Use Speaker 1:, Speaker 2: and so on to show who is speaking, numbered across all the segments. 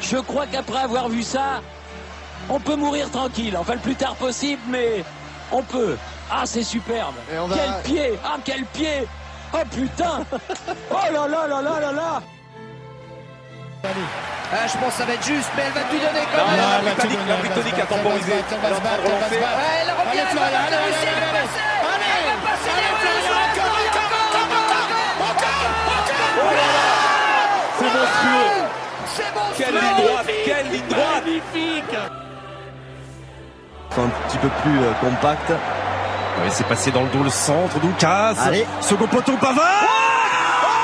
Speaker 1: Je crois qu'après avoir vu ça, on peut mourir tranquille. Enfin, le plus tard possible, mais on peut. Ah, c'est superbe.
Speaker 2: Et on va-
Speaker 1: Quel pied Ah, quel pied Oh putain Oh là là là là là là
Speaker 3: Ah, je pense que ça va être juste, mais elle va tout donner quand
Speaker 4: Non,
Speaker 3: même.
Speaker 4: non,
Speaker 3: Ah,
Speaker 4: elle va tout
Speaker 5: Britannique, la
Speaker 4: donner, elle va
Speaker 5: Britannique
Speaker 4: se
Speaker 5: a
Speaker 4: battre, elle
Speaker 5: temporisé.
Speaker 4: va se battre,
Speaker 5: Elle
Speaker 4: elle va
Speaker 5: est en train de
Speaker 4: se battre,
Speaker 5: relancer.
Speaker 4: elle va se
Speaker 3: ouais, Ah, elle revient,
Speaker 4: Allez,
Speaker 3: elle va
Speaker 4: Florian,
Speaker 3: la
Speaker 4: allez,
Speaker 3: pousser, elle va
Speaker 4: allez,
Speaker 3: passer.
Speaker 4: allez.
Speaker 3: Elle va passer,
Speaker 4: Allez,
Speaker 3: elle va
Speaker 4: Florian,
Speaker 3: passer.
Speaker 4: encore, encore, encore, encore, encore, encore.
Speaker 5: C'est monstrueux.
Speaker 3: C'est bon,
Speaker 5: Quelle
Speaker 3: c'est
Speaker 5: ligne
Speaker 3: bon.
Speaker 5: droite, quelle ligne droite.
Speaker 6: un petit peu plus euh, compact.
Speaker 4: Ouais, c'est passé dans le dos le centre, Doukas.
Speaker 6: Allez.
Speaker 4: Second poteau, Pavard. Oh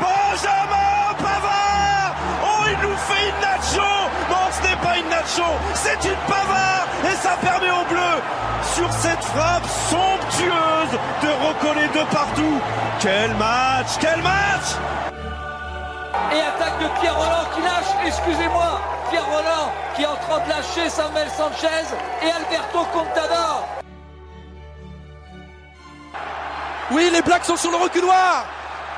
Speaker 4: Benjamin Pavard Oh, il nous fait une nacho Non, ce n'est pas une nacho, c'est une Pavard Et ça permet aux Bleus, sur cette frappe somptueuse, de recoller de partout. Quel match Quel match
Speaker 7: et attaque de Pierre Roland qui lâche, excusez-moi, Pierre Roland qui est en train de lâcher Samuel Sanchez et Alberto Contador.
Speaker 8: Oui, les Blacks sont sur le reculoir.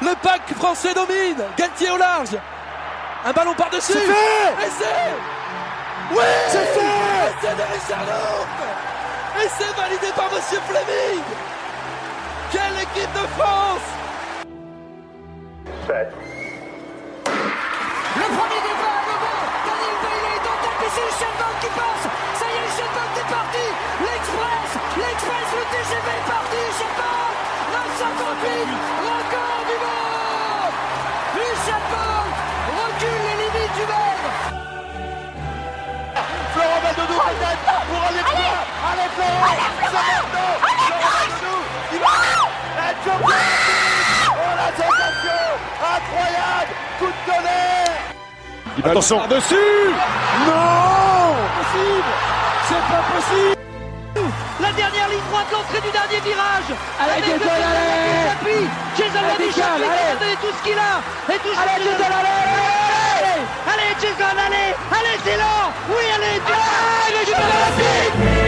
Speaker 8: Le pack français domine. Galtier au large. Un ballon par-dessus. C'est fait Oui C'est fait Essai de Richarlison Et c'est validé par Monsieur Fleming Quelle équipe de France
Speaker 3: Le premier départ, le bon. Daniel Bailey est dans le tapis, c'est Usain Bolt qui passe. Ça y est, Usain Bolt est parti. L'Express, l'Express, le TGV est parti. Usain Bolt, 958, record du monde. Usain Bolt recule les limites du monde.
Speaker 2: Florent Maldonado à tête pour aller plus loin. Allez Florent, c'est maintenant. Florent Maldonado, il va la Champions League. Oh la sensation incroyable, coup de tonnerre.
Speaker 5: Attention. Par-dessus.
Speaker 3: La dernière ligne droite, l'entrée du dernier virage. Avec le tapis, Jason Lamy Chapuis qui a donné tout ce qu'il a. Et toujours allez, Jason, allez Allez, Jason, allez Allez, c'est là Oui, allez, Jason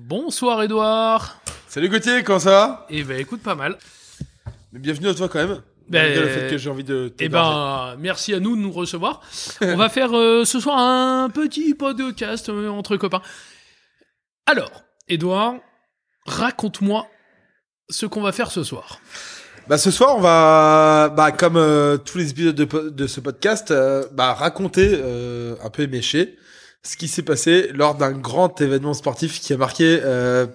Speaker 9: Bonsoir Edouard
Speaker 5: Salut Gauthier, comment ça va
Speaker 9: Eh ben écoute, pas mal.
Speaker 5: Mais Bienvenue à toi quand même.
Speaker 9: Ben,
Speaker 5: Malgré le fait que j'ai envie de.
Speaker 9: Eh
Speaker 5: t'héberger.
Speaker 9: ben, merci à nous de nous recevoir. On va faire euh, ce soir un petit podcast euh, entre copains. Alors, Edouard, raconte-moi ce qu'on va faire ce soir.
Speaker 5: Bah ce soir on va, bah comme euh, tous les épisodes de, po- de ce podcast, euh, bah raconter euh, un peu éméché ce qui s'est passé lors d'un grand événement sportif qui a marqué, euh,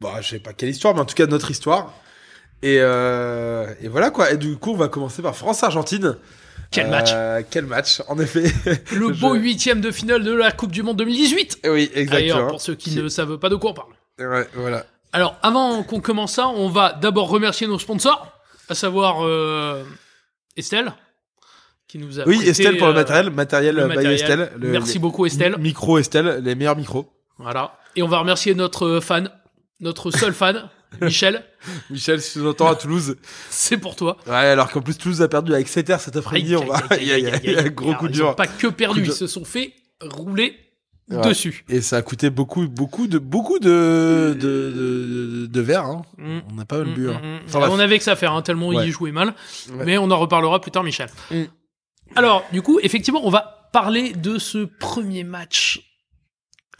Speaker 5: bah je sais pas quelle histoire, mais en tout cas notre histoire. Et, euh, et voilà quoi. Et du coup on va commencer par France Argentine.
Speaker 9: Quel match
Speaker 5: Quel match en effet.
Speaker 9: Le beau
Speaker 5: Euh, je-
Speaker 9: huitième de finale de la Coupe du Monde 2018
Speaker 5: Eh oui exactement.
Speaker 9: D'ailleurs, pour ceux qui ne savent pas de quoi on parle.
Speaker 5: Ouais, voilà.
Speaker 9: Alors, avant qu'on commence ça, on va d'abord remercier nos sponsors, à savoir euh, Estelle, qui nous a
Speaker 5: Oui
Speaker 9: prêté,
Speaker 5: Estelle pour le
Speaker 9: euh,
Speaker 5: matériel, matériel,
Speaker 9: le
Speaker 5: by
Speaker 9: matériel.
Speaker 5: Estelle. bah, Le-
Speaker 9: Merci
Speaker 5: les-
Speaker 9: beaucoup Estelle.
Speaker 5: Micro Estelle, les meilleurs micros.
Speaker 9: Voilà. Et on va remercier notre fan, notre seul fan, Michel.
Speaker 5: Michel, si tu nous entends à Toulouse.
Speaker 9: C'est pour toi.
Speaker 5: Ouais, alors qu'en plus Toulouse a perdu avec Setter cet après-midi, on va. hein. Il y a- il y a il y a un gros
Speaker 9: Alors,
Speaker 5: coup de
Speaker 9: Ils ont
Speaker 5: dur.
Speaker 9: pas que
Speaker 5: Coup
Speaker 9: perdu,
Speaker 5: de-
Speaker 9: ils se sont fait rouler
Speaker 5: Ouais.
Speaker 9: dessus.
Speaker 5: Et ça a coûté beaucoup, beaucoup de, beaucoup de, de, de, de, de verre, hein.
Speaker 9: Mm.
Speaker 5: On n'a pas mal bu,
Speaker 9: Mm,
Speaker 5: hein.
Speaker 9: mm, mm.
Speaker 5: Enfin, bref.
Speaker 9: on avait que ça à faire, hein, tellement il
Speaker 5: Ouais.
Speaker 9: y jouait mal.
Speaker 5: Ouais.
Speaker 9: Mais on en reparlera plus tard, Michel.
Speaker 5: Mm.
Speaker 9: Alors, du coup, effectivement, on va parler de ce premier match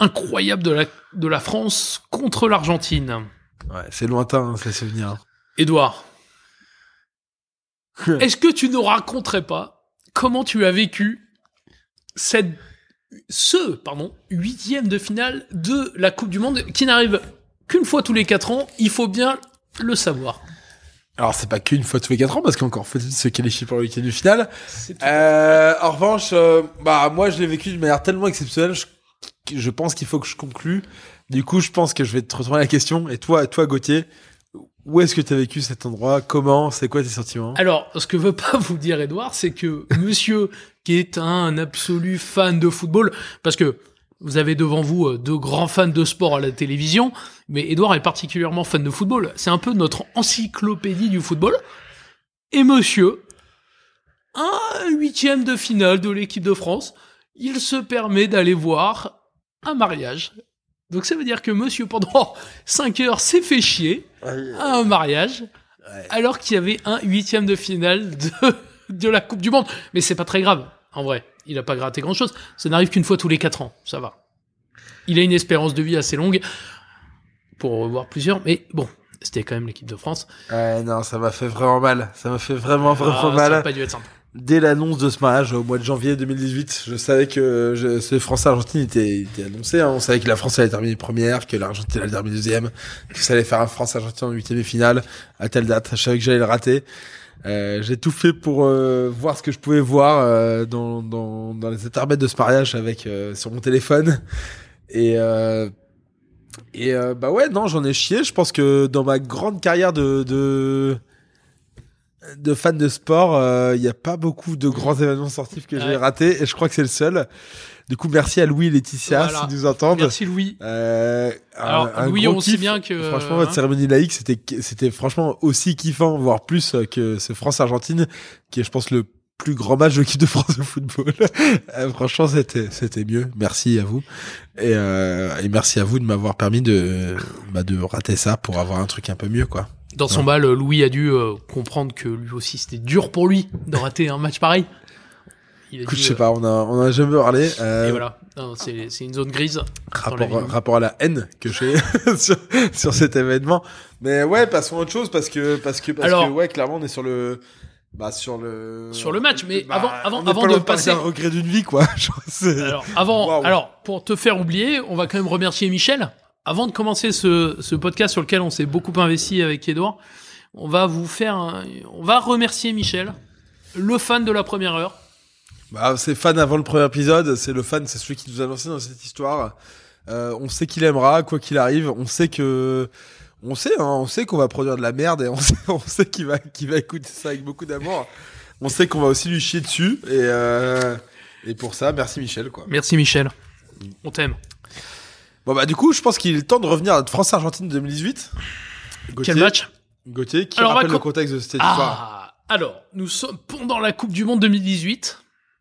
Speaker 9: incroyable de la, de la France contre l'Argentine. mm.
Speaker 5: Ouais, c'est lointain, hein, ces souvenirs.
Speaker 9: Edouard, est-ce que tu nous raconterais pas comment tu as vécu cette, ce pardon, huitième de finale de la Coupe du Monde qui n'arrive qu'une fois tous les quatre ans Il faut bien le savoir.
Speaker 5: Alors, c'est pas qu'une fois tous les quatre ans, parce qu'encore faut-il se qualifier pour le week-end du final.
Speaker 9: C'est tout.
Speaker 5: Euh, en revanche, euh, bah, moi, je l'ai vécu d'une manière tellement exceptionnelle, je, je pense qu'il faut que je conclue. Du coup, je pense que je vais te retourner la question. Et toi, toi, Gauthier, Où est-ce que tu as vécu cet endroit Comment C'est quoi tes sentiments
Speaker 9: Alors, ce que veut pas vous dire Edouard, c'est que monsieur, qui est un absolu fan de football, parce que vous avez devant vous euh, deux grands fans de sport à la télévision, mais Edouard est particulièrement fan de football. C'est un peu notre encyclopédie du football. Et monsieur, un huitième de finale de l'équipe de France, il se permet d'aller voir un mariage. Donc ça veut dire que monsieur, pendant 5 heures, s'est fait chier à un mariage, alors qu'il y avait un huitième de finale de, de la Coupe du Monde. Mais c'est pas très grave, en vrai. Il a pas gratté grand chose. Ça n'arrive qu'une fois tous les quatre ans. Ça va. Il a une espérance de vie assez longue pour en revoir plusieurs. Mais bon, c'était quand même l'équipe de France.
Speaker 5: Ouais, non, ça m'a fait vraiment mal. Ça m'a fait vraiment, vraiment
Speaker 9: Ah, ça a
Speaker 5: mal.
Speaker 9: pas dû être simple.
Speaker 5: Dès l'annonce de ce mariage au mois de janvier 2018, je savais que je- ce France-Argentine était, était annoncé. hein. On savait que la France allait terminer première, que l'Argentine allait terminer deuxième, que ça allait faire un France-Argentine en huitième et finale à telle date. Je savais que j'allais le rater. Euh, J'ai tout fait pour euh, voir ce que je pouvais voir euh, dans, dans, dans les intermèdes de ce mariage avec euh, sur mon téléphone. Et euh, et euh, bah ouais, non, j'en ai chié. Je pense que dans ma grande carrière de de, de fan de sport, euh, il n'y a pas beaucoup de grands événements sportifs que j'ai
Speaker 9: Ouais.
Speaker 5: ratés. Et je crois que c'est le seul. Du coup, merci à Louis et Laetitia
Speaker 9: Voilà.
Speaker 5: si nous entendent.
Speaker 9: Merci Louis.
Speaker 5: Euh,
Speaker 9: Alors,
Speaker 5: un- un
Speaker 9: Louis,
Speaker 5: gros
Speaker 9: on sait
Speaker 5: kiff.
Speaker 9: bien que.
Speaker 5: Franchement, votre
Speaker 9: hein,
Speaker 5: cérémonie laïque, c'était c'était franchement aussi kiffant, voire plus euh, que ce France-Argentine, qui est, je pense, le plus grand match de l'équipe de France de football. Euh, franchement, c'était c'était mieux. Merci à vous et, euh, et merci à vous de m'avoir permis de bah, de rater ça pour avoir un truc un peu mieux, quoi.
Speaker 9: Dans son bal, Louis a dû euh, comprendre que lui aussi c'était dur pour lui de rater un match pareil. Il a
Speaker 5: Écoute,
Speaker 9: dit,
Speaker 5: je sais
Speaker 9: euh,
Speaker 5: pas, on a on a jamais parlé.
Speaker 9: Et
Speaker 5: Euh,
Speaker 9: voilà, Non, c'est c'est une zone grise. Dans la vie.
Speaker 5: rapport, rapport à la haine que j'ai sur, sur cet événement. Mais ouais, passons à autre chose parce que parce que parce
Speaker 9: Alors-
Speaker 5: que ouais, clairement on est sur le bah sur le Bah,
Speaker 9: Sur le match, mais avant- avant-
Speaker 5: on n'est
Speaker 9: avant
Speaker 5: pas
Speaker 9: de
Speaker 5: loin parler
Speaker 9: passer-
Speaker 5: d'un regret d'une vie quoi. Je pense que c'est-
Speaker 9: Alors, avant,
Speaker 5: Waouh.
Speaker 9: alors, pour te faire oublier, on va quand même remercier Michel. Avant de commencer ce, ce podcast sur lequel on s'est beaucoup investi avec Edouard, on va vous faire un- on va remercier Michel, le fan de la première heure.
Speaker 5: Bah, c'est fan avant le premier épisode, c'est le fan, c'est celui qui nous a lancé dans cette histoire. Euh, on sait qu'il aimera, quoi qu'il arrive, on sait que... On sait, hein, on sait qu'on va produire de la merde et on sait, on sait qu'il va, qu'il va écouter ça avec beaucoup d'amour. On sait qu'on va aussi lui chier dessus et, euh, et pour ça, merci Michel, quoi.
Speaker 9: Merci Michel. On t'aime.
Speaker 5: Bon, bah, du coup, je pense qu'il est temps de revenir à France-Argentine 2018. Gauthier,
Speaker 9: Quel match
Speaker 5: Gauthier, qui
Speaker 9: Alors, on va
Speaker 5: rappelle le
Speaker 9: co-
Speaker 5: contexte de cette histoire.
Speaker 9: Ah Alors, nous sommes pendant la Coupe du Monde 2018.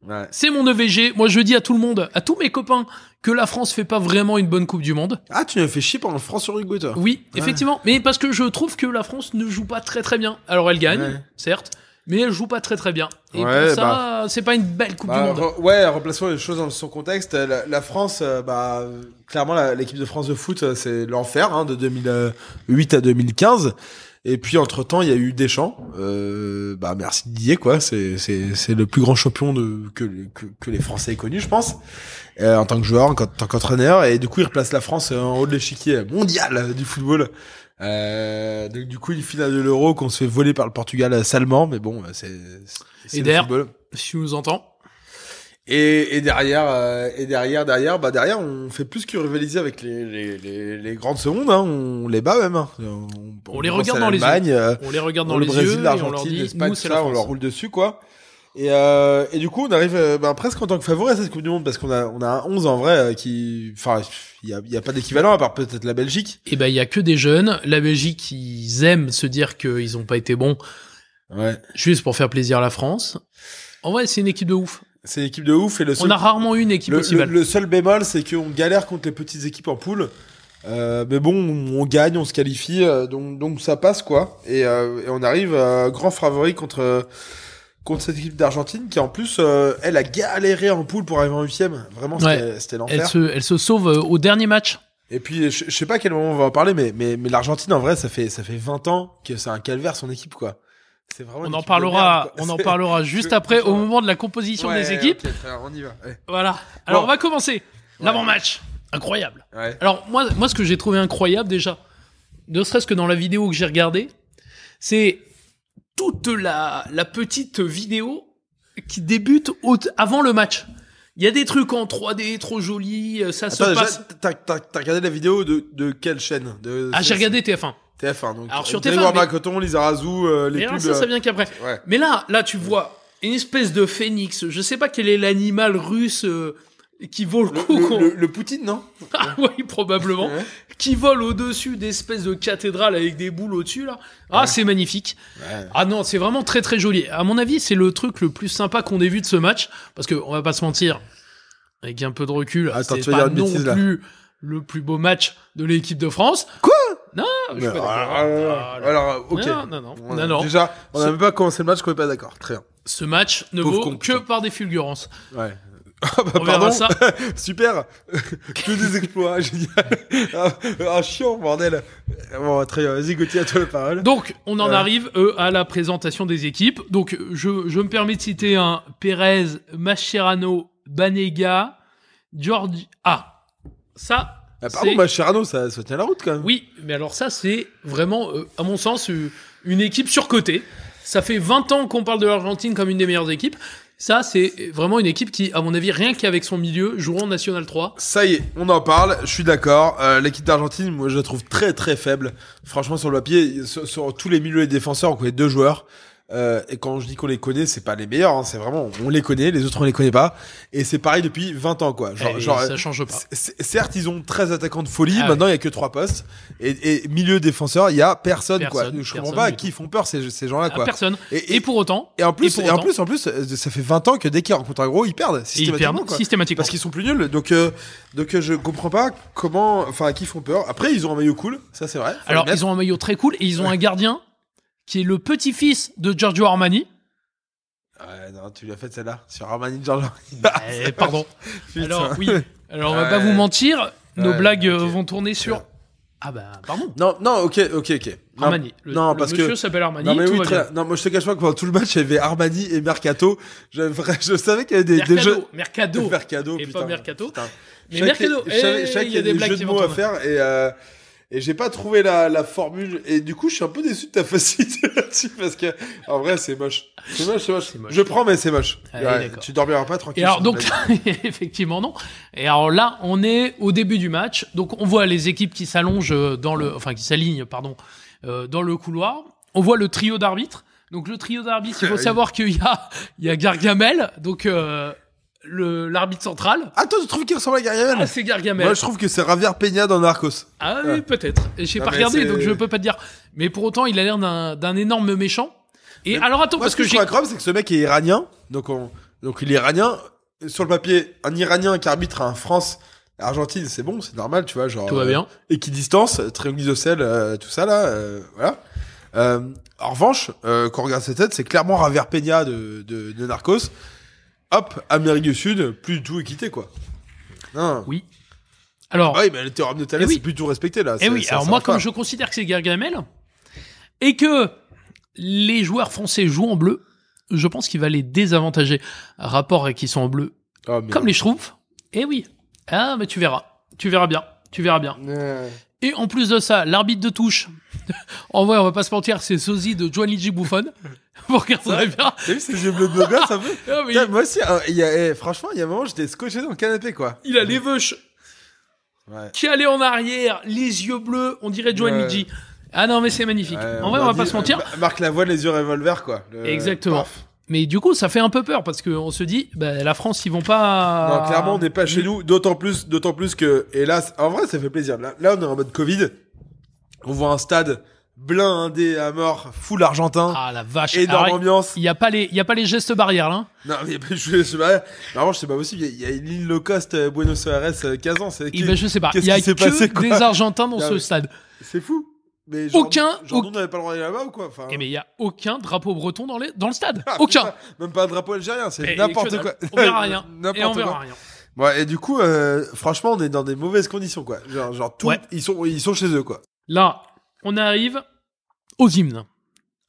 Speaker 5: Ouais.
Speaker 9: C'est mon EVG. Moi, je dis à tout le monde, à tous mes copains, que la France fait pas vraiment une bonne Coupe du Monde.
Speaker 5: Ah, tu nous as fait chier pendant le France-Uruguay, toi.
Speaker 9: Oui,
Speaker 5: Ouais.
Speaker 9: effectivement. Mais parce que je trouve que la France ne joue pas très très bien. Alors elle gagne,
Speaker 5: Ouais.
Speaker 9: certes, mais elle joue pas très très bien. Et
Speaker 5: Ouais,
Speaker 9: pour ça, c'est pas une belle Coupe
Speaker 5: Bah,
Speaker 9: du Monde.
Speaker 5: re- ouais, replaçons les choses dans son contexte. Euh, La, la France, euh, bah, euh, clairement, la- l'équipe de France de foot, euh, c'est l'enfer hein, de 2008 à 2015. Et puis entre temps, il y a eu Deschamps. Euh, bah merci Didier quoi. C'est c'est c'est le plus grand champion de que que, que les Français aient connu, je pense, euh, en tant que joueur, en tant qu'entraîneur. Et du coup, il replace la France euh, en haut de l'échiquier mondial euh, du football. Euh, donc du coup, une finale de l'Euro qu'on se fait voler par le Portugal euh, salement, mais bon, euh, c'est c'est- c'est
Speaker 9: Et
Speaker 5: le
Speaker 9: d'ailleurs,
Speaker 5: football.
Speaker 9: Si tu nous entends.
Speaker 5: Et, et derrière, euh, et derrière, derrière, bah derrière, on fait plus que rivaliser avec les, les, les, les grandes secondes. Hein. On les bat même. hein. On,
Speaker 9: On les
Speaker 5: pense
Speaker 9: regarde
Speaker 5: à
Speaker 9: dans les yeux.
Speaker 5: l'Allemagne, euh,
Speaker 9: On les regarde dans
Speaker 5: le
Speaker 9: les
Speaker 5: Brésil,
Speaker 9: yeux et on leur
Speaker 5: l'Argentine,
Speaker 9: dit,
Speaker 5: l'Espagne,
Speaker 9: nous
Speaker 5: tout
Speaker 9: c'est
Speaker 5: ça,
Speaker 9: la
Speaker 5: on leur
Speaker 9: France.
Speaker 5: roule dessus quoi. Et, euh, et du coup, on arrive euh, ben, presque en tant que favori à cette Coupe du Monde parce qu'on a on a un 11 en vrai euh, qui, enfin, il y a, il y a pas d'équivalent à part peut-être la Belgique.
Speaker 9: Et ben il y a que des jeunes. La Belgique, ils aiment se dire qu'ils ont pas été bons
Speaker 5: Ouais.
Speaker 9: juste pour faire plaisir à la France. En vrai, c'est une équipe de ouf.
Speaker 5: C'est une équipe de ouf et le
Speaker 9: On
Speaker 5: seul
Speaker 9: a rarement eu une équipe
Speaker 5: Le,
Speaker 9: aussi
Speaker 5: le-
Speaker 9: belle.
Speaker 5: le seul bémol, c'est qu'on galère contre les petites équipes en poule. Euh, mais bon, on, on gagne, on se qualifie, euh, donc, donc ça passe quoi. Et, euh, et on arrive euh, grand favori contre euh, contre cette équipe d'Argentine qui en plus, euh, elle a galéré en poule pour arriver en huitième. Vraiment, c'était c'était
Speaker 9: Elle
Speaker 5: l'enfer.
Speaker 9: se, elle se sauve euh, au dernier match.
Speaker 5: Et puis, je, je sais pas à quel moment on va en parler, mais mais, mais l'Argentine en vrai, ça fait ça fait 20 ans que c'est un calvaire son équipe quoi. C'est vraiment.
Speaker 9: On
Speaker 5: une
Speaker 9: en
Speaker 5: équipe de
Speaker 9: parlera,
Speaker 5: merde, quoi.
Speaker 9: on en
Speaker 5: C'est-
Speaker 9: parlera juste
Speaker 5: Je-
Speaker 9: après
Speaker 5: je-
Speaker 9: au moment de la composition
Speaker 5: Ouais,
Speaker 9: des équipes.
Speaker 5: ok, très bien, on y va. ouais.
Speaker 9: Voilà. Alors
Speaker 5: Bon.
Speaker 9: on va commencer. L'avant-match. Incroyable.
Speaker 5: Ouais.
Speaker 9: Alors moi, moi ce que j'ai trouvé incroyable déjà, ne serait-ce que dans la vidéo que j'ai regardée, c'est toute la, la petite vidéo qui débute au- avant le match. Il y a des trucs en 3D trop jolis, euh, ça
Speaker 5: Attends,
Speaker 9: se
Speaker 5: déjà,
Speaker 9: passe.
Speaker 5: t'as- t'as t'as regardé la vidéo de, de quelle chaîne de,
Speaker 9: Ah j'ai regardé TF1.
Speaker 5: TF1. Donc,
Speaker 9: Alors, sur
Speaker 5: Dave
Speaker 9: TF1,
Speaker 5: Warma
Speaker 9: mais-
Speaker 5: Coton, Lisa Razou, euh, les
Speaker 9: Mais
Speaker 5: pubs.
Speaker 9: alors, ça, ça
Speaker 5: euh,
Speaker 9: vient qu'après.
Speaker 5: Ouais.
Speaker 9: Mais là, là, tu vois une espèce de phénix. Je sais pas quel est l'animal russe euh, qui vaut le
Speaker 5: Le,
Speaker 9: coup. qu'on-
Speaker 5: le- le- le Poutine, non
Speaker 9: Ah oui, probablement.
Speaker 5: Ouais.
Speaker 9: Qui vole au-dessus d'espèces de cathédrales avec des boules au-dessus, là. Ah, c'est magnifique. Ah non, c'est vraiment très très joli. À mon avis, c'est le truc le plus sympa qu'on ait vu de ce match. Parce que, on va pas se mentir, avec un peu de recul,
Speaker 5: Attends, Ah, tu
Speaker 9: c'est
Speaker 5: vas dire
Speaker 9: pas
Speaker 5: une
Speaker 9: non
Speaker 5: bêtise, là.
Speaker 9: plus le plus beau match de l'équipe de France.
Speaker 5: Quoi
Speaker 9: Non, je suis
Speaker 5: Mais
Speaker 9: pas d'accord.
Speaker 5: alors, alors,
Speaker 9: Ah, là.
Speaker 5: alors, ok.
Speaker 9: Non, non, non.
Speaker 5: On
Speaker 9: non,
Speaker 5: a-
Speaker 9: non.
Speaker 5: Déjà, on n'a
Speaker 9: Ce-
Speaker 5: même pas commencé le match, qu'on n'est pas d'accord. Très bien.
Speaker 9: Ce match ne
Speaker 5: Pauvre
Speaker 9: vaut
Speaker 5: con,
Speaker 9: que
Speaker 5: putain.
Speaker 9: par des fulgurances.
Speaker 5: Ouais. Ah bah
Speaker 9: On
Speaker 5: pardon,
Speaker 9: verra ça.
Speaker 5: super, que des exploits, génial, ah, ah, chiant bordel. Bon très bien, vas-y Gauthier, à toi la parole.
Speaker 9: Donc, on en
Speaker 5: Ouais.
Speaker 9: arrive euh, à la présentation des équipes. Donc, je, je me permets de citer un Pérez, Mascherano, Banega, Giorgi. Ah, ça,
Speaker 5: Ah, pardon,
Speaker 9: c'est-
Speaker 5: bah Charano, ça, ça tient la route quand même.
Speaker 9: oui, mais alors ça, c'est vraiment, euh, à mon sens, euh, une équipe surcotée. Ça fait 20 ans qu'on parle de l'Argentine comme une des meilleures équipes. Ça, c'est vraiment une équipe qui, à mon avis, rien qu'avec son milieu, joueront en National 3.
Speaker 5: Ça y est, on en parle, je suis d'accord. Euh, L'équipe d'Argentine, moi je la trouve très très faible. Franchement, sur le papier, sur, sur tous les milieux et défenseurs, on connaît deux joueurs. Euh, et quand je dis qu'on les connaît, c'est pas les meilleurs, hein, c'est vraiment, on les connaît, les autres on les connaît pas. Et c'est pareil depuis 20 ans quoi. Genre,
Speaker 9: Et
Speaker 5: genre,
Speaker 9: eh, ça change pas.
Speaker 5: C- c- Certes, ils ont 13 attaquants de folie.
Speaker 9: Ah
Speaker 5: Maintenant, il y a que 3 postes. Et, et milieu défenseur, il y a personne, quoi.
Speaker 9: Personne,
Speaker 5: Je comprends
Speaker 9: personne
Speaker 5: pas à
Speaker 9: du
Speaker 5: qui ils font peur ces, ces gens-là,
Speaker 9: À
Speaker 5: quoi.
Speaker 9: personne.
Speaker 5: Et, et-
Speaker 9: Et pour autant,
Speaker 5: et en plus,
Speaker 9: et pour
Speaker 5: et en
Speaker 9: autant-
Speaker 5: plus, en plus, euh, ça fait 20 ans que dès qu'ils rencontrent un gros, ils perdent
Speaker 9: ils
Speaker 5: systématiquement,
Speaker 9: perdent
Speaker 5: quoi.
Speaker 9: systématiquement.
Speaker 5: Parce qu'ils sont plus nuls. Donc, euh, donc euh, je comprends pas comment, enfin, à qui ils font peur. Après, ils ont un maillot cool. Ça, c'est vrai. Faut
Speaker 9: Alors,
Speaker 5: le mettre.
Speaker 9: ils ont un maillot très cool et ils ont un gardien qui est le petit-fils de Giorgio Armani.
Speaker 5: Ouais, non, tu l'as fait celle-là. Sur Armani Giorgio.
Speaker 9: Eh, pardon.
Speaker 5: Putain.
Speaker 9: Alors, oui. Alors, on va
Speaker 5: Ouais.
Speaker 9: pas vous mentir, nos
Speaker 5: Ouais,
Speaker 9: blagues euh,
Speaker 5: ok.
Speaker 9: vont tourner sur.
Speaker 5: Bien.
Speaker 9: Ah, bah, pardon.
Speaker 5: Non, non, ok, ok, ok. Non,
Speaker 9: Armani. Le,
Speaker 5: non,
Speaker 9: le
Speaker 5: parce que-
Speaker 9: monsieur s'appelle Armani.
Speaker 5: Non mais
Speaker 9: tout
Speaker 5: oui,
Speaker 9: va
Speaker 5: très-
Speaker 9: bien.
Speaker 5: non moi je te cache pas que pendant tout le match il y avait Armani et Mercato. Je, je savais qu'il y avait des, des
Speaker 9: Mercado,
Speaker 5: jeux.
Speaker 9: Mercado.
Speaker 5: Mercado,
Speaker 9: Et
Speaker 5: putain,
Speaker 9: pas Mercato.
Speaker 5: putain.
Speaker 9: Mais
Speaker 5: Je savais
Speaker 9: Mercado,
Speaker 5: que- je savais-
Speaker 9: eh,
Speaker 5: je savais
Speaker 9: il
Speaker 5: qu'il
Speaker 9: y a des blagues
Speaker 5: jeux
Speaker 9: qui
Speaker 5: de
Speaker 9: vont
Speaker 5: mots à
Speaker 9: tomber.
Speaker 5: faire et euh, et j'ai pas trouvé la, la formule et du coup je suis un peu déçu de ta facilité là-dessus parce que en vrai c'est moche. C'est moche, c'est moche. Ah,
Speaker 9: C'est moche.
Speaker 5: Je prends mais c'est moche.
Speaker 9: Allez,
Speaker 5: Ouais,
Speaker 9: d'accord.
Speaker 5: tu dormiras pas tranquille.
Speaker 9: Et alors
Speaker 5: sur
Speaker 9: donc
Speaker 5: ta blague.
Speaker 9: effectivement non. Et alors là on est au début du match, donc on voit les équipes qui s'allongent euh, dans le, enfin qui s'alignent pardon, euh, dans le couloir. On voit le trio d'arbitres. Donc le trio d'arbitres, il faut
Speaker 5: Oui.
Speaker 9: savoir qu'il y a, il y a Gargamel, donc euh, le l'arbitre central.
Speaker 5: Ah toi tu trouves qu'il ressemble à Gargamel
Speaker 9: Ah c'est Gargamel.
Speaker 5: Moi je trouve que c'est Javier Peña dans Narcos.
Speaker 9: Ah
Speaker 5: Ouais.
Speaker 9: oui, peut-être. Et J'ai
Speaker 5: Non,
Speaker 9: pas
Speaker 5: mais
Speaker 9: regardé,
Speaker 5: c'est-
Speaker 9: donc je peux pas te dire. Mais pour autant, il a l'air d'un d'un énorme méchant. Et alors attends,
Speaker 5: Moi,
Speaker 9: parce
Speaker 5: ce que,
Speaker 9: que
Speaker 5: je
Speaker 9: j'ai.
Speaker 5: trouve incroyable, c'est que ce mec est iranien. Donc, on... donc il est iranien. Sur le papier, un iranien qui arbitre un France. Argentine, c'est bon, c'est normal, tu vois, genre.
Speaker 9: Tout va
Speaker 5: euh,
Speaker 9: bien.
Speaker 5: équidistance, triangle isocèle, euh, tout ça là, euh, voilà. Euh, en revanche, euh, quand on regarde ses têtes, c'est clairement Raver Peña de, de, de Narcos. Hop, Amérique du Sud, plus du tout équité quoi. Non.
Speaker 9: Oui. Alors.
Speaker 5: Ah oui, mais le théorème de Thalès,
Speaker 9: Eh oui.
Speaker 5: c'est plus du tout respecté là.
Speaker 9: Eh
Speaker 5: C'est-
Speaker 9: oui,
Speaker 5: ça-
Speaker 9: alors
Speaker 5: ça
Speaker 9: moi,
Speaker 5: va pas.
Speaker 9: comme je considère que c'est Gargamel, et que les joueurs français jouent en bleu, je pense qu'il va les désavantager. Rapport à qui sont en bleu,
Speaker 5: Ah, mais-
Speaker 9: comme les Schtroumpfs. Eh oui. Ah, mais tu verras. Tu verras bien. Tu verras bien.
Speaker 5: Euh,
Speaker 9: Et en plus de ça, l'arbitre de touche. en vrai, on va pas se mentir, c'est sosie de Gianluigi Buffon. Vous regarderez bien.
Speaker 5: T'as vu ces yeux bleus de gosse un peu
Speaker 9: Ah, mais
Speaker 5: Putain, Moi aussi, hein, il y a- eh, franchement, il y a un moment, j'étais scotché dans le canapé quoi.
Speaker 9: il, il a les veuches
Speaker 5: Ouais.
Speaker 9: qui allaient en arrière, les yeux bleus, on dirait Gianluigi. Ah non, mais c'est magnifique.
Speaker 5: Ouais,
Speaker 9: en vrai, on
Speaker 5: a
Speaker 9: va
Speaker 5: dit,
Speaker 9: pas se
Speaker 5: euh,
Speaker 9: mentir.
Speaker 5: Ma- Marc Lavoine, les yeux revolver quoi. Le-
Speaker 9: Exactement.
Speaker 5: Paf.
Speaker 9: Mais du coup, ça fait un peu peur parce qu'on se dit, bah, la France, ils vont pas.
Speaker 5: Non, clairement, on n'est pas
Speaker 9: Ah.
Speaker 5: chez nous. D'autant plus, d'autant plus que, et là, c- en vrai, ça fait plaisir. Là, là, on est en mode Covid. On voit un stade blindé à mort, full argentin,
Speaker 9: Ah la vache.
Speaker 5: énorme
Speaker 9: Alors,
Speaker 5: ambiance.
Speaker 9: Il n'y a, pas les- il y a pas les gestes barrières là.
Speaker 5: Non, mais je je sais pas. Normalement, je sais pas possible. Il y a, il y a une low cost euh, Buenos Aires euh, 15 ans. C'est
Speaker 9: Eh ben, je sais pas. Il
Speaker 5: qu'est-ce
Speaker 9: y a
Speaker 5: qui
Speaker 9: que
Speaker 5: s'est passé, quoi Ah
Speaker 9: des Argentins dans
Speaker 5: Non,
Speaker 9: ce
Speaker 5: mais-
Speaker 9: stade.
Speaker 5: c'est fou. Mais genre,
Speaker 9: Aucun-
Speaker 5: genre,
Speaker 9: aucun-
Speaker 5: on n'avait pas le droit d'aller là-bas ou quoi enfin,
Speaker 9: Eh, mais il y a aucun drapeau breton dans, les, dans le stade.
Speaker 5: ah,
Speaker 9: aucun.
Speaker 5: putain, Même pas un drapeau algérien. C'est
Speaker 9: Et-
Speaker 5: n'importe
Speaker 9: et que
Speaker 5: quoi.
Speaker 9: dalle. On verra rien.
Speaker 5: N'importe
Speaker 9: Et on
Speaker 5: quoi.
Speaker 9: verra rien.
Speaker 5: Ouais, et du coup, euh, franchement, on est dans des mauvaises conditions quoi. Genre, genre tout,
Speaker 9: Ouais.
Speaker 5: ils sont, ils sont chez eux quoi.
Speaker 9: Là, on arrive aux hymnes.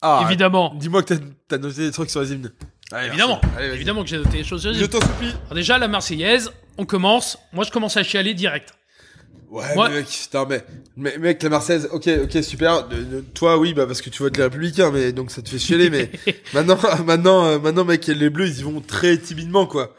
Speaker 5: Ah,
Speaker 9: évidemment.
Speaker 5: Dis-moi que t'as- t'as noté des trucs sur les hymnes. Allez,
Speaker 9: Évidemment.
Speaker 5: merci. Allez, vas-y.
Speaker 9: Évidemment que j'ai noté les choses.
Speaker 5: Je t'en supplie.
Speaker 9: Alors déjà, la Marseillaise, on commence. Moi, je commence à chialer direct.
Speaker 5: Ouais,
Speaker 9: Moi-
Speaker 5: mais mec, putain, mais, mais- mec, la Marseillaise, ok, ok, super. De- de- toi, oui, bah, parce que tu votes les Républicains, mais donc ça te fait chialer, mais maintenant, maintenant, euh, maintenant, mec, les Bleus, ils y vont très timidement, quoi.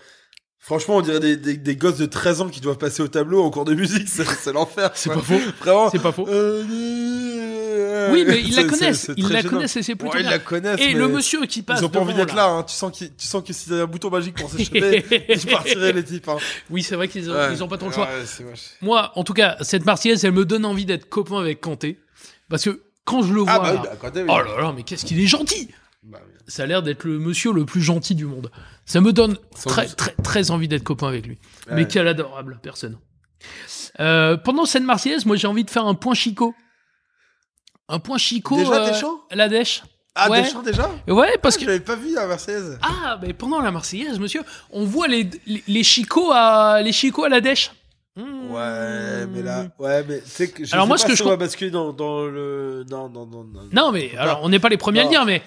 Speaker 5: Franchement, on dirait des, des, des gosses de 13 ans qui doivent passer au tableau en cours de musique, c'est c'est l'enfer.
Speaker 9: C'est
Speaker 5: quoi.
Speaker 9: pas faux.
Speaker 5: Vraiment.
Speaker 9: C'est pas faux.
Speaker 5: Euh, euh,
Speaker 9: Oui, mais ils la
Speaker 5: C'est- c'est-
Speaker 9: connaissent.
Speaker 5: c'est
Speaker 9: Ils
Speaker 5: très
Speaker 9: la
Speaker 5: gênant.
Speaker 9: connaissent et c'est
Speaker 5: Ouais,
Speaker 9: plutôt
Speaker 5: ils
Speaker 9: bien.
Speaker 5: la connaissent.
Speaker 9: Et le
Speaker 5: mais
Speaker 9: monsieur qui passe.
Speaker 5: Ils ont pas envie
Speaker 9: devant,
Speaker 5: d'être là. hein. Tu sens qu'ils, tu sens que s'il y avait un bouton magique pour s'échapper, ils partiraient
Speaker 9: là.
Speaker 5: les types. hein.
Speaker 9: oui, c'est vrai qu'ils ont, ils ont pas trop le
Speaker 5: Ouais,
Speaker 9: choix.
Speaker 5: ouais, c'est moche.
Speaker 9: Moi, en tout cas, cette Marseillaise, elle me donne envie d'être copain avec Kanté. Parce que quand je le vois.
Speaker 5: Ah bah oui,
Speaker 9: là,
Speaker 5: bah, quand même.
Speaker 9: Oh là là, mais qu'est-ce qu'il est gentil
Speaker 5: Bah oui.
Speaker 9: Ça a l'air d'être le monsieur le plus gentil du monde. Ça me donne
Speaker 5: Sans
Speaker 9: très,
Speaker 5: doute.
Speaker 9: très, très envie d'être copain avec lui.
Speaker 5: Ouais.
Speaker 9: Mais quelle adorable personne. Euh, pendant cette Marseillaise, moi, j'ai envie de faire un point Chico. Un point Chico.
Speaker 5: Déjà,
Speaker 9: euh,
Speaker 5: t'es chaud
Speaker 9: La dèche.
Speaker 5: Ah,
Speaker 9: Ouais.
Speaker 5: Deschamps déjà
Speaker 9: Ouais, parce
Speaker 5: Je
Speaker 9: que.
Speaker 5: l'avais pas vu à Marseillaise.
Speaker 9: Ah, mais pendant la Marseillaise, monsieur, on voit les, les, les chicots à, les chicots à la dèche. Mmh.
Speaker 5: Ouais, mais là, ouais, mais tu sais que je
Speaker 9: Alors
Speaker 5: sais
Speaker 9: moi,
Speaker 5: pas
Speaker 9: ce que
Speaker 5: si
Speaker 9: je
Speaker 5: on va
Speaker 9: comp-
Speaker 5: basculer dans, dans le, non, non, non, non,
Speaker 9: Non, mais
Speaker 5: pas.
Speaker 9: alors, on n'est pas les premiers à le
Speaker 5: Non.
Speaker 9: dire, mais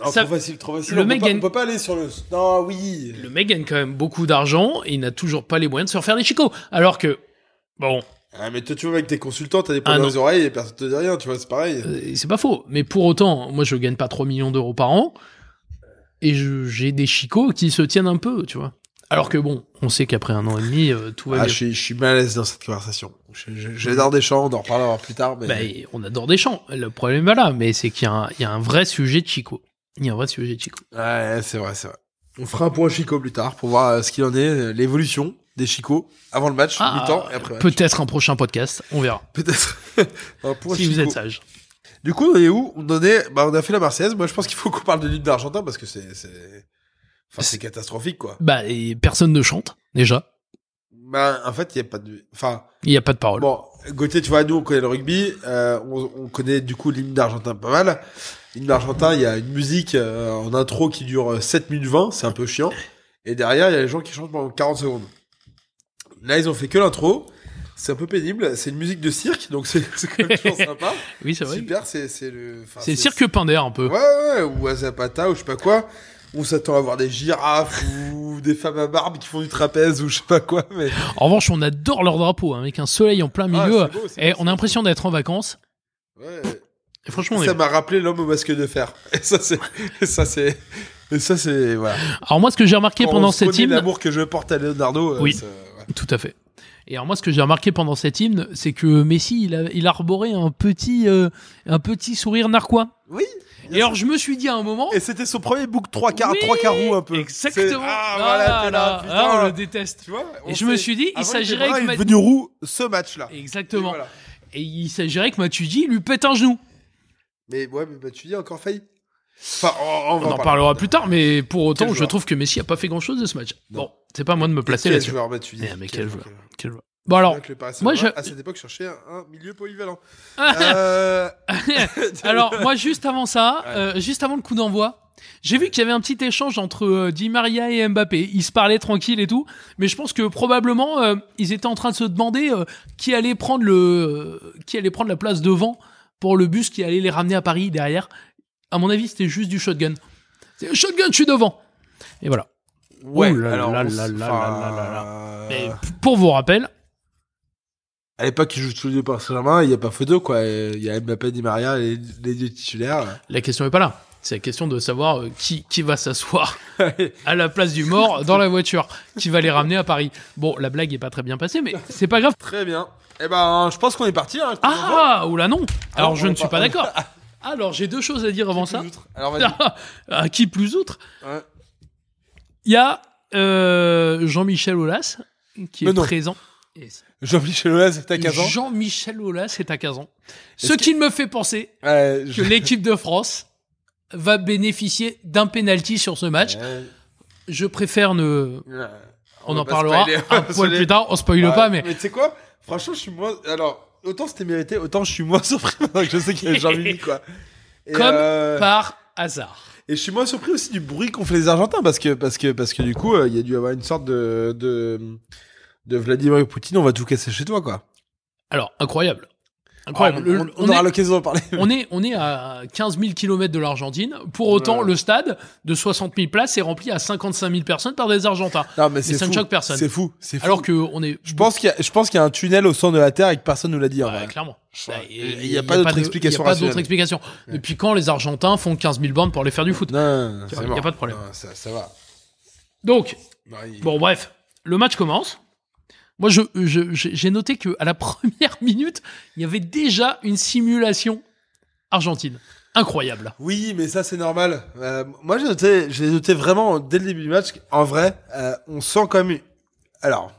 Speaker 5: Non,
Speaker 9: ça-
Speaker 5: trop facile, trop facile.
Speaker 9: le
Speaker 5: on,
Speaker 9: mec
Speaker 5: peut pas,
Speaker 9: gagne-
Speaker 5: on peut pas aller sur le, non, oui.
Speaker 9: le mec gagne quand même beaucoup d'argent et il n'a toujours pas les moyens de se refaire des chicots. Alors que, bon,
Speaker 5: Ah, mais toi, tu vois, avec tes consultants, t'as des
Speaker 9: Ah,
Speaker 5: points dans
Speaker 9: non.
Speaker 5: les oreilles et personne te dit rien, tu vois, c'est pareil.
Speaker 9: euh, c'est pas faux. Mais pour autant, moi, je gagne pas 3 millions d'euros par an et je- j'ai des chicots qui se tiennent un peu, tu vois. Alors que bon, on sait qu'après un an et demi, euh, tout va
Speaker 5: ah,
Speaker 9: bien.
Speaker 5: je suis, je suis mal à l'aise dans cette conversation. Je- je- J'adore des chants, on en reparlera plus tard, mais.
Speaker 9: Bah, et on adore Deschamps. Le problème est là, mais c'est qu'il y, a un- il y a un vrai sujet de Chico. Il y a un vrai sujet de Chico.
Speaker 5: Ouais, c'est vrai, c'est vrai. On fera un point Chico plus tard pour voir euh, ce qu'il en est, euh, l'évolution des Chico avant le match,
Speaker 9: Ah,
Speaker 5: mi-temps et après. le match.
Speaker 9: Peut-être un prochain podcast, on verra.
Speaker 5: Peut-être. un point
Speaker 9: si vous
Speaker 5: Chico.
Speaker 9: êtes sage.
Speaker 5: Du coup, on est où On en est. Bah, on a fait la Marseillaise. Moi, je pense qu'il faut qu'on parle de l'île d'Argentin parce que c'est, c'est, enfin, c'est catastrophique, quoi.
Speaker 9: Bah, et personne ne chante, déjà.
Speaker 5: Bah, en fait, il y a pas de. Enfin,
Speaker 9: Il n'y a pas de parole.
Speaker 5: bon, Gauthier, tu vois, nous, on connaît le rugby. euh, on, on connaît du coup l'hymne d'Argentin pas mal. L'hymne d'Argentin, il y a une musique euh, en intro qui dure euh, 7 minutes 20, c'est un peu chiant. Et derrière, il y a les gens qui chantent pendant 40 secondes. Là, ils ont fait que l'intro. C'est un peu pénible. C'est une musique de cirque, donc c'est, c'est quand même toujours sympa.
Speaker 9: oui, c'est vrai.
Speaker 5: Super, c'est, Ah, c'est le. enfin,
Speaker 9: C'est le cirque Pinder, un peu.
Speaker 5: Ouais, ouais, ou à Zapata, ou je sais pas quoi. On s'attend à voir des girafes ou des femmes à barbe qui font du trapèze ou je sais pas quoi, mais.
Speaker 9: En revanche, on adore leur drapeau, hein, avec un soleil en plein
Speaker 5: Ah,
Speaker 9: milieu.
Speaker 5: c'est beau, c'est
Speaker 9: et
Speaker 5: beau,
Speaker 9: on a l'impression d'être en vacances.
Speaker 5: Ouais.
Speaker 9: Et franchement, on est-
Speaker 5: Ça m'a rappelé l'homme au masque de fer. Et ça, c'est. Et ça, c'est. Et ça, c'est. Voilà.
Speaker 9: Alors, moi, ce que j'ai remarqué
Speaker 5: Quand on
Speaker 9: pendant
Speaker 5: se
Speaker 9: cette
Speaker 5: connaît
Speaker 9: hymne.
Speaker 5: l'amour que je porte à Leonardo. euh,
Speaker 9: Oui.
Speaker 5: ça- ouais.
Speaker 9: Tout à fait. Et alors moi, ce que j'ai remarqué pendant cet hymne, c'est que Messi, il, a, il arborait un petit, euh, un petit sourire narquois.
Speaker 5: Oui.
Speaker 9: Et alors, je me suis dit à un moment,
Speaker 5: Et c'était son premier bouc trois quarts,
Speaker 9: Oui,
Speaker 5: trois quarts roux un peu. C'est-
Speaker 9: exactement.
Speaker 5: Ah,
Speaker 9: Ah,
Speaker 5: voilà, t'es là,
Speaker 9: là,
Speaker 5: putain.
Speaker 9: ah, on le déteste.
Speaker 5: Tu vois on
Speaker 9: Et je me
Speaker 5: sait-
Speaker 9: suis dit, il
Speaker 5: avant, était
Speaker 9: s'agirait
Speaker 5: brun,
Speaker 9: que
Speaker 5: Il est
Speaker 9: Ma-
Speaker 5: devenu roux ce match-là. Et
Speaker 9: Exactement.
Speaker 5: voilà.
Speaker 9: Et il s'agirait que Matuidi lui pète un genou.
Speaker 5: Mais ouais, mais bah, tu dis encore failli. Enfin, on, on va
Speaker 9: On en
Speaker 5: parler.
Speaker 9: parlera plus tard, mais pour autant,
Speaker 5: Quel
Speaker 9: je
Speaker 5: joueur.
Speaker 9: trouve que Messi a pas fait grand chose de ce match.
Speaker 5: Non.
Speaker 9: Bon, c'est pas à moi de me placer
Speaker 5: Quel
Speaker 9: là-dessus.
Speaker 5: joueur, bah, tu dis,
Speaker 9: Eh, mais quel joueur. Quel joueur. Bon
Speaker 5: Bien
Speaker 9: alors,
Speaker 5: que le Paris
Speaker 9: moi,
Speaker 5: Saint-Germain,
Speaker 9: je-
Speaker 5: à cette époque cherchait un, un milieu polyvalent. Euh,
Speaker 9: alors moi juste avant ça, euh, juste avant le coup d'envoi, j'ai vu qu'il y avait un petit échange entre euh, Di Maria et Mbappé. Ils se parlaient tranquille et tout, mais je pense que probablement euh, ils étaient en train de se demander euh, qui allait prendre le euh, qui allait prendre la place devant pour le bus qui allait les ramener à Paris derrière. À mon avis, c'était juste du shotgun. C'est, Shotgun, je suis devant. Et voilà.
Speaker 5: ouais,
Speaker 9: Oh là
Speaker 5: alors,
Speaker 9: là
Speaker 5: on s-
Speaker 9: là là
Speaker 5: enfin, euh,
Speaker 9: là là Mais p- pour vous rappel,
Speaker 5: À l'époque, ils jouent tous les deux Paris Saint-Germain, il n'y a pas photo, quoi. Et Il y a Mbappé, Di Maria, les, les deux titulaires.
Speaker 9: la question est pas là. C'est la question de savoir euh, qui, qui va s'asseoir à la place du mort dans la voiture, qui va les ramener à Paris. Bon, la blague est pas très bien passée, mais c'est pas grave.
Speaker 5: Très bien. Eh ben, je pense qu'on est parti. Hein,
Speaker 9: Ah, oula non Alors
Speaker 5: non,
Speaker 9: je
Speaker 5: on
Speaker 9: ne
Speaker 5: est
Speaker 9: suis
Speaker 5: pas-
Speaker 9: pas d'accord. Alors j'ai deux choses à dire avant ça.
Speaker 5: Alors vas-y.
Speaker 9: Ah, ah, qui plus outre
Speaker 5: Ouais.
Speaker 9: Il y a euh, Jean-Michel Aulas qui
Speaker 5: Mais
Speaker 9: est
Speaker 5: non.
Speaker 9: présent. Et si-
Speaker 5: Jean-Michel Aulas, t'as 15 ans.
Speaker 9: Jean-Michel Aulas est à Kazan. Ce
Speaker 5: Est-ce
Speaker 9: qui me fait penser
Speaker 5: Ouais,
Speaker 9: que
Speaker 5: je-
Speaker 9: l'équipe de France va bénéficier d'un penalty sur ce match.
Speaker 5: Ouais.
Speaker 9: Je préfère ne.
Speaker 5: Ouais.
Speaker 9: On,
Speaker 5: va
Speaker 9: en
Speaker 5: pas
Speaker 9: parlera
Speaker 5: spoiler.
Speaker 9: un poil plus tard. On spoil
Speaker 5: Ouais,
Speaker 9: pas, mais
Speaker 5: Bah, tu sais quoi Franchement, je suis moins. Alors, autant c'était mérité, autant je suis moins surpris maintenant que je sais qu'il y a Jean-Mimi, quoi. Et,
Speaker 9: Comme
Speaker 5: euh,
Speaker 9: par hasard.
Speaker 5: Et je suis moins surpris aussi du bruit qu'ont fait les Argentins parce que parce que parce que du coup, euh, il y a dû avoir une sorte de de, de Vladimir Poutine. On va tout casser chez toi, quoi.
Speaker 9: Alors incroyable,
Speaker 5: Alors, Ah,
Speaker 9: incroyable.
Speaker 5: on,
Speaker 9: Le-
Speaker 5: on- on
Speaker 9: on
Speaker 5: aura
Speaker 9: est-
Speaker 5: l'occasion d'en parler.
Speaker 9: on est, on est à 15 000 km de l'Argentine. Pour autant,
Speaker 5: Ouais.
Speaker 9: le stade de 60 000 places est rempli à 55 000 personnes par des Argentins.
Speaker 5: Non, mais c'est
Speaker 9: ça ne
Speaker 5: fou.
Speaker 9: choque personne.
Speaker 5: C'est fou, c'est fou.
Speaker 9: Alors que on est.
Speaker 5: je pense qu'il y a, je pense qu'il y a un tunnel au centre de la Terre et que personne nous l'a dit. en
Speaker 9: Ouais,
Speaker 5: vrai.
Speaker 9: clairement. Bah,
Speaker 5: Il y a pas d'autre
Speaker 9: de-
Speaker 5: explication
Speaker 9: Il n'y a pas d'autre
Speaker 5: rationnelle.
Speaker 9: explication. Depuis quand les Argentins font 15 000 bornes pour aller faire du foot
Speaker 5: Non,
Speaker 9: Tu
Speaker 5: c'est
Speaker 9: vois, il y a
Speaker 5: mort.
Speaker 9: pas de problème.
Speaker 5: Non, ça, ça va.
Speaker 9: Donc,
Speaker 5: Non, il-
Speaker 9: Bon, bref, le match commence. Moi, je, je- je- j'ai noté que à la première minute, il y avait déjà une simulation Argentine. Incroyable.
Speaker 5: Oui, mais ça c'est normal. Euh, moi j'ai noté, j'ai noté vraiment dès le début du match. En vrai, euh, on sent quand même. Alors,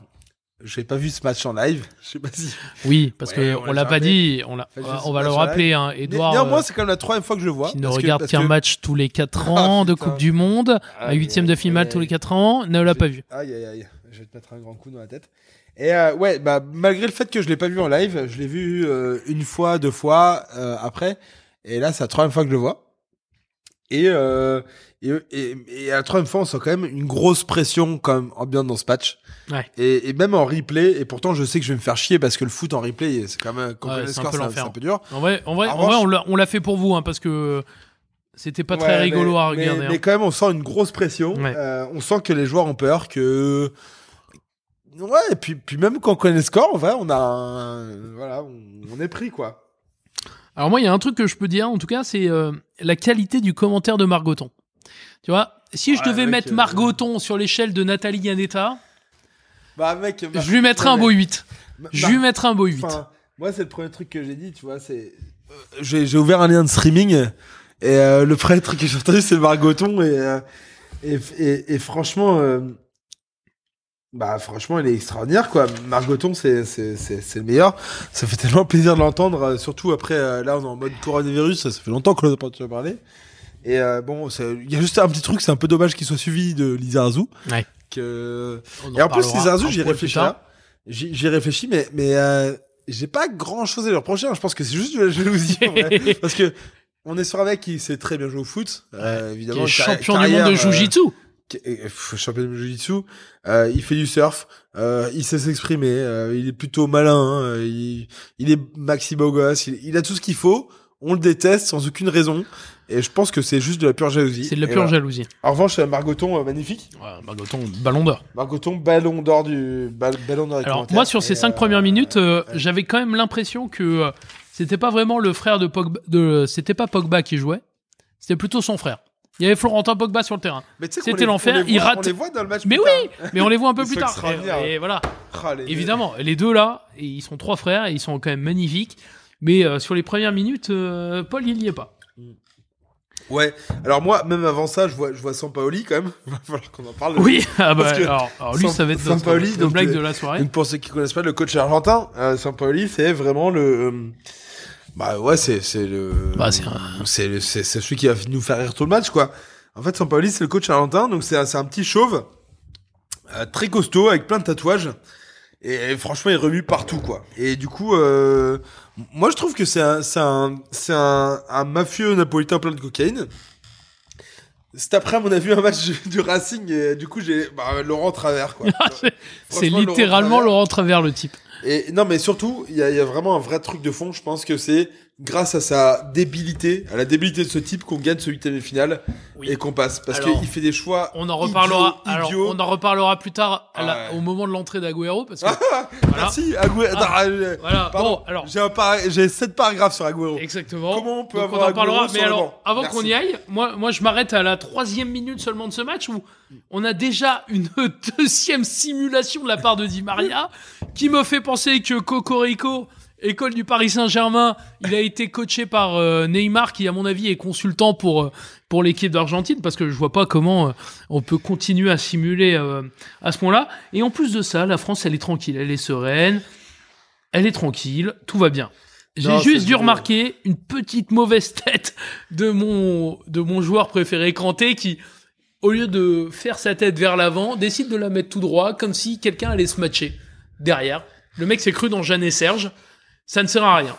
Speaker 5: j'ai pas vu ce match en live. Je sais pas si.
Speaker 9: Oui, parce
Speaker 5: Ouais,
Speaker 9: que
Speaker 5: on
Speaker 9: on
Speaker 5: l'a
Speaker 9: l'a pas
Speaker 5: déjà
Speaker 9: dit, on, l'a-
Speaker 5: Enfin, je
Speaker 9: on
Speaker 5: sais
Speaker 9: va
Speaker 5: pas
Speaker 9: le
Speaker 5: sur la
Speaker 9: rapidement, hein,
Speaker 5: Né-
Speaker 9: Edouard
Speaker 5: Néanmoins,
Speaker 9: euh,
Speaker 5: c'est quand même la troisième fois que je le vois.
Speaker 9: qui ne
Speaker 5: parce que-
Speaker 9: regarde
Speaker 5: parce
Speaker 9: qu'un
Speaker 5: que-
Speaker 9: match tous les 4
Speaker 5: Ah,
Speaker 9: ans de
Speaker 5: putain.
Speaker 9: Coupe du Monde, un huitième de finale tous les 4 ans, ne l'a
Speaker 5: Je-
Speaker 9: pas vu.
Speaker 5: Aïe, aïe, aïe. Je vais te mettre un grand coup dans la tête. Et euh, ouais, bah, malgré le fait que je l'ai pas vu en live, je l'ai vu euh, une fois, deux fois euh, après. Et là, c'est la troisième fois que je le vois. Et, euh, et, et, et à la troisième fois, on sent quand même une grosse pression comme ambiante dans ce patch.
Speaker 9: Ouais.
Speaker 5: Et, et même en replay. Et pourtant, je sais que je vais me faire chier parce que le foot en replay, c'est quand même quand on
Speaker 9: Ouais,
Speaker 5: connaît le
Speaker 9: c'est un
Speaker 5: score,
Speaker 9: peu
Speaker 5: c'est un,
Speaker 9: l'enfer.
Speaker 5: c'est un peu dur.
Speaker 9: En vrai, en vrai,
Speaker 5: En
Speaker 9: en vrai,
Speaker 5: revanche-
Speaker 9: on l'a- on l'a fait pour vous, hein, parce que c'était pas très
Speaker 5: Ouais,
Speaker 9: rigolo
Speaker 5: mais-
Speaker 9: à regarder.
Speaker 5: Mais,
Speaker 9: hein.
Speaker 5: mais quand même, on sent une grosse pression.
Speaker 9: Ouais.
Speaker 5: Euh, on sent que les joueurs ont peur, que. Ouais, et puis, puis même quand on connaît le score, en vrai, on a un- Voilà, on, on est pris, quoi.
Speaker 9: Alors moi, il y a un truc que je peux dire, en tout cas, c'est euh, la qualité du commentaire de Margoton. Tu vois, si je
Speaker 5: Ouais,
Speaker 9: devais
Speaker 5: mec,
Speaker 9: mettre
Speaker 5: euh,
Speaker 9: Margoton sur l'échelle de Nathalie Yaneta,
Speaker 5: Bah, mec. ma-
Speaker 9: je lui mettrais
Speaker 5: non,
Speaker 9: un
Speaker 5: mais-
Speaker 9: beau 8.
Speaker 5: ma-
Speaker 9: Je
Speaker 5: ma-
Speaker 9: lui mettrais un beau 8.
Speaker 5: enfin, moi, c'est le premier truc que j'ai dit, tu vois, c'est. euh, J'ai j'ai ouvert un lien de streaming, et euh, le premier truc que j'ai entendu, c'est Margoton, et, euh, et, et, et franchement. euh, Bah franchement, il est extraordinaire quoi. Margoton, c'est c'est c'est c'est le meilleur. Ça fait tellement plaisir de l'entendre, euh, surtout après euh, là on est en mode coronavirus, ça fait longtemps qu'on n'a pas entendu parler. Et euh, bon, c'est- il y a juste un petit truc, c'est un peu dommage qu'il soit suivi de Lisa Azou.
Speaker 9: Ouais.
Speaker 5: Que...
Speaker 9: On
Speaker 5: Et en plus
Speaker 9: reparlera
Speaker 5: Lisa
Speaker 9: un
Speaker 5: Azou, j'y
Speaker 9: poil plus
Speaker 5: réfléchis.
Speaker 9: tard.
Speaker 5: là. J'y j'y réfléchis, mais mais euh, j'ai pas grand chose à lui reprocher. hein. Je pense que c'est juste de la jalousie, en vrai. parce que on est sur un mec qui sait très bien jouer au foot, euh,
Speaker 9: Qui
Speaker 5: évidemment.
Speaker 9: est
Speaker 5: car-
Speaker 9: champion du
Speaker 5: carrière,
Speaker 9: monde de
Speaker 5: euh,
Speaker 9: Jiu-Jitsu.
Speaker 5: qui- euh, pff, champion de jiu-jitsu, euh, il fait du surf, euh, il sait s'exprimer, euh, il est plutôt malin, hein, euh, il, il est maxi beau gosse, il, il a tout ce qu'il faut. On le déteste sans aucune raison, et je pense que c'est juste de la pure jalousie.
Speaker 9: C'est de la
Speaker 5: Et
Speaker 9: pure
Speaker 5: voilà.
Speaker 9: jalousie.
Speaker 5: En revanche, euh, Margoton, euh, magnifique.
Speaker 9: Ouais, Margoton, ballon d'or.
Speaker 5: Margoton, ballon d'or du ball- ballon d'or. des
Speaker 9: Alors
Speaker 5: commentaires.
Speaker 9: moi sur ces
Speaker 5: Et,
Speaker 9: cinq
Speaker 5: euh,
Speaker 9: premières minutes, euh,
Speaker 5: ouais.
Speaker 9: j'avais quand même l'impression que euh, c'était pas vraiment le frère de Pogba, de, c'était pas Pogba qui jouait, c'était plutôt son frère. Il y avait Florentin Pogba sur le terrain,
Speaker 5: Mais tu sais qu'on
Speaker 9: c'était
Speaker 5: les- on
Speaker 9: l'enfer,
Speaker 5: les voit-
Speaker 9: il rate-
Speaker 5: On les voit dans le match.
Speaker 9: Mais
Speaker 5: plus
Speaker 9: oui, mais on les voit un peu
Speaker 5: Ils
Speaker 9: plus
Speaker 5: sont
Speaker 9: tard.
Speaker 5: extraordinaires.
Speaker 9: Et, et voilà,
Speaker 5: tard. Ah, les-
Speaker 9: évidemment, les deux là, et ils sont trois frères, et ils sont quand même magnifiques. Mais euh, sur les premières minutes, euh, Paul il y est pas.
Speaker 5: Ouais. Alors moi, même avant ça, je vois, je vois Sampaoli quand même. Il va falloir qu'on en parle.
Speaker 9: Oui, ah bah,
Speaker 5: Parce que
Speaker 9: alors, alors lui
Speaker 5: Sam-
Speaker 9: ça va être notre,
Speaker 5: Sampaoli,
Speaker 9: notre
Speaker 5: donc,
Speaker 9: blague
Speaker 5: euh,
Speaker 9: de la soirée.
Speaker 5: Donc, pour ceux qui connaissent pas le coach argentin, euh, Sampaoli, c'est vraiment le. euh, bah ouais, c'est c'est le.
Speaker 9: Bah, c'est
Speaker 5: c'est le- c'est c'est celui qui va nous faire rire tout le match quoi. En fait, Sampaoli, c'est le coach argentin, donc c'est un, c'est un petit chauve euh, très costaud avec plein de tatouages. Et, et franchement, il remue partout quoi. Et du coup, euh, moi je trouve que c'est un, c'est un, c'est un, un mafieux napolitain plein de cocaïne. Cet après, on a vu un match du Racing et du coup, j'ai bah, Laurent Travers quoi.
Speaker 9: Ah, C'est
Speaker 5: Franchement, Laurent
Speaker 9: littéralement
Speaker 5: Travers-
Speaker 9: Laurent Travers le type.
Speaker 5: et non, mais surtout, il y a, il y a vraiment un vrai truc de fond. Je pense que c'est grâce à sa débilité, à la débilité de ce type, qu'on gagne ce huitième de finale
Speaker 9: Oui.
Speaker 5: et qu'on passe. Parce
Speaker 9: Alors,
Speaker 5: qu'il fait des choix.
Speaker 9: On en reparlera.
Speaker 5: idiots,
Speaker 9: alors,
Speaker 5: idiots.
Speaker 9: on en reparlera plus tard à la-
Speaker 5: Ah ouais.
Speaker 9: au moment de l'entrée d'Aguero parce que voilà.
Speaker 5: Merci, Agüero.
Speaker 9: Ah.
Speaker 5: Ah, euh,
Speaker 9: Voilà.
Speaker 5: pardon,
Speaker 9: Bon, alors.
Speaker 5: j'ai un para- j'ai sept paragraphes sur Agüero.
Speaker 9: Exactement.
Speaker 5: Comment on peut
Speaker 9: Donc
Speaker 5: avoir
Speaker 9: en parlera.
Speaker 5: Agüero
Speaker 9: Mais
Speaker 5: sur le
Speaker 9: alors,
Speaker 5: banc
Speaker 9: avant
Speaker 5: Merci.
Speaker 9: qu'on y aille, moi, moi, je m'arrête à la troisième minute seulement de ce match où on a déjà une deuxième simulation de la part de Di Maria qui me fait penser que Cocorico, école du Paris Saint-Germain, il a été coaché par euh, Neymar qui, à mon avis, est consultant pour euh, pour l'équipe d'Argentine parce que je vois pas comment euh, on peut continuer à simuler euh, à ce point-là. Et en plus de ça, la France, elle est tranquille, elle est sereine, elle est tranquille, tout va bien. J'ai
Speaker 5: Non,
Speaker 9: juste
Speaker 5: c'est
Speaker 9: dû
Speaker 5: dur.
Speaker 9: remarquer une petite mauvaise tête de mon, de mon joueur préféré, Kanté, qui, au lieu de faire sa tête vers l'avant, décide de la mettre tout droit, comme si quelqu'un allait se matcher derrière. Le mec s'est cru dans Jeanne et Serge. Ça ne sert à rien.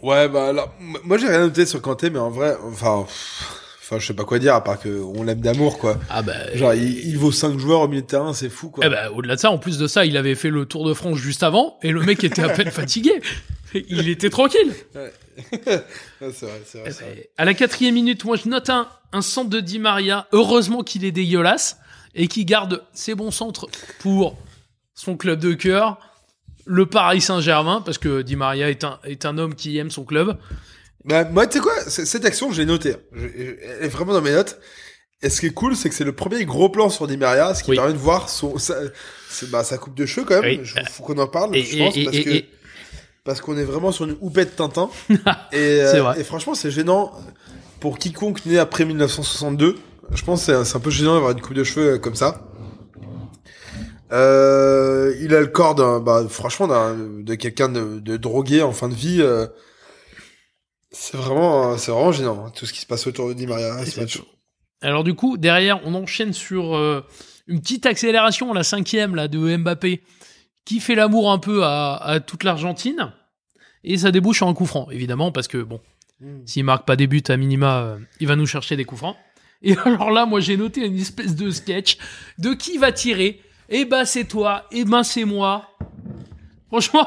Speaker 5: Ouais, bah alors, m- moi j'ai rien noté sur Kanté, mais en vrai, enfin, pff, enfin, je sais pas quoi dire, à part qu'on l'aime d'amour, quoi.
Speaker 9: Ah bah,
Speaker 5: Genre, il, il vaut cinq joueurs au milieu de terrain, c'est fou, quoi.
Speaker 9: Eh ben, au-delà de ça, en plus de ça, il avait fait le Tour de France juste avant, et le mec était à peine fatigué. Il était tranquille.
Speaker 5: Ouais, c'est vrai, c'est vrai.
Speaker 9: Eh
Speaker 5: c'est vrai.
Speaker 9: ben, à la quatrième minute, moi je note un, un centre de Di Maria. Heureusement qu'il est dégueulasse et qu'il garde ses bons centres pour son club de cœur, le Paris Saint-Germain, parce que Di Maria est un, est un homme qui aime son club.
Speaker 5: Bah, moi, tu sais quoi, c- cette action, je l'ai notée. Je- je- Elle est vraiment dans mes notes. Et ce qui est cool, c'est que c'est le premier gros plan sur Di Maria, ce qui
Speaker 9: Oui.
Speaker 5: permet de voir son, sa, c'est- bah, sa coupe de cheveux quand même.
Speaker 9: Oui.
Speaker 5: Je- faut qu'on en parle,
Speaker 9: Et,
Speaker 5: je pense,
Speaker 9: et-
Speaker 5: parce
Speaker 9: et-
Speaker 5: que
Speaker 9: et-
Speaker 5: parce qu'on est vraiment sur une houppette Tintin. et,
Speaker 9: C'est
Speaker 5: euh,
Speaker 9: vrai.
Speaker 5: et franchement, c'est gênant pour quiconque né après 1962. Je pense que c'est c'est un peu gênant d'avoir une coupe de cheveux euh, comme ça. Euh, il a le corps d'un, bah, franchement, d'un- de quelqu'un de, de drogué en fin de vie. euh. c'est vraiment, euh, c'est vraiment gênant hein, tout ce qui se passe autour de Di Maria. ce match.
Speaker 9: Alors du coup, derrière, on enchaîne sur euh, une petite accélération, la cinquième là de Mbappé, qui fait l'amour un peu à, à toute l'Argentine, et ça débouche sur un coup franc, évidemment, parce que bon,
Speaker 5: Hmm.
Speaker 9: s'il marque pas des buts à minima, euh, il va nous chercher des coups francs. Et alors là, moi j'ai noté une espèce de sketch de qui va tirer. Eh ben c'est toi, eh ben c'est moi. Franchement,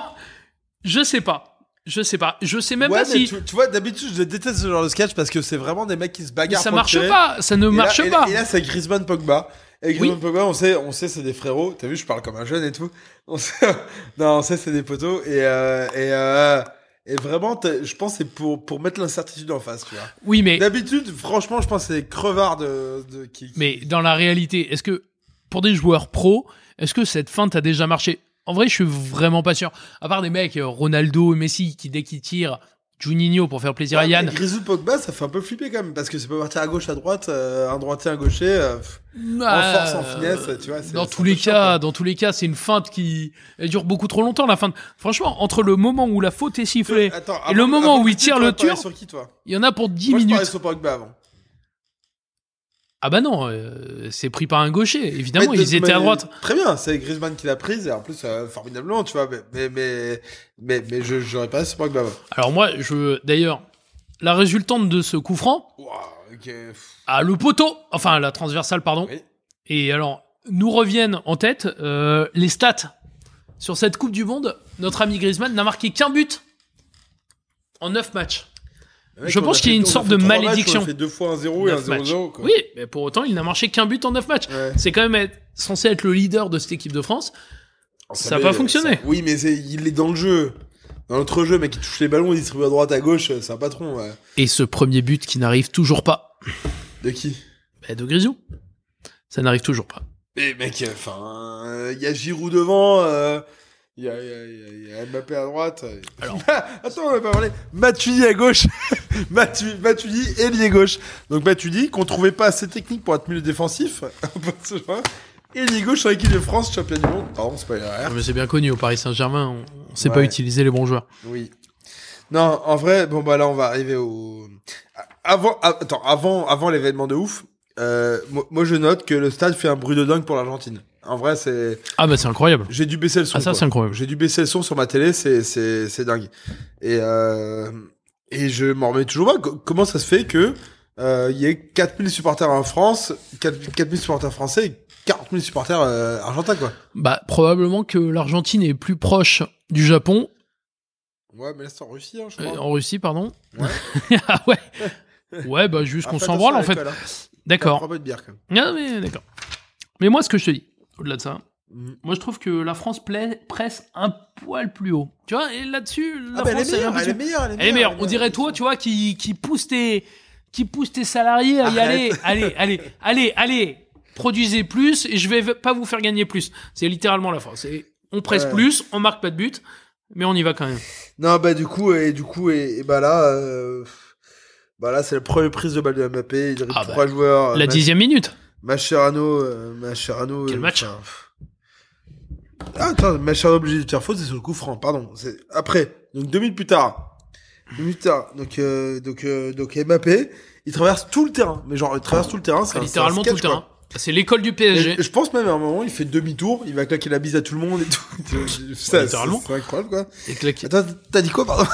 Speaker 9: je sais pas, je sais pas, je sais même
Speaker 5: ouais,
Speaker 9: pas
Speaker 5: mais
Speaker 9: si
Speaker 5: tu, tu vois, d'habitude, je déteste ce genre de sketch parce que c'est vraiment des mecs qui se bagarrent.
Speaker 9: ça
Speaker 5: pour
Speaker 9: marche
Speaker 5: tirer.
Speaker 9: pas, ça ne
Speaker 5: Et là-
Speaker 9: marche
Speaker 5: et là-
Speaker 9: pas.
Speaker 5: Et là, c'est Griezmann Pogba. Et Griezmann
Speaker 9: Oui.
Speaker 5: Pogba, on sait, on sait, c'est des frérots. T'as vu, je parle comme un jeune et tout. On sait, non, on sait, c'est des poteaux. Et, euh, et, euh, et vraiment, t'as- je pense que c'est pour, pour mettre l'incertitude en face, tu vois.
Speaker 9: oui, mais
Speaker 5: D'habitude, franchement, je pense que c'est des crevards de, de qui.
Speaker 9: Mais dans la réalité, est-ce que pour des joueurs pro, est-ce que cette feinte a déjà marché En vrai, je suis vraiment pas sûr. À part des mecs, euh, Ronaldo, Messi, qui dès qu'ils tirent, Juninho pour faire plaisir à
Speaker 5: Ouais,
Speaker 9: Yann.
Speaker 5: mais Grisou Pogba, ça fait un peu flipper quand même, parce que c'est pas partir à gauche, à droite, euh, un droitier, un gaucher. euh, pff,
Speaker 9: Ah,
Speaker 5: force, en finesse, tu vois, c'est-
Speaker 9: Dans
Speaker 5: c'est
Speaker 9: tous
Speaker 5: un
Speaker 9: les
Speaker 5: peu chiant,
Speaker 9: cas,
Speaker 5: quoi.
Speaker 9: dans tous les cas, c'est une feinte qui elle dure beaucoup trop longtemps. La feinte. Franchement, entre le moment où la faute est sifflée,
Speaker 5: Attends,
Speaker 9: et le moment où
Speaker 5: que
Speaker 9: il
Speaker 5: tu-
Speaker 9: tire
Speaker 5: toi,
Speaker 9: le
Speaker 5: tu parlais
Speaker 9: tir-
Speaker 5: sur qui, toi
Speaker 9: il y en a pour 10
Speaker 5: Euh, Moi, je parlais
Speaker 9: minutes.
Speaker 5: sur Pogba avant.
Speaker 9: Ah bah non, euh, c'est pris par un gaucher. Évidemment,
Speaker 5: Mais de-
Speaker 9: ils étaient à
Speaker 5: mais-
Speaker 9: droite.
Speaker 5: Très bien, c'est Griezmann qui l'a prise, et en plus, euh, formidablement, tu vois, mais, mais, mais, mais, mais je, j'aurais pas ce Pogba.
Speaker 9: Alors moi, je d'ailleurs, la résultante de ce coup franc,
Speaker 5: Ouah, ok. pff,
Speaker 9: Ah, le poteau Enfin, la transversale, pardon.
Speaker 5: Oui.
Speaker 9: Et alors, nous reviennent en tête euh, les stats. Sur cette Coupe du Monde, notre ami Griezmann n'a marqué qu'un but en 9 matchs.
Speaker 5: le mec,
Speaker 9: Je
Speaker 5: on
Speaker 9: pense
Speaker 5: a
Speaker 9: qu'il y a
Speaker 5: fait-
Speaker 9: une
Speaker 5: on a
Speaker 9: sorte
Speaker 5: fait
Speaker 9: de
Speaker 5: trois matchs,
Speaker 9: malédiction.
Speaker 5: on a fait deux fois un 0 et un
Speaker 9: Neuf matchs.
Speaker 5: 0-0. quoi.
Speaker 9: Oui, mais pour autant, il n'a marqué qu'un but en 9 matchs.
Speaker 5: Ouais.
Speaker 9: C'est quand même être- censé être le leader de cette équipe de France. Ça a
Speaker 5: mais,
Speaker 9: pas
Speaker 5: euh,
Speaker 9: fonctionné.
Speaker 5: ça- Oui, mais c'est- il est dans le jeu. Dans notre jeu, mec, il touche les ballons, il distribue à droite, à gauche, euh, c'est un patron. ouais.
Speaker 9: Et ce premier but qui n'arrive toujours pas,
Speaker 5: De qui
Speaker 9: bah, de Grisou. Ça n'arrive toujours pas.
Speaker 5: Mais mec, euh, enfin, il y a Giroud devant, euh, il y, a- il y a- il y a- il y a Mbappé à droite. euh.
Speaker 9: Alors.
Speaker 5: Attends, on va pas parlé. Matuidi à gauche. Matu- Matuidi, ailier gauche. Donc Matuidi, qu'on trouvait pas assez technique pour être milieu défensif. on peut se voir. Ailier gauche sur l'équipe de France, champion du monde. Pardon, c'est pas
Speaker 9: Non, Ah, Mais c'est bien connu, au Paris Saint-Germain, on on sait pas
Speaker 5: Ouais.
Speaker 9: utiliser les bons joueurs.
Speaker 5: Oui. Non, en vrai, bon bah là on va arriver au avant a- attends, avant avant l'événement de ouf. euh, moi, moi, je note que le stade fait un bruit de dingue pour l'Argentine. En vrai, c'est
Speaker 9: Ah bah c'est incroyable.
Speaker 5: j'ai dû baisser le son.
Speaker 9: Ah ça
Speaker 5: quoi.
Speaker 9: c'est incroyable.
Speaker 5: J'ai dû baisser le son sur ma télé, c'est c'est c'est dingue. Et euh, et je m'en remets toujours pas. Co- Comment ça se fait que euh, il y ait 4000 supporters en France, 4 4000 supporters français, et 40 000 supporters euh, argentins quoi.
Speaker 9: Bah, probablement que l'Argentine est plus proche du Japon,
Speaker 5: Ouais, mais là c'est en Russie, hein, je
Speaker 9: euh,
Speaker 5: crois.
Speaker 9: en Russie, pardon.
Speaker 5: Ouais.
Speaker 9: ah ouais. Ouais, bah, juste
Speaker 5: Ah,
Speaker 9: qu'on
Speaker 5: fais
Speaker 9: s'en
Speaker 5: attention
Speaker 9: branle,
Speaker 5: à
Speaker 9: en fait.
Speaker 5: l'école, hein. Prends
Speaker 9: D'accord.
Speaker 5: pas de bière quand même.
Speaker 9: Ah, mais d'accord. Mais moi, ce que je te dis, au-delà de ça,
Speaker 5: Mm.
Speaker 9: moi, je trouve que la France pla- presse un poil plus haut. Tu vois, et là-dessus, la
Speaker 5: Ah bah, elle,
Speaker 9: France
Speaker 5: est
Speaker 9: elle
Speaker 5: meilleure,
Speaker 9: un peu
Speaker 5: elle est
Speaker 9: plus-
Speaker 5: meilleure, elle est meilleure.
Speaker 9: Elle est meilleure. On dirait toi, tu vois, qui, qui pousse tes, qui pousse tes salariés à y aller. Allez, allez, allez, allez. Produisez plus et je vais pas vous faire gagner plus. C'est littéralement la France. Et on presse
Speaker 5: Ouais.
Speaker 9: plus, on marque pas de but, mais on y va quand même.
Speaker 5: Non, bah du coup, et du coup, et, et bah là, euh, bah là, c'est la première prise de balle de Mbappé. Il dribble
Speaker 9: Ah bah,
Speaker 5: trois joueurs.
Speaker 9: La
Speaker 5: Ma-
Speaker 9: dixième minute.
Speaker 5: Mascherano, euh, Mascherano.
Speaker 9: Quel
Speaker 5: euh,
Speaker 9: match
Speaker 5: enfin, pff. ah, attends, Mascherano obligé de faire faute, c'est sur le coup franc. Pardon. C'est après. Donc deux minutes plus tard. Deux minutes plus tard. Donc euh, donc euh, donc Mbappé, il traverse tout le terrain. Mais genre, il traverse tout le terrain. C'est un- c'est un
Speaker 9: littéralement tout le
Speaker 5: sketch, quoi.
Speaker 9: terrain. Bah, C'est l'école du
Speaker 5: Et
Speaker 9: PSG.
Speaker 5: Je, je pense même à un moment, il fait demi-tour, il va claquer la bise à tout le monde et tout. Ça, c'est-
Speaker 9: littéralement.
Speaker 5: C'est incroyable quoi.
Speaker 9: Et claqué.
Speaker 5: Attends, t'as dit quoi, pardon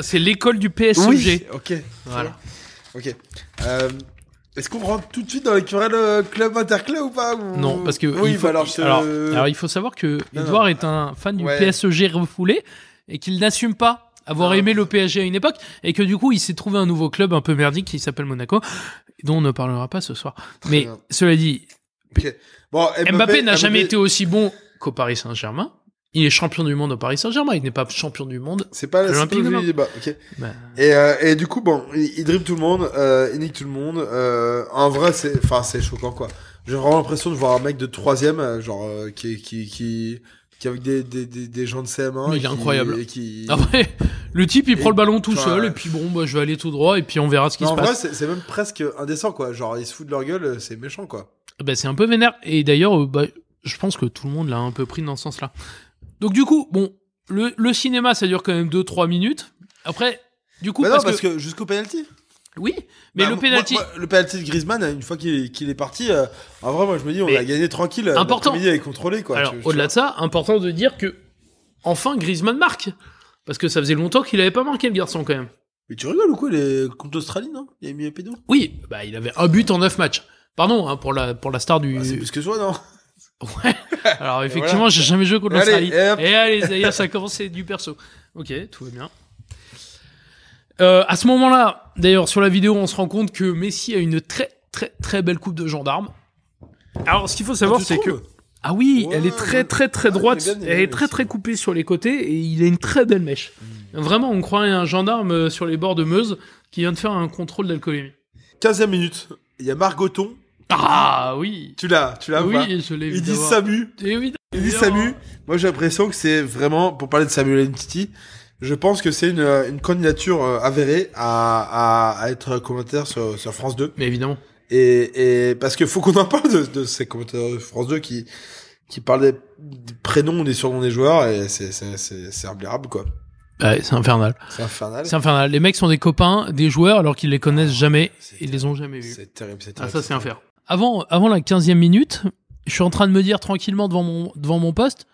Speaker 9: C'est l'école du PSG.
Speaker 5: ok.
Speaker 9: Voilà.
Speaker 5: Ok. Euh, Est-ce qu'on rentre tout de suite dans les querelles euh, club interclub ou pas ou-
Speaker 9: Non, parce que
Speaker 5: Oui,
Speaker 9: il faut,
Speaker 5: bah alors, je-
Speaker 9: alors, alors, il faut savoir que
Speaker 5: Non,
Speaker 9: Edouard
Speaker 5: non.
Speaker 9: est un fan du
Speaker 5: Ouais. Ah.
Speaker 9: PSG refoulé et qu'il n'assume pas avoir
Speaker 5: Non.
Speaker 9: aimé le PSG à une époque et que du coup il s'est trouvé un nouveau club un peu merdique qui s'appelle Monaco dont on ne parlera pas ce soir. Mais
Speaker 5: bien.
Speaker 9: cela dit,
Speaker 5: Bon,
Speaker 9: Mbappé n'a jamais été aussi bon qu'au Paris Saint-Germain. Il est champion du monde au Paris Saint-Germain. Il n'est pas champion du monde.
Speaker 5: C'est pas la c'est pas
Speaker 9: Olympique,
Speaker 5: le
Speaker 9: non.
Speaker 5: sujet du débat. Ok.
Speaker 9: Bah.
Speaker 5: Et, euh, et du coup, bon, il, il dribble tout le monde, euh, il nique tout le monde. Euh, en vrai, c'est, enfin, c'est choquant quoi. J'ai vraiment l'impression de voir un mec de troisième, euh, genre euh, qui, qui, qui, qui est avec des, des, des, des gens de CM1.
Speaker 9: Mais il est
Speaker 5: et qui-
Speaker 9: incroyable. Ah, bah,
Speaker 5: et qui-
Speaker 9: Après, le type, il prend le ballon tout
Speaker 5: Enfin,
Speaker 9: seul,
Speaker 5: ouais.
Speaker 9: et puis bon, bah, je vais aller tout droit, et puis on verra ce qui
Speaker 5: Non,
Speaker 9: se
Speaker 5: en vrai,
Speaker 9: passe.
Speaker 5: c'est c'est même presque indécent, quoi. Genre, ils se foutent de leur gueule, euh, c'est méchant, quoi.
Speaker 9: Bah, c'est un peu vénère. Et d'ailleurs, euh, bah, je pense que tout le monde l'a un peu pris dans ce sens-là. Donc, du coup, bon, le, le cinéma, ça dure quand même 2-3 minutes. Après, du coup,
Speaker 5: Bah non,
Speaker 9: parce,
Speaker 5: parce
Speaker 9: que...
Speaker 5: que, jusqu'au penalty.
Speaker 9: Oui, mais
Speaker 5: Bah,
Speaker 9: le
Speaker 5: moi-
Speaker 9: penalty.
Speaker 5: moi, le penalty de Griezmann, une fois qu'il qu'il est parti, euh, en vrai, moi, je me dis, on
Speaker 9: Mais-
Speaker 5: a gagné tranquille. euh,
Speaker 9: Important.
Speaker 5: L'après-midi est contrôlé, quoi.
Speaker 9: Alors,
Speaker 5: Tu- tu
Speaker 9: au-delà
Speaker 5: vois.
Speaker 9: de ça, important de dire que, enfin, Griezmann marque. Parce que ça faisait longtemps qu'il avait pas marqué, le garçon, quand même.
Speaker 5: Mais tu rigoles ou quoi, les contre l'Australie, non Il a mis un pédo
Speaker 9: Oui, bah, il avait un but en 9 matchs. Pardon, hein, pour, la, pour la star du.
Speaker 5: Bah, C'est plus que soi, non
Speaker 9: Ouais. Alors effectivement, j'ai jamais joué contre
Speaker 5: Allez,
Speaker 9: l'Australie.
Speaker 5: et hop.
Speaker 9: Et allez, d'ailleurs, ça a commencé du perso. Ok, tout va bien. Euh, à ce moment-là, d'ailleurs, sur la vidéo, on se rend compte que Messi a une très très très belle coupe de gendarme. Alors, ce qu'il faut savoir,
Speaker 5: Tu
Speaker 9: c'est que
Speaker 5: trouves
Speaker 9: ah oui,
Speaker 5: Ouais,
Speaker 9: elle est très
Speaker 5: ouais.
Speaker 9: très très
Speaker 5: Ouais,
Speaker 9: droite,
Speaker 5: j'aime bien, Mm.
Speaker 9: elle
Speaker 5: j'aime
Speaker 9: est très
Speaker 5: aussi.
Speaker 9: très coupée sur les côtés et il a une très belle mèche. Vraiment, on croirait un gendarme euh, sur les bords de Meuse qui vient de faire un contrôle d'alcoolémie.
Speaker 5: 15e minute, il y a Margoton.
Speaker 9: Ah oui,
Speaker 5: Tu l'as, tu l'as ou pas
Speaker 9: oui, je l'ai vu
Speaker 5: Il dit
Speaker 9: d'avoir.
Speaker 5: Samu.
Speaker 9: Eh oui,
Speaker 5: Il dit Samu. Moi, j'ai l'impression que c'est vraiment, pour parler de Samuel Entity, je pense que c'est une, une candidature euh, avérée à, à, à être commentaire sur, sur France 2.
Speaker 9: Mais évidemment.
Speaker 5: Et, et parce que faut qu'on en parle de, de ces commentateurs de France 2 qui, qui parlent des, des prénoms, des surnoms des joueurs et c'est, c'est, c'est, c'est imbérable, quoi.
Speaker 9: Ouais, c'est infernal.
Speaker 5: C'est infernal.
Speaker 9: C'est infernal. Les mecs sont des copains, des joueurs, alors qu'ils les connaissent jamais
Speaker 5: Ah, C'est
Speaker 9: et ils les ont jamais vus.
Speaker 5: C'est terrible, c'est
Speaker 9: Ah,
Speaker 5: terrible.
Speaker 9: ça, c'est un fer. Avant, avant la 15e minute, je suis en train de me dire tranquillement devant mon, devant mon poste,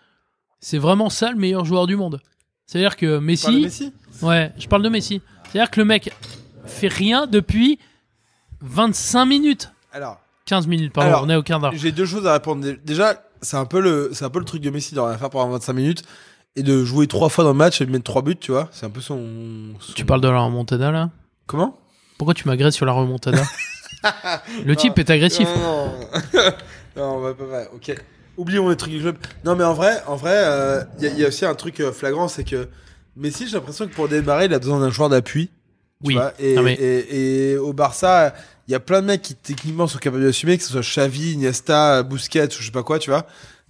Speaker 9: c'est vraiment ça le meilleur joueur du monde. C'est-à-dire que
Speaker 5: Tu parles de
Speaker 9: Messi,
Speaker 5: Messi
Speaker 9: Ouais, je parle de Messi. C'est-à-dire que le mec fait rien depuis 25 minutes.
Speaker 5: Alors,
Speaker 9: 15 minutes, pardon,
Speaker 5: Alors,
Speaker 9: on est au quart d'heure.
Speaker 5: J'ai deux choses à répondre. Déjà, c'est un peu le, c'est un peu le truc de Messi de rien faire pendant 25 minutes et de jouer trois fois dans le match et de mettre trois buts, tu vois. C'est un peu son. son-
Speaker 9: Tu parles de la remontada là
Speaker 5: comment
Speaker 9: Pourquoi tu m'agresses sur la remontada Le type est agressif.
Speaker 5: Non, Euh, non, non. Non, bah, bah, bah, ok. Oublions les trucs du club. Non, mais en vrai, en vrai, euh, il y, a- il y a aussi un truc euh, flagrant, c'est que Messi, j'ai l'impression que pour démarrer, il a besoin d'un joueur d'appui. tu
Speaker 9: Oui.
Speaker 5: vois. et,
Speaker 9: Non, mais-
Speaker 5: et, et au Barça, il y a plein de mecs qui techniquement sont capables d'assumer, que ce soit Xavi, Iniesta, Busquets, ou je sais pas quoi, tu vois.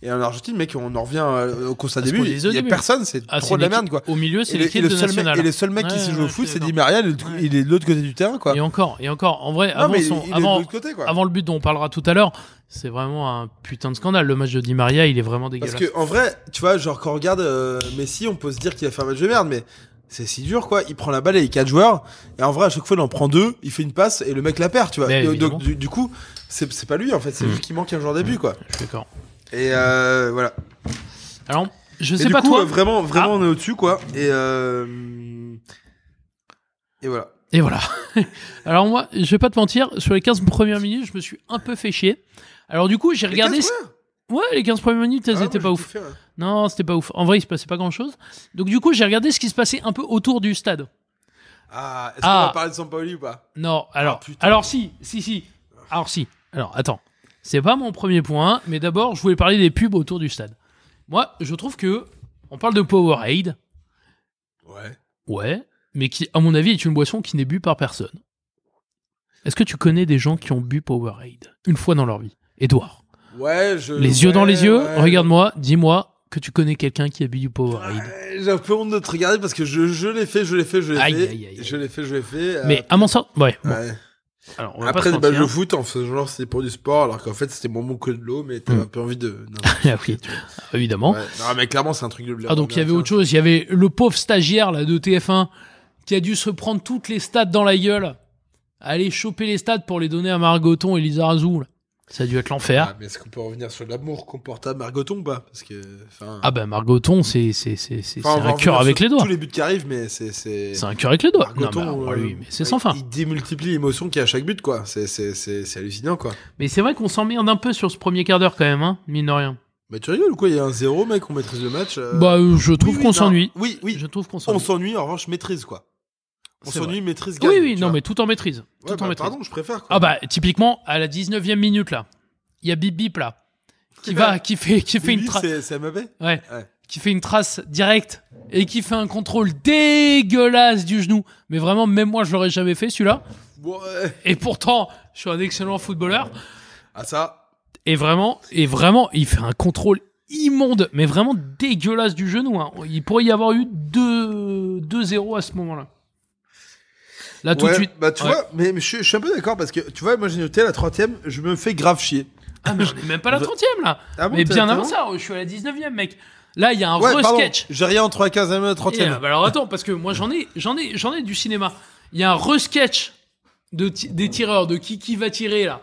Speaker 5: Et en Argentine, mec, on en revient euh, au constat
Speaker 9: Parce
Speaker 5: début.
Speaker 9: qu'on
Speaker 5: Il
Speaker 9: disait au
Speaker 5: y a
Speaker 9: début.
Speaker 5: personne, c'est
Speaker 9: Ah,
Speaker 5: trop
Speaker 9: c'est
Speaker 5: de la merde,
Speaker 9: l'équipe-
Speaker 5: quoi.
Speaker 9: Au milieu,
Speaker 5: Et
Speaker 9: c'est
Speaker 5: le, et
Speaker 9: l'équipe
Speaker 5: le
Speaker 9: de
Speaker 5: seul mec,
Speaker 9: national.
Speaker 5: et le seul mec
Speaker 9: Ouais,
Speaker 5: qui sait
Speaker 9: ouais,
Speaker 5: jouer au
Speaker 9: je
Speaker 5: foot,
Speaker 9: suis
Speaker 5: c'est Di
Speaker 9: d'accord.
Speaker 5: Maria, il est de-
Speaker 9: Ouais.
Speaker 5: il est de l'autre côté du terrain, quoi.
Speaker 9: Et encore, et encore. En vrai,
Speaker 5: Non,
Speaker 9: avant,
Speaker 5: mais il
Speaker 9: son-
Speaker 5: il est de
Speaker 9: avant,
Speaker 5: l'autre côté, quoi.
Speaker 9: avant le but dont on parlera tout à l'heure, c'est vraiment un putain de scandale. Le match de Di Maria, il est vraiment
Speaker 5: Parce
Speaker 9: dégueulasse.
Speaker 5: que en vrai, tu vois, genre quand on regarde euh, Messi, on peut se dire qu'il a fait un match de merde, mais c'est si dur quoi. Il prend la balle et il y a quatre joueurs, et en vrai à chaque fois il en prend deux, il fait une passe et le mec la perd, tu vois.
Speaker 9: Mais
Speaker 5: Et
Speaker 9: évidemment.
Speaker 5: donc du, du coup, c'est c'est pas lui en fait, c'est
Speaker 9: Mm.
Speaker 5: juste qu'il manque un joueur début quoi.
Speaker 9: Je suis d'accord.
Speaker 5: Et euh, voilà.
Speaker 9: Alors, je
Speaker 5: Et
Speaker 9: sais
Speaker 5: du
Speaker 9: pas
Speaker 5: coup,
Speaker 9: toi. Ah.
Speaker 5: euh, vraiment, vraiment on est au dessus quoi. Et euh, et voilà.
Speaker 9: Et voilà. Alors moi, je vais pas te mentir, sur les 15 premières minutes, je me suis un peu fait chier. Alors du coup, j'ai regardé...
Speaker 5: ça.
Speaker 9: ce- Ouais, les 15 premières
Speaker 5: Ah,
Speaker 9: minutes, elles étaient pas ouf. Non, c'était pas ouf. En vrai, il se passait pas grand-chose. Donc du coup, j'ai regardé ce qui se passait un peu autour du stade.
Speaker 5: Ah, est-ce
Speaker 9: Ah.
Speaker 5: qu'on va parler de Sampaoli ou pas
Speaker 9: Non, alors...
Speaker 5: Ah, putain.
Speaker 9: alors si, si, si. Alors si. Alors, attends. C'est pas mon premier point, mais d'abord, je voulais parler des pubs autour du stade. Moi, je trouve que... On parle de Powerade.
Speaker 5: Ouais.
Speaker 9: Ouais, mais qui, à mon avis, est une boisson qui n'est bu par personne. Est-ce que tu connais des gens qui ont bu Powerade une fois dans leur vie Edouard,
Speaker 5: Ouais, je.
Speaker 9: les yeux dans
Speaker 5: Euh, ouais,
Speaker 9: les yeux,
Speaker 5: ouais.
Speaker 9: regarde-moi, dis-moi que tu connais quelqu'un qui a bu du Powerade.
Speaker 5: Ouais, J'ai un peu honte de te regarder parce que je, je l'ai fait, je l'ai fait, je l'ai fait.
Speaker 9: Aïe, aïe, aïe, aïe.
Speaker 5: Je l'ai fait, je l'ai fait. euh,
Speaker 9: Mais à mon sens, ouais. bon,
Speaker 5: ouais.
Speaker 9: alors, on va
Speaker 5: Après, bah,
Speaker 9: pas
Speaker 5: des
Speaker 9: se mentir.
Speaker 5: matchs de foot en faisant genre c'était pour du sport alors qu'en fait c'était bon bon que de l'eau, mais t'avais
Speaker 9: Mm.
Speaker 5: un peu envie de. Non,
Speaker 9: Ah oui, évidemment.
Speaker 5: ouais. non, mais clairement c'est un truc de
Speaker 9: Ah donc il y avait autre chose, il y avait le pauvre stagiaire là de TF1 qui a dû se prendre toutes les stats dans la gueule, aller choper les stats pour les donner à Margoton et Lisa Razou. là. Ça a dû être l'enfer.
Speaker 5: Ah, mais est-ce qu'on peut revenir sur l'amour qu'on porte à Margoton ou pas Parce que. Enfin,
Speaker 9: Ah ben Margoton, c'est c'est c'est c'est c'est
Speaker 5: enfin, on va
Speaker 9: un
Speaker 5: revenir
Speaker 9: cœur
Speaker 5: sur
Speaker 9: avec les doigts.
Speaker 5: Tous les buts qui arrivent, mais c'est. C'est
Speaker 9: C'est un cœur avec les doigts. Non,
Speaker 5: Margoton,
Speaker 9: mais alors,
Speaker 5: euh,
Speaker 9: lui, mais c'est
Speaker 5: il-
Speaker 9: sans fin.
Speaker 5: Il démultiplie l'émotion qu'il y a à chaque but, quoi. C'est- C'est c'est- c'est hallucinant, quoi.
Speaker 9: Mais c'est vrai qu'on s'emmerde un peu sur ce premier quart d'heure quand même, hein, mine de rien.
Speaker 5: Mais Bah, tu rigoles ou quoi Il y a un zéro, mec, on maîtrise le match. euh,
Speaker 9: Bah, euh, je trouve
Speaker 5: oui,
Speaker 9: qu'on
Speaker 5: non.
Speaker 9: s'ennuie.
Speaker 5: Oui, oui,
Speaker 9: Je trouve qu'on
Speaker 5: On
Speaker 9: s'ennuie.
Speaker 5: s'ennuie, en revanche, maîtrise, quoi. On
Speaker 9: C'est
Speaker 5: s'ennuie, maîtrise, gagne.
Speaker 9: Oui, oui,
Speaker 5: tu
Speaker 9: non,
Speaker 5: vois.
Speaker 9: mais tout en maîtrise. Tout
Speaker 5: Ouais,
Speaker 9: en
Speaker 5: bah,
Speaker 9: maîtrise.
Speaker 5: Pardon, je préfère, quoi.
Speaker 9: Ah bah, typiquement, à la 19e minute, là, il y a Bip Bip, là, qui va, qui fait, qui fait une
Speaker 5: Bibi,
Speaker 9: trace.
Speaker 5: c'est- C'est Mbappé
Speaker 9: Ouais.
Speaker 5: Ouais.
Speaker 9: Qui fait une trace directe et qui fait un contrôle dégueulasse du genou. Mais vraiment, même moi, je l'aurais jamais fait, celui-là.
Speaker 5: Ouais.
Speaker 9: Et pourtant, je suis un excellent footballeur.
Speaker 5: Ah, ça.
Speaker 9: Et vraiment, et vraiment, il fait un contrôle immonde, mais vraiment dégueulasse du genou. hein. Il pourrait y avoir eu 2 2-0 à ce moment-là. Là, tout
Speaker 5: Ouais,
Speaker 9: de suite.
Speaker 5: Bah, tu
Speaker 9: Ouais.
Speaker 5: vois, mais, mais je, suis- je suis un peu d'accord parce que tu vois, moi j'ai noté la troisième, je me fais grave chier.
Speaker 9: Ah, mais on est même pas à la 30ème là.
Speaker 5: Ah bon,
Speaker 9: mais
Speaker 5: t'as-
Speaker 9: bien
Speaker 5: t'as-
Speaker 9: avant ça, oh, je suis à la 19ème, mec. Là, il y a un
Speaker 5: Ouais, pardon,
Speaker 9: re-sketch.
Speaker 5: j'ai rien entre la 15 et la
Speaker 9: Et,
Speaker 5: 30e.
Speaker 9: euh, bah alors attends, parce que moi j'en ai, j'en ai, j'en ai du cinéma. Il y a un resketch de ti- des tireurs, de qui qui va tirer là,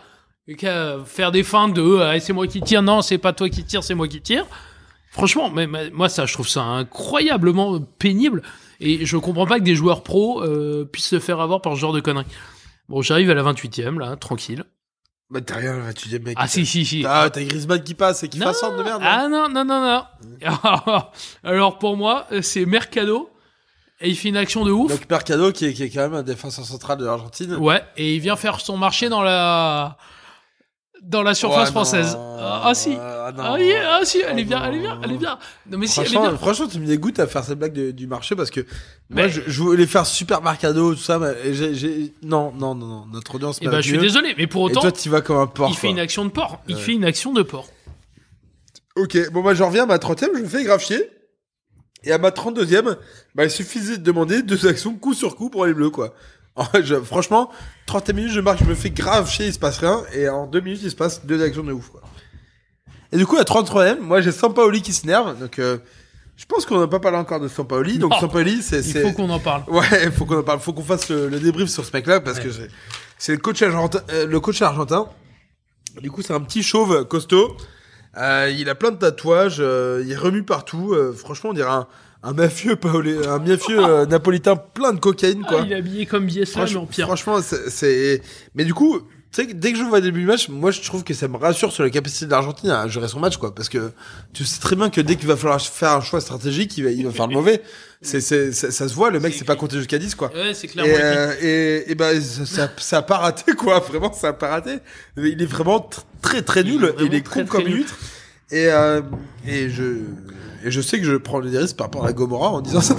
Speaker 9: Et qu'à faire des fins de euh, Ah, c'est moi qui tire, non c'est pas toi qui tire, c'est moi qui tire. Franchement, mais, mais, moi ça, je trouve ça incroyablement pénible et je comprends pas que des joueurs pros euh, puissent se faire avoir par ce genre de conneries. Bon, j'arrive à la 28e là, tranquille.
Speaker 5: Bah, t'as rien, là, tu dis, mec.
Speaker 9: Ah si si si.
Speaker 5: Ah, t'as Griezmann qui passe et qui
Speaker 9: Non.
Speaker 5: fasse sorte de merde. hein.
Speaker 9: Ah non, non, non, non. Alors pour moi, euh, c'est Mercado. Et il fait une action de ouf.
Speaker 5: Donc, Mercado qui est, qui est quand même un défenseur central de l'Argentine.
Speaker 9: Ouais, et il vient faire son marché dans la dans la surface
Speaker 5: Ouais, non.
Speaker 9: française. Ah ah, si.
Speaker 5: Ah, non.
Speaker 9: Ah, yeah, ah, si, elle est
Speaker 5: Ah,
Speaker 9: bien,
Speaker 5: non.
Speaker 9: elle est bien, elle est bien. Non mais si, elle est
Speaker 5: Franchement,
Speaker 9: bien.
Speaker 5: franchement, tu me dégoûtes à faire cette blague de- du marché parce que moi,
Speaker 9: Mais-
Speaker 5: je, je voulais faire super mercado, tout ça, mais j'ai, j'ai- non, non, non, non, notre audience.
Speaker 9: Et
Speaker 5: mérite
Speaker 9: bah je suis
Speaker 5: mieux.
Speaker 9: désolé, mais pour
Speaker 5: Et
Speaker 9: autant,
Speaker 5: toi, tu vas comme un porc.
Speaker 9: il fait
Speaker 5: quoi.
Speaker 9: une action de porc. Il
Speaker 5: Ouais.
Speaker 9: fait une action de porc.
Speaker 5: Ok, bon bah j'en reviens à ma 30 je me fais grave chier. Et à ma 32e, bah il suffisait de demander deux actions coup sur coup pour les bleus quoi. En vrai, je- franchement, 30 minutes je marque, je me fais grave chier, il se passe rien, et en deux minutes il se passe deux actions de ouf quoi. Et du coup à 33e, moi j'ai Sampaoli qui s'énerve, donc euh, je pense qu'on n'a pas parlé encore de Sampaoli, donc
Speaker 9: Non.
Speaker 5: Sampaoli c'est...
Speaker 9: Il
Speaker 5: c'est-
Speaker 9: faut qu'on en parle.
Speaker 5: Ouais, faut qu'on en parle, faut qu'on fasse le, le débrief sur ce mec-là parce que c'est- c'est le coach argentin, euh, le coach argentin. Du coup, c'est un petit chauve costaud. Euh, il a plein de tatouages, euh, il remue partout. euh, franchement, on dirait un, un mafieux paolé- un mafieux euh, napolitain plein de cocaïne
Speaker 9: Ah,
Speaker 5: quoi.
Speaker 9: il est habillé comme Bielsa, mais
Speaker 5: Franch-
Speaker 9: en pire.
Speaker 5: Franchement, c'est- c'est. Mais du coup, tu sais, que dès que je vois début du match, moi, je trouve que ça me rassure sur la capacité de l'Argentine à gérer son match, quoi. Parce que tu sais très bien que dès qu'il va falloir faire un choix stratégique, il va, il va faire le mauvais. C'est, c'est, ça, ça se voit, le mec, c'est pas compté jusqu'à 10, quoi.
Speaker 9: Ouais, c'est
Speaker 5: Et,
Speaker 9: clairement. écrit.
Speaker 5: euh, et, et ben, ça, ça, ça a pas raté, quoi. Vraiment, ça a pas raté. Il est vraiment tr- très, très
Speaker 9: Il est
Speaker 5: nul.
Speaker 9: vraiment
Speaker 5: Il est,
Speaker 9: très,
Speaker 5: con
Speaker 9: très
Speaker 5: comme une
Speaker 9: nul.
Speaker 5: huître. Et, euh, et je. Et je sais que je prends des risques par rapport à Gomorrah en disant ça.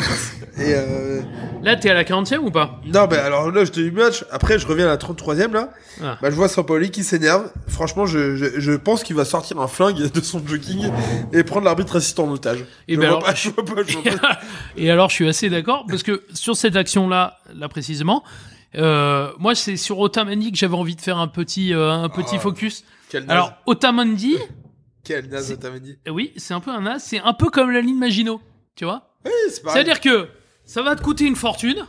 Speaker 5: Et euh,
Speaker 9: Là, t'es à la 40e ou pas
Speaker 5: non, mais alors là, je te dis match. Après, je reviens à la 33ème, là.
Speaker 9: Ah.
Speaker 5: Bah, je vois Sampaoli qui s'énerve. Franchement, je, je, je pense qu'il va sortir un flingue de son jogging et prendre l'arbitre assistant en otage.
Speaker 9: Eh
Speaker 5: je,
Speaker 9: ben
Speaker 5: vois
Speaker 9: alors-
Speaker 5: pas, je vois pas, je vois pas.
Speaker 9: Et alors, je suis assez d'accord parce que sur cette action-là, là précisément, euh, moi, c'est sur Otamendi que j'avais envie de faire un petit, euh, un petit
Speaker 5: Ah.
Speaker 9: focus.
Speaker 5: Quel naze.
Speaker 9: Alors, Otamendi,
Speaker 5: Quel naze,
Speaker 9: c'est-
Speaker 5: t'avais dit.
Speaker 9: Eh Oui, c'est un peu un as, c'est un peu comme la ligne Maginot, tu vois
Speaker 5: Oui, c'est pareil.
Speaker 9: C'est-à-dire que ça va te coûter une fortune,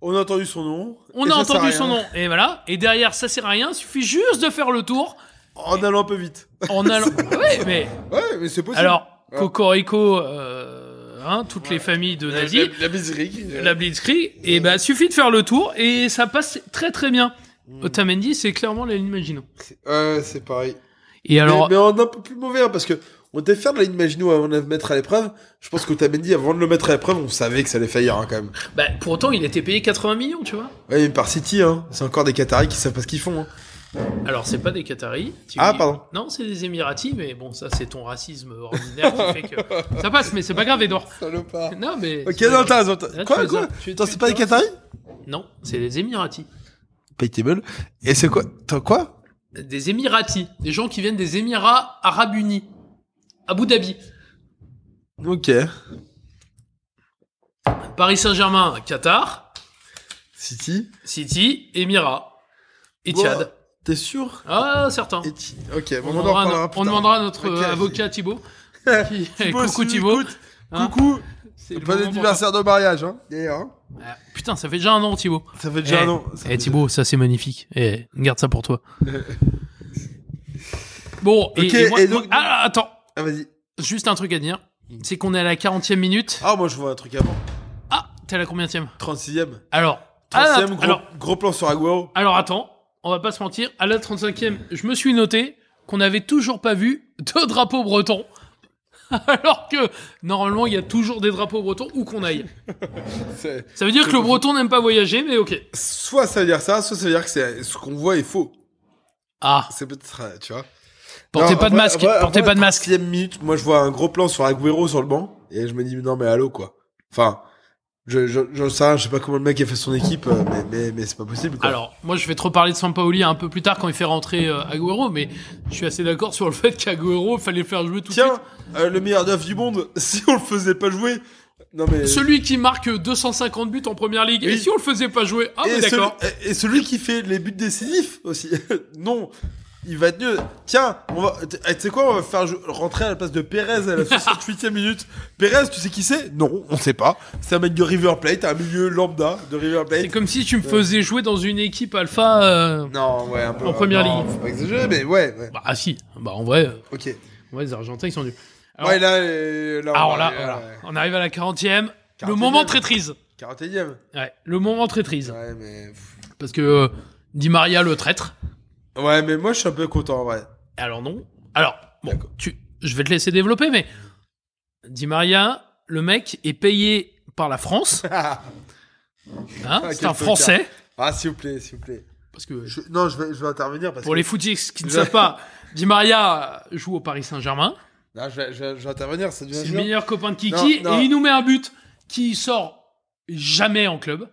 Speaker 5: On a entendu son nom.
Speaker 9: on
Speaker 5: et
Speaker 9: a
Speaker 5: ça sert à
Speaker 9: entendu
Speaker 5: rien.
Speaker 9: son nom, et voilà, et derrière ça sert à rien, suffit juste de faire le tour
Speaker 5: En allant un peu vite.
Speaker 9: en allant... oui, mais
Speaker 5: Ouais, mais c'est possible.
Speaker 9: alors,
Speaker 5: Ouais.
Speaker 9: Cocorico, euh, hein, toutes les familles de
Speaker 5: la,
Speaker 9: nazis,
Speaker 5: la, la miserie qui-
Speaker 9: Euh, la Blitzkrieg, et bah suffit de faire le tour, et ça passe très très bien. Otamendi, c'est clairement la ligne Maginot.
Speaker 5: Ouais, c'est pareil.
Speaker 9: Et alors,
Speaker 5: Mais, mais en un peu plus mauvais, hein, parce que on était fiers de la ligne Maginot avant de la mettre à l'épreuve. Je pense que Tamendi, avant de le mettre à l'épreuve, on savait que ça allait faillir, hein, quand même.
Speaker 9: bah, pour autant, il était payé 80 millions, tu vois.
Speaker 5: Ouais, mais par City, hein. C'est encore des Qataris qui savent pas ce qu'ils font, hein.
Speaker 9: Alors, c'est pas des Qataris. Tu-
Speaker 5: Ah, pardon.
Speaker 9: Non, c'est des Émiratis, mais bon, ça, c'est ton racisme ordinaire qui fait que. Ça passe, mais c'est pas grave, Edouard.
Speaker 5: Salopard.
Speaker 9: Non, mais.
Speaker 5: Ok,
Speaker 9: c'est
Speaker 5: non,
Speaker 9: pas grave.
Speaker 5: t'as raison. t'as-
Speaker 9: Là, tu
Speaker 5: Quoi,
Speaker 9: fais
Speaker 5: quoi
Speaker 9: ça. Tu-
Speaker 5: Attends,
Speaker 9: tu-
Speaker 5: c'est pas
Speaker 9: tu-
Speaker 5: les Qataris
Speaker 9: Non, c'est des Émiratis.
Speaker 5: Paytable. Et c'est quoi T'as quoi
Speaker 9: Des Émiratis. Des gens qui viennent des Émirats Arabes Unis. Abu Dhabi.
Speaker 5: Ok.
Speaker 9: Paris Saint-Germain, Qatar.
Speaker 5: City.
Speaker 9: City, Émirats. Et
Speaker 5: Bon,
Speaker 9: Tchad.
Speaker 5: T'es sûr
Speaker 9: Ah, certain.
Speaker 5: Et ti- Ok, bon, on,
Speaker 9: On,
Speaker 5: en
Speaker 9: demandera,
Speaker 5: reparlera
Speaker 9: no-
Speaker 5: plus
Speaker 9: on
Speaker 5: tard.
Speaker 9: demandera à notre
Speaker 5: Ok.
Speaker 9: euh, avocat Thibaut. qui-
Speaker 5: Thibaut, si
Speaker 9: Coucou
Speaker 5: tu
Speaker 9: Thibaut.
Speaker 5: écoutes,
Speaker 9: Hein,
Speaker 5: Coucou.
Speaker 9: c'est le
Speaker 5: Bon
Speaker 9: moment pour toi.
Speaker 5: anniversaire de mariage, hein. D'ailleurs. hein.
Speaker 9: Ah, Putain, ça fait déjà un an, Thibaut.
Speaker 5: Ça fait
Speaker 9: Eh,
Speaker 5: déjà un an.
Speaker 9: Eh Thibaut, ça c'est magnifique. Eh, garde ça pour toi. bon, et,
Speaker 5: Ok,
Speaker 9: et moi-
Speaker 5: et donc-
Speaker 9: moi- ah, attends,
Speaker 5: Ah, vas-y.
Speaker 9: juste un truc à dire. C'est qu'on est à la 40e minute.
Speaker 5: Ah, moi, je vois un truc avant.
Speaker 9: Ah, t'es à la combienième
Speaker 5: 36ème.
Speaker 9: Alors, ah,
Speaker 5: 36ème,
Speaker 9: att-
Speaker 5: gros,
Speaker 9: alors,
Speaker 5: gros plan sur Aguero.
Speaker 9: alors attends, on va pas se mentir. À la 35e, je me suis noté qu'on n'avait toujours pas vu de drapeau breton. Alors que normalement, il y a toujours des drapeaux bretons où qu'on aille.
Speaker 5: C'est-
Speaker 9: Ça veut dire que le breton n'aime pas voyager, mais ok.
Speaker 5: Soit ça veut dire ça, soit ça veut dire que c'est- ce qu'on voit est faux.
Speaker 9: Ah,
Speaker 5: C'est peut-être, euh, tu vois.
Speaker 9: portez
Speaker 5: Non,
Speaker 9: pas de
Speaker 5: après-
Speaker 9: masque,
Speaker 5: après-
Speaker 9: portez
Speaker 5: après
Speaker 9: pas de
Speaker 5: la
Speaker 9: masque.
Speaker 5: 36e minute, moi je vois un gros plan sur Agüero sur le banc et je me dis non mais allô quoi. Enfin, Je, je, je, ça, je sais pas comment le mec a fait son équipe, euh, mais, mais, mais c'est pas possible. Quoi.
Speaker 9: Alors, moi, je vais trop parler de Sampaoli un peu plus tard quand il fait rentrer euh, Agüero, mais je suis assez d'accord sur le fait qu'Agüero, fallait le faire jouer tout de
Speaker 5: Tiens,
Speaker 9: suite.
Speaker 5: euh, le meilleur neuf du monde, si on le faisait pas jouer. Non mais.
Speaker 9: Celui qui marque 250 buts en première ligue, et
Speaker 5: Oui.
Speaker 9: si on le faisait pas jouer Ah,
Speaker 5: et,
Speaker 9: mais
Speaker 5: celui,
Speaker 9: d'accord.
Speaker 5: et- et celui qui fait les buts décisifs aussi. non, il va être mieux. Tiens, on va. t- eh, Tu sais quoi, on va faire jou- rentrer à la place de Pérez à la 68e minute. Pérez, tu sais qui c'est Non, on sait pas. C'est un mec de River Plate, un milieu lambda de River Plate.
Speaker 9: C'est comme si tu me faisais jouer dans une équipe alpha. euh,
Speaker 5: Non, ouais, un peu.
Speaker 9: En première
Speaker 5: non,
Speaker 9: ligue.
Speaker 5: Faut pas exagérer, mais ouais, ouais.
Speaker 9: Bah, ah, si. Bah, en vrai, euh,
Speaker 5: Ok.
Speaker 9: en vrai, les Argentins, ils sont nuls. Alors-
Speaker 5: Ouais, là, euh, là, on
Speaker 9: Alors là,
Speaker 5: arrive,
Speaker 9: voilà.
Speaker 5: ouais.
Speaker 9: on arrive à la 40e. Le
Speaker 5: 41e.
Speaker 9: moment traîtrise.
Speaker 5: 41e.
Speaker 9: Ouais, le moment traîtrise.
Speaker 5: Ouais, mais. pff.
Speaker 9: Parce que euh, Di Maria le traître.
Speaker 5: Ouais, mais moi, je suis un peu content, ouais.
Speaker 9: Alors non. Alors, bon, tu, je vais te laisser développer, mais Di Maria, le mec est payé par la France. Hein,
Speaker 5: Ah,
Speaker 9: c'est
Speaker 5: quel
Speaker 9: un Français.
Speaker 5: Ah, s'il vous plaît, s'il vous plaît.
Speaker 9: Parce que
Speaker 5: Je- Non, je vais, je vais intervenir parce
Speaker 9: pour
Speaker 5: que.
Speaker 9: les footix qui ne
Speaker 5: Je-
Speaker 9: savent pas, Di Maria joue au Paris Saint-Germain.
Speaker 5: Non, je vais, je vais- je vais intervenir, ça devient
Speaker 9: C'est le
Speaker 5: violent.
Speaker 9: meilleur copain de Kiki.
Speaker 5: Non, non.
Speaker 9: Et il nous met un but qui sort jamais en club.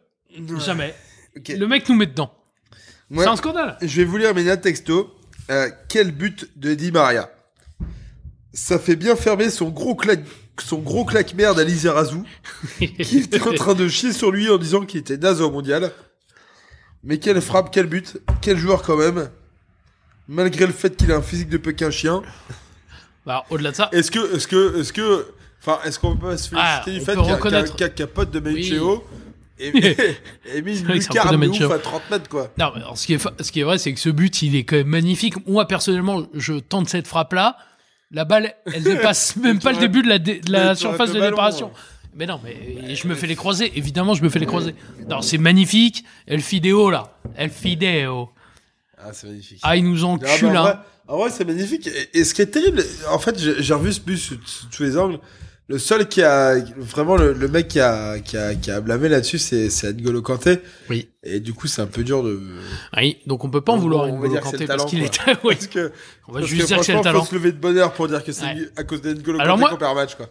Speaker 9: Jamais.
Speaker 5: Ok.
Speaker 9: Le mec nous met dedans.
Speaker 5: Ouais.
Speaker 9: C'est un scandale.
Speaker 5: Je vais vous lire mes notes texto. Euh, quel but de Di Maria Ça fait bien fermer son gros claque, son gros claque merde à Lizarazu, qui était en train de chier sur lui en disant qu'il était naze au mondial. Mais quelle frappe, quel but, quel joueur quand même. Malgré le fait qu'il a un physique de peu qu'un chien.
Speaker 9: Bah, au-delà de ça,
Speaker 5: Est-ce que, est-ce que, est-ce que, enfin, est-ce qu'on peut se féliciter
Speaker 9: Ah,
Speaker 5: du
Speaker 9: on
Speaker 5: fait
Speaker 9: peut
Speaker 5: qu'un- qu'un
Speaker 9: reconnaître.
Speaker 5: qu'un- qu'un pote de Meicheo ait ait mis une
Speaker 9: vrai que c'est un peu
Speaker 5: lucarne
Speaker 9: de
Speaker 5: de
Speaker 9: Meicheo.
Speaker 5: ouf à 30 mètres, quoi.
Speaker 9: Non, mais alors, ce, qui est, fa- ce qui est vrai, c'est que ce but, il est quand même magnifique. Moi, personnellement, je tente cette frappe-là. La balle, elle dépasse même pas le début de la, dé- de la
Speaker 5: Mais tu
Speaker 9: surface
Speaker 5: rates
Speaker 9: de
Speaker 5: le ballon,
Speaker 9: réparation.
Speaker 5: ouais. Bah,
Speaker 9: Mais non, mais et je me fais les croiser. Évidemment, je me fais les croiser. Non, c'est magnifique. El Fideo, là. El Fideo.
Speaker 5: Ah, c'est magnifique.
Speaker 9: Ah, il nous
Speaker 5: Ah, bah,
Speaker 9: encule,
Speaker 5: en
Speaker 9: hein.
Speaker 5: vrai- En vrai, c'est magnifique. Et, et ce qui est terrible, en fait, j'ai j'ai revu ce bus sous, sous tous les angles. Le seul qui a vraiment le, le mec qui a qui a, qui a blâmé là-dessus, c'est c'est N'Golo Kanté.
Speaker 9: Oui.
Speaker 5: Et du coup, c'est un peu dur de.
Speaker 9: hein. Oui, donc on peut pas en
Speaker 5: On-
Speaker 9: vouloir
Speaker 5: on
Speaker 9: une
Speaker 5: va dire que c'est
Speaker 9: Kanté
Speaker 5: le
Speaker 9: parce
Speaker 5: talent,
Speaker 9: qu'il
Speaker 5: quoi.
Speaker 9: est. Oui,
Speaker 5: Parce que
Speaker 9: on va
Speaker 5: parce
Speaker 9: juste
Speaker 5: que
Speaker 9: dire que c'est
Speaker 5: franchement,
Speaker 9: le talent.
Speaker 5: faut se lever de bonheur pour dire que c'est
Speaker 9: Ouais.
Speaker 5: à cause d'Ngolo
Speaker 9: Alors
Speaker 5: Kanté
Speaker 9: moi-
Speaker 5: qu'on perd un match quoi.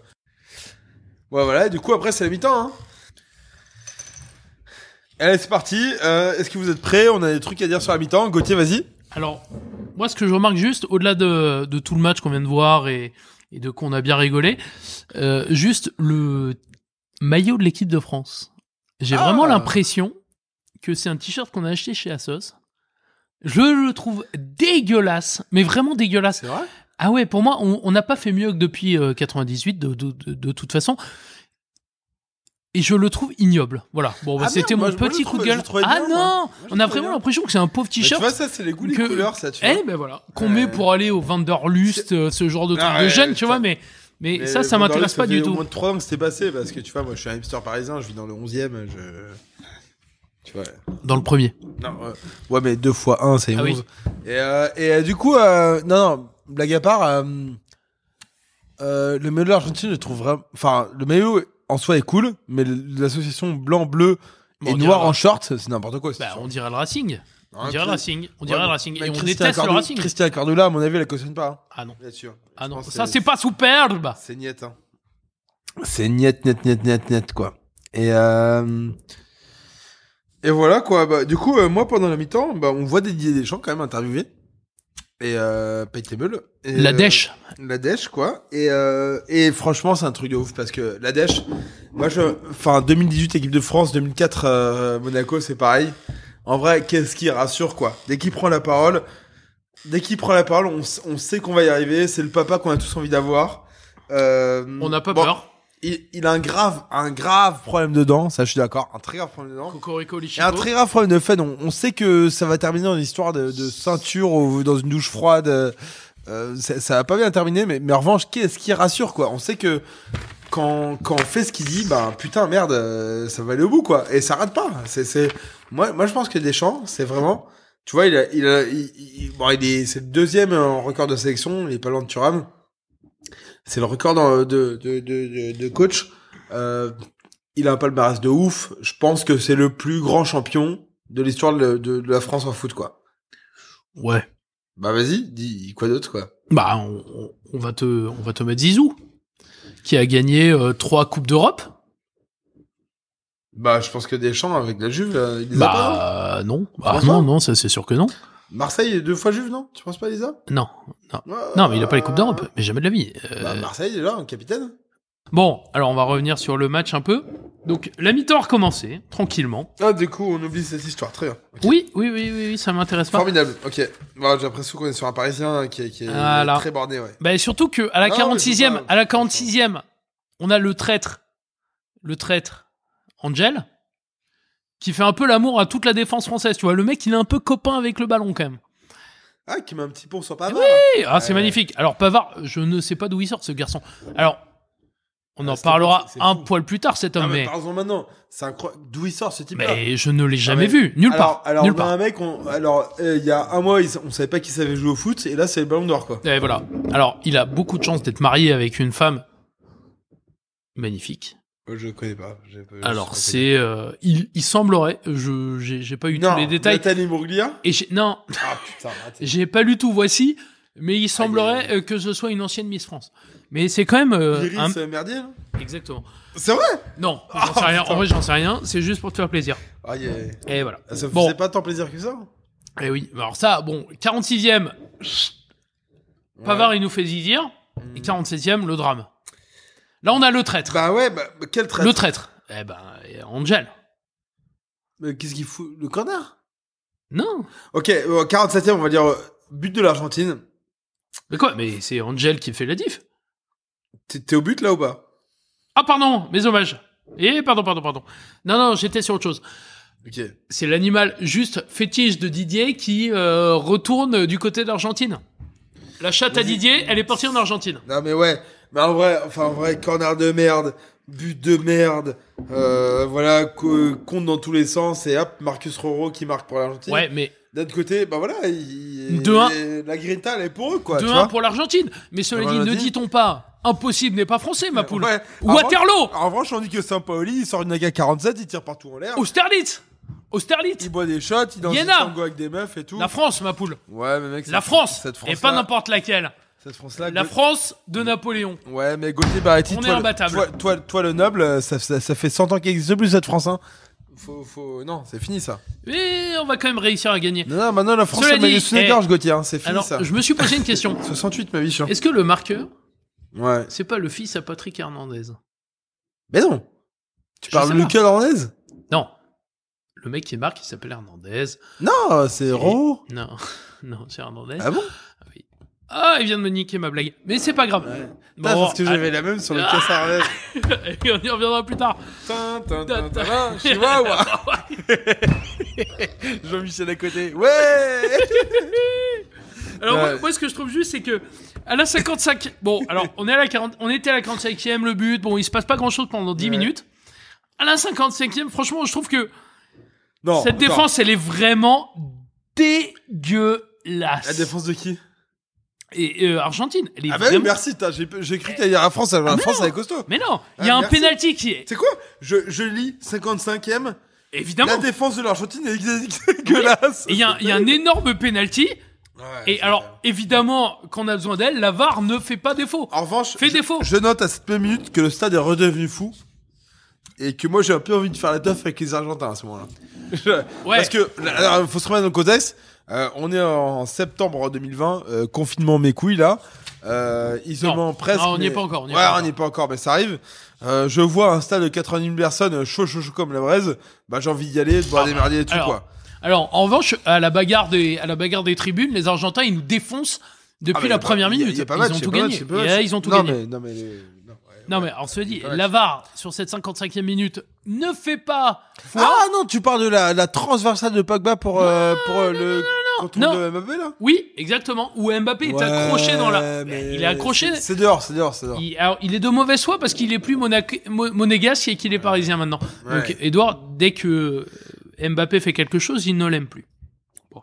Speaker 5: Ouais voilà. Et du coup après c'est la mi-temps. Hein. Allez c'est parti. Euh, Est-ce que vous êtes prêts On a des trucs à dire sur la mi-temps. Gauthier vas-y.
Speaker 9: Alors, moi, ce que je remarque juste, au-delà de, de tout le match qu'on vient de voir et, et de qu'on a bien rigolé, euh, juste le maillot de l'équipe de France. J'ai
Speaker 5: Ah.
Speaker 9: vraiment l'impression que c'est un t-shirt qu'on a acheté chez Asos. Je le trouve dégueulasse, mais vraiment dégueulasse.
Speaker 5: vrai.
Speaker 9: Ah ouais, pour moi, on on n'a pas fait mieux que depuis euh, 98, de, de- de- de toute façon. Et je le trouve ignoble. Voilà. Bon, bah,
Speaker 5: Ah
Speaker 9: c'était
Speaker 5: merde, moi,
Speaker 9: mon
Speaker 5: je- moi, je
Speaker 9: petit coup de
Speaker 5: trouvais- je
Speaker 9: gueule.
Speaker 5: trouvais
Speaker 9: Ah
Speaker 5: bien, moi.
Speaker 9: non,
Speaker 5: je
Speaker 9: on a
Speaker 5: trouvais
Speaker 9: vraiment
Speaker 5: bien.
Speaker 9: l'impression que c'est un pauvre
Speaker 5: Mais Bah, tu
Speaker 9: t-shirt.
Speaker 5: vois ça c'est les goûts les
Speaker 9: que-
Speaker 5: couleurs ça tu vois.
Speaker 9: Eh ben voilà, qu'on
Speaker 5: Ouais.
Speaker 9: met pour aller au Vanderlust, euh, ce genre de
Speaker 5: Ah
Speaker 9: truc de
Speaker 5: ouais,
Speaker 9: jeunes, tu
Speaker 5: ça-
Speaker 9: vois, mais, mais,
Speaker 5: Mais
Speaker 9: ça,
Speaker 5: Vanderlei,
Speaker 9: ça m'intéresse pas
Speaker 5: fait
Speaker 9: du
Speaker 5: Au
Speaker 9: tout.
Speaker 5: moins de 3 ans que c'était passé parce que tu vois, moi je suis un hipster parisien, je vis dans le 11ème. Je... Tu vois.
Speaker 9: Dans le premier.
Speaker 5: Non, euh, ouais, mais 2 fois 1, c'est
Speaker 9: Ah
Speaker 5: 11.
Speaker 9: oui.
Speaker 5: Et, euh, et euh, du coup, euh, non, non, blague à part, euh, euh, le maillot de l'Argentine, je trouve vraiment. Enfin, le maillot en soi est cool, mais le- l'association blanc-bleu
Speaker 9: Bon,
Speaker 5: et
Speaker 9: on
Speaker 5: noir
Speaker 9: dira-
Speaker 5: en short, c'est n'importe quoi. c'est
Speaker 9: Bah,
Speaker 5: sûr.
Speaker 9: on dirait le Racing. On
Speaker 5: Hein,
Speaker 9: dirait le
Speaker 5: Chris-
Speaker 9: Racing. On
Speaker 5: Ouais,
Speaker 9: dirait le
Speaker 5: mais-
Speaker 9: Racing.
Speaker 5: mais
Speaker 9: Et on
Speaker 5: Christian
Speaker 9: déteste le
Speaker 5: Cordula-
Speaker 9: Racing.
Speaker 5: Christian Cordula, à mon avis, elle cautionne pas. hein,
Speaker 9: Ah non.
Speaker 5: là-dessus.
Speaker 9: Ah
Speaker 5: Je
Speaker 9: non.
Speaker 5: pense que
Speaker 9: Ça, c'est pas superbe.
Speaker 5: C'est niet, hein. C'est niet, net, net, net, net, quoi. Et, euh, et voilà, quoi. Bah, du coup, euh, moi, pendant la mi-temps, bah, on voit Didier Deschamps quand même interviewé. Et euh, Paytable. Et,
Speaker 9: La
Speaker 5: euh,
Speaker 9: dèche.
Speaker 5: la dèche, quoi. Et, euh, et franchement, c'est un truc de ouf parce que la dèche, moi, je, enfin, 2018, équipe de France, 2004, euh, Monaco, c'est pareil. En vrai, qu'est-ce qui rassure, quoi. Dès qu'il prend la parole, dès qu'il prend la parole, on, s- on sait qu'on va y arriver. C'est le papa qu'on a tous envie d'avoir. Euh,
Speaker 9: On n'a pas
Speaker 5: bon,
Speaker 9: peur.
Speaker 5: Il, il a un grave, un grave problème dedans. Ça, je suis d'accord. Un très grave problème dedans.
Speaker 9: Cocorico
Speaker 5: Et un
Speaker 9: Lichico.
Speaker 5: très grave problème de fun. On, on sait que ça va terminer dans une histoire de, de ceinture ou dans une douche froide. euh, euh, ça, ça va pas bien terminer, mais, mais en revanche, qu'est-ce qui rassure quoi On sait que quand, quand on fait ce qu'il dit, bah putain merde, euh, ça va aller au bout quoi. Et ça rate pas. C'est, c'est... Moi, moi, je pense que Deschamps, c'est vraiment. Tu vois, il a, il a- il- il- bon, il est, c'est le deuxième en record de sélection. Il est pas loin de Thuram. C'est le record dans- de, de, de, de, de coach. Euh, il a un palmarès de ouf. Je pense que c'est le plus grand champion de l'histoire de, de- de la France en foot, quoi.
Speaker 9: Ouais.
Speaker 5: Bah vas-y, dis quoi d'autre, quoi.
Speaker 9: Bah, on, on- on va te, on va te mettre Zizou, qui a gagné euh, trois Coupes d'Europe.
Speaker 5: Bah, je pense que Deschamps, avec la Juve, euh, il les a pas. non
Speaker 9: Bah non, bah,
Speaker 5: penses
Speaker 9: non,
Speaker 5: pas
Speaker 9: non, ça c'est sûr que non.
Speaker 5: Marseille est deux fois Juve, non Tu penses pas, Lisa
Speaker 9: Non, non, mais il a pas les coupes d'Europe, mais jamais de la vie. Euh,
Speaker 5: Bah, Marseille, là, un capitaine.
Speaker 9: Bon, alors on va revenir sur le match un peu. Donc la mi-temps a recommencé tranquillement.
Speaker 5: Ah, du coup, on oublie cette histoire. Très bien. Ok.
Speaker 9: Oui, oui, oui, oui, oui, ça m'intéresse pas.
Speaker 5: Formidable. Ok. Bah, j'ai l'impression qu'on est sur un Parisien qui est, qui est
Speaker 9: Voilà.
Speaker 5: très borné, ouais.
Speaker 9: Bah, et surtout que à la
Speaker 5: Non,
Speaker 9: 46e,
Speaker 5: mais c'est pas-
Speaker 9: à la 46e, on a le traître, le traître Angel, qui fait un peu l'amour à toute la défense française. Tu vois, le mec, il est un peu copain avec le ballon quand même.
Speaker 5: Ah, qui met un petit pont sur hein. Pavard.
Speaker 9: Eh, ah, c'est
Speaker 5: Ouais.
Speaker 9: magnifique. Alors Pavard, je ne sais pas d'où il sort ce garçon. Alors, on
Speaker 5: Ah,
Speaker 9: en
Speaker 5: c'est-
Speaker 9: parlera
Speaker 5: c'est- c'est
Speaker 9: un
Speaker 5: fou.
Speaker 9: poil plus tard cet
Speaker 5: Ah,
Speaker 9: homme,
Speaker 5: mais
Speaker 9: mais,
Speaker 5: parlons maintenant. C'est incroyable. D'où il sort ce type-là
Speaker 9: mais je ne l'ai
Speaker 5: mais-
Speaker 9: jamais vu nulle
Speaker 5: alors,
Speaker 9: part,
Speaker 5: alors,
Speaker 9: nulle
Speaker 5: on a
Speaker 9: part.
Speaker 5: un mec, on- alors, euh, il y a un mois, il- on savait pas qu'il savait jouer au foot, et là, c'est le ballon d'or, quoi.
Speaker 9: Et voilà. Alors, il a beaucoup de chance d'être marié avec une femme magnifique.
Speaker 5: Euh, Je connais pas. j'ai pas- je
Speaker 9: Alors
Speaker 5: sais
Speaker 9: c'est, euh, il, il semblerait, je j'ai j'ai pas
Speaker 5: pas.
Speaker 9: eu
Speaker 5: Non,
Speaker 9: tous les détails.
Speaker 5: Nathalie Mourglia.
Speaker 9: Et j'ai- non,
Speaker 5: Ah, putain, raté.
Speaker 9: j'ai pas lu tout. Voici, mais il
Speaker 5: aïe,
Speaker 9: semblerait euh, que ce soit une ancienne Miss France. Mais c'est quand même euh,
Speaker 5: Iris
Speaker 9: un-
Speaker 5: euh, Merdier, non
Speaker 9: exactement.
Speaker 5: C'est vrai
Speaker 9: Non, j'en sais
Speaker 5: Ah,
Speaker 9: rien.
Speaker 5: putain.
Speaker 9: En vrai, j'en sais rien. C'est juste pour te faire plaisir.
Speaker 5: Ah, il est-
Speaker 9: Et voilà.
Speaker 5: Ça me
Speaker 9: Bon.
Speaker 5: faisait pas tant plaisir que ça. hein
Speaker 9: Et oui. Alors ça, bon, 46e, Pavard, il nous fait zizir.
Speaker 5: Hmm.
Speaker 9: Et 47e, le drame. Là, on a le traître.
Speaker 5: Bah ouais, bah, bah, quel traître.
Speaker 9: Le traître. Eh ben, et Angel.
Speaker 5: Mais Qu'est-ce qu'il fout Le connard
Speaker 9: Non.
Speaker 5: Ok, euh, 47 e on va dire euh, but de l'Argentine.
Speaker 9: Mais quoi Mais c'est Angel qui fait la diff.
Speaker 5: T'es t'es au but là ou pas
Speaker 9: Ah pardon, mes hommages. Eh pardon, pardon, pardon. Non, non, j'étais sur autre chose.
Speaker 5: Ok.
Speaker 9: C'est l'animal juste fétiche de Didier qui euh, retourne du côté d'Argentine. La chatte à
Speaker 5: Vas-y.
Speaker 9: Didier, elle est partie en Argentine.
Speaker 5: Non mais ouais, mais en vrai, enfin en vrai, corner de merde, but de merde, euh, voilà, co- compte dans tous les sens et hop, Marcus Roro qui marque pour l'Argentine.
Speaker 9: Ouais, mais
Speaker 5: D'un autre côté, bah voilà, il-
Speaker 9: 2-1.
Speaker 5: il- la Grinta elle est pour eux quoi. Bah, tu
Speaker 9: 2-1
Speaker 5: vois
Speaker 9: pour l'Argentine. Mais cela
Speaker 5: Ah,
Speaker 9: dit,
Speaker 5: bah,
Speaker 9: ne
Speaker 5: vas-y.
Speaker 9: dit-on pas, impossible n'est pas français, ma poule.
Speaker 5: Ouais.
Speaker 9: Waterloo
Speaker 5: En revanche, on dit que Sampaoli, il sort une Naga 47, il tire partout en l'air,
Speaker 9: Austerlitz Austerlitz
Speaker 5: il boit des shots, il danse
Speaker 9: Iéna.
Speaker 5: un tango avec des meufs et tout.
Speaker 9: La France, ma poule.
Speaker 5: Ouais, mais mec,
Speaker 9: La
Speaker 5: cette-
Speaker 9: France.
Speaker 5: cette
Speaker 9: Et
Speaker 5: France
Speaker 9: pas n'importe laquelle.
Speaker 5: Cette France-là,
Speaker 9: La
Speaker 5: Gaut-
Speaker 9: France de Napoléon.
Speaker 5: Ouais, mais Gauthier Barretti,
Speaker 9: On est
Speaker 5: toi, le-
Speaker 9: imbattable.
Speaker 5: Toi, toi, toi, le noble, euh, ça, ça, ça fait 100 ans qu'il existe plus cette France. Hein. Faut, faut... Non, c'est fini ça.
Speaker 9: Mais on va quand même réussir à gagner.
Speaker 5: Non, non, maintenant la France,
Speaker 9: Cela
Speaker 5: elle met
Speaker 9: dit,
Speaker 5: les sous la
Speaker 9: eh,
Speaker 5: gorge, Gauthier. Hein. C'est fini
Speaker 9: Alors,
Speaker 5: ça.
Speaker 9: je me suis posé une question.
Speaker 5: 68, ma biche. hein.
Speaker 9: Est-ce que le marqueur,
Speaker 5: Ouais.
Speaker 9: c'est pas le fils à Patrick Hernandez
Speaker 5: Mais non Tu
Speaker 9: Je
Speaker 5: parles
Speaker 9: sais pas.
Speaker 5: Lucas Hernandez
Speaker 9: Non. Le mec qui marque, il s'appelle Hernandez.
Speaker 5: Non, c'est Roro.
Speaker 9: Non, non, c'est Hernandez.
Speaker 5: Ah bon
Speaker 9: Ah, il vient de me niquer ma blague. Mais c'est pas grave. Bon,
Speaker 5: Putain, Parce que
Speaker 9: allez,
Speaker 5: j'avais la même sur le
Speaker 9: Ah.
Speaker 5: casse Hernandez.
Speaker 9: on y reviendra plus tard.
Speaker 5: Tin, tin, tin, tin, tin, Chihuahua
Speaker 9: Ah
Speaker 5: Jean-Michel à côté. Ouais
Speaker 9: Alors, moi,
Speaker 5: Ouais.
Speaker 9: moi, ce que je trouve juste, c'est que à la 55. Bon, alors, on, est à la 40... on était à la 45e, le but. Bon, il se passe pas grand chose pendant 10
Speaker 5: Ouais.
Speaker 9: minutes. À la 55e, franchement, je trouve que
Speaker 5: Non.
Speaker 9: cette
Speaker 5: attends.
Speaker 9: défense, elle est vraiment dégueulasse.
Speaker 5: La défense de qui
Speaker 9: Et euh, Argentine, elle est
Speaker 5: Ah bah oui,
Speaker 9: vraiment-
Speaker 5: merci, putain, j'ai j'ai cru que t'allais dire la France, la
Speaker 9: mais
Speaker 5: France
Speaker 9: non.
Speaker 5: elle est costaud.
Speaker 9: Mais non, il
Speaker 5: Ouais,
Speaker 9: y a un
Speaker 5: merci.
Speaker 9: penalty qui est
Speaker 5: C'est quoi je, je lis 55ème, la
Speaker 9: évidemment.
Speaker 5: défense de l'Argentine est dégueulasse.
Speaker 9: Et il y, a- il y a un énorme penalty.
Speaker 5: Ouais,
Speaker 9: Et
Speaker 5: Ah, c'est vrai.
Speaker 9: alors, évidemment, qu'on a besoin d'elle, la VAR ne fait pas défaut.
Speaker 5: En revanche,
Speaker 9: Fait
Speaker 5: je,
Speaker 9: défaut.
Speaker 5: je note à cette même minute que le stade est redevenu fou. Et que moi j'ai un peu envie de faire la teuf avec les Argentins à ce moment-là. Je- Parce que, il faut se remettre dans le contexte. euh, on est en septembre 2020, euh, confinement mes couilles là. Euh, isolement presque.
Speaker 9: non, on n'y est
Speaker 5: mais-
Speaker 9: pas encore, on n'y est
Speaker 5: ouais,
Speaker 9: pas
Speaker 5: on n'y
Speaker 9: encore.
Speaker 5: est pas encore, mais ça arrive. Euh, je vois un stade de 80 000 personnes euh, chaud, chaud, chaud comme la braise. Bah j'ai envie d'y aller, de boire des merdiers et tout
Speaker 9: Ah, alors,
Speaker 5: quoi.
Speaker 9: Alors, en revanche, à la bagarre des, à la bagarre des tribunes, les Argentins, ils nous défoncent depuis
Speaker 5: Ah, mais
Speaker 9: la
Speaker 5: y a pas-
Speaker 9: première
Speaker 5: y a- y a
Speaker 9: minute.
Speaker 5: pas
Speaker 9: ils
Speaker 5: match,
Speaker 9: ont
Speaker 5: y a
Speaker 9: tout
Speaker 5: pas match,
Speaker 9: gagné.
Speaker 5: y a pas
Speaker 9: Et
Speaker 5: match.
Speaker 9: là, ils ont tout
Speaker 5: non,
Speaker 9: gagné.
Speaker 5: Mais, non, mais. les- non, ouais,
Speaker 9: Non,
Speaker 5: ouais.
Speaker 9: mais alors, se dit,
Speaker 5: pas match.
Speaker 9: la VAR, sur cette 55e minute, ne fait pas foi.
Speaker 5: Ah non, tu parles de la, la transversale de Pogba pour, euh, pour euh, le contour
Speaker 9: non.
Speaker 5: de Mbappé là
Speaker 9: oui, exactement. Où Mbappé est
Speaker 5: Ouais,
Speaker 9: accroché dans la.
Speaker 5: mais
Speaker 9: Il est accroché.
Speaker 5: c'est- C'est dehors, c'est dehors, c'est dehors.
Speaker 9: Il, alors, il est de mauvaise foi parce qu'il est plus monac- mo- monégasque et qu'il est parisien maintenant.
Speaker 5: Ouais.
Speaker 9: Donc, Edouard, dès que euh, Mbappé fait quelque chose, il ne l'aime plus. Bon.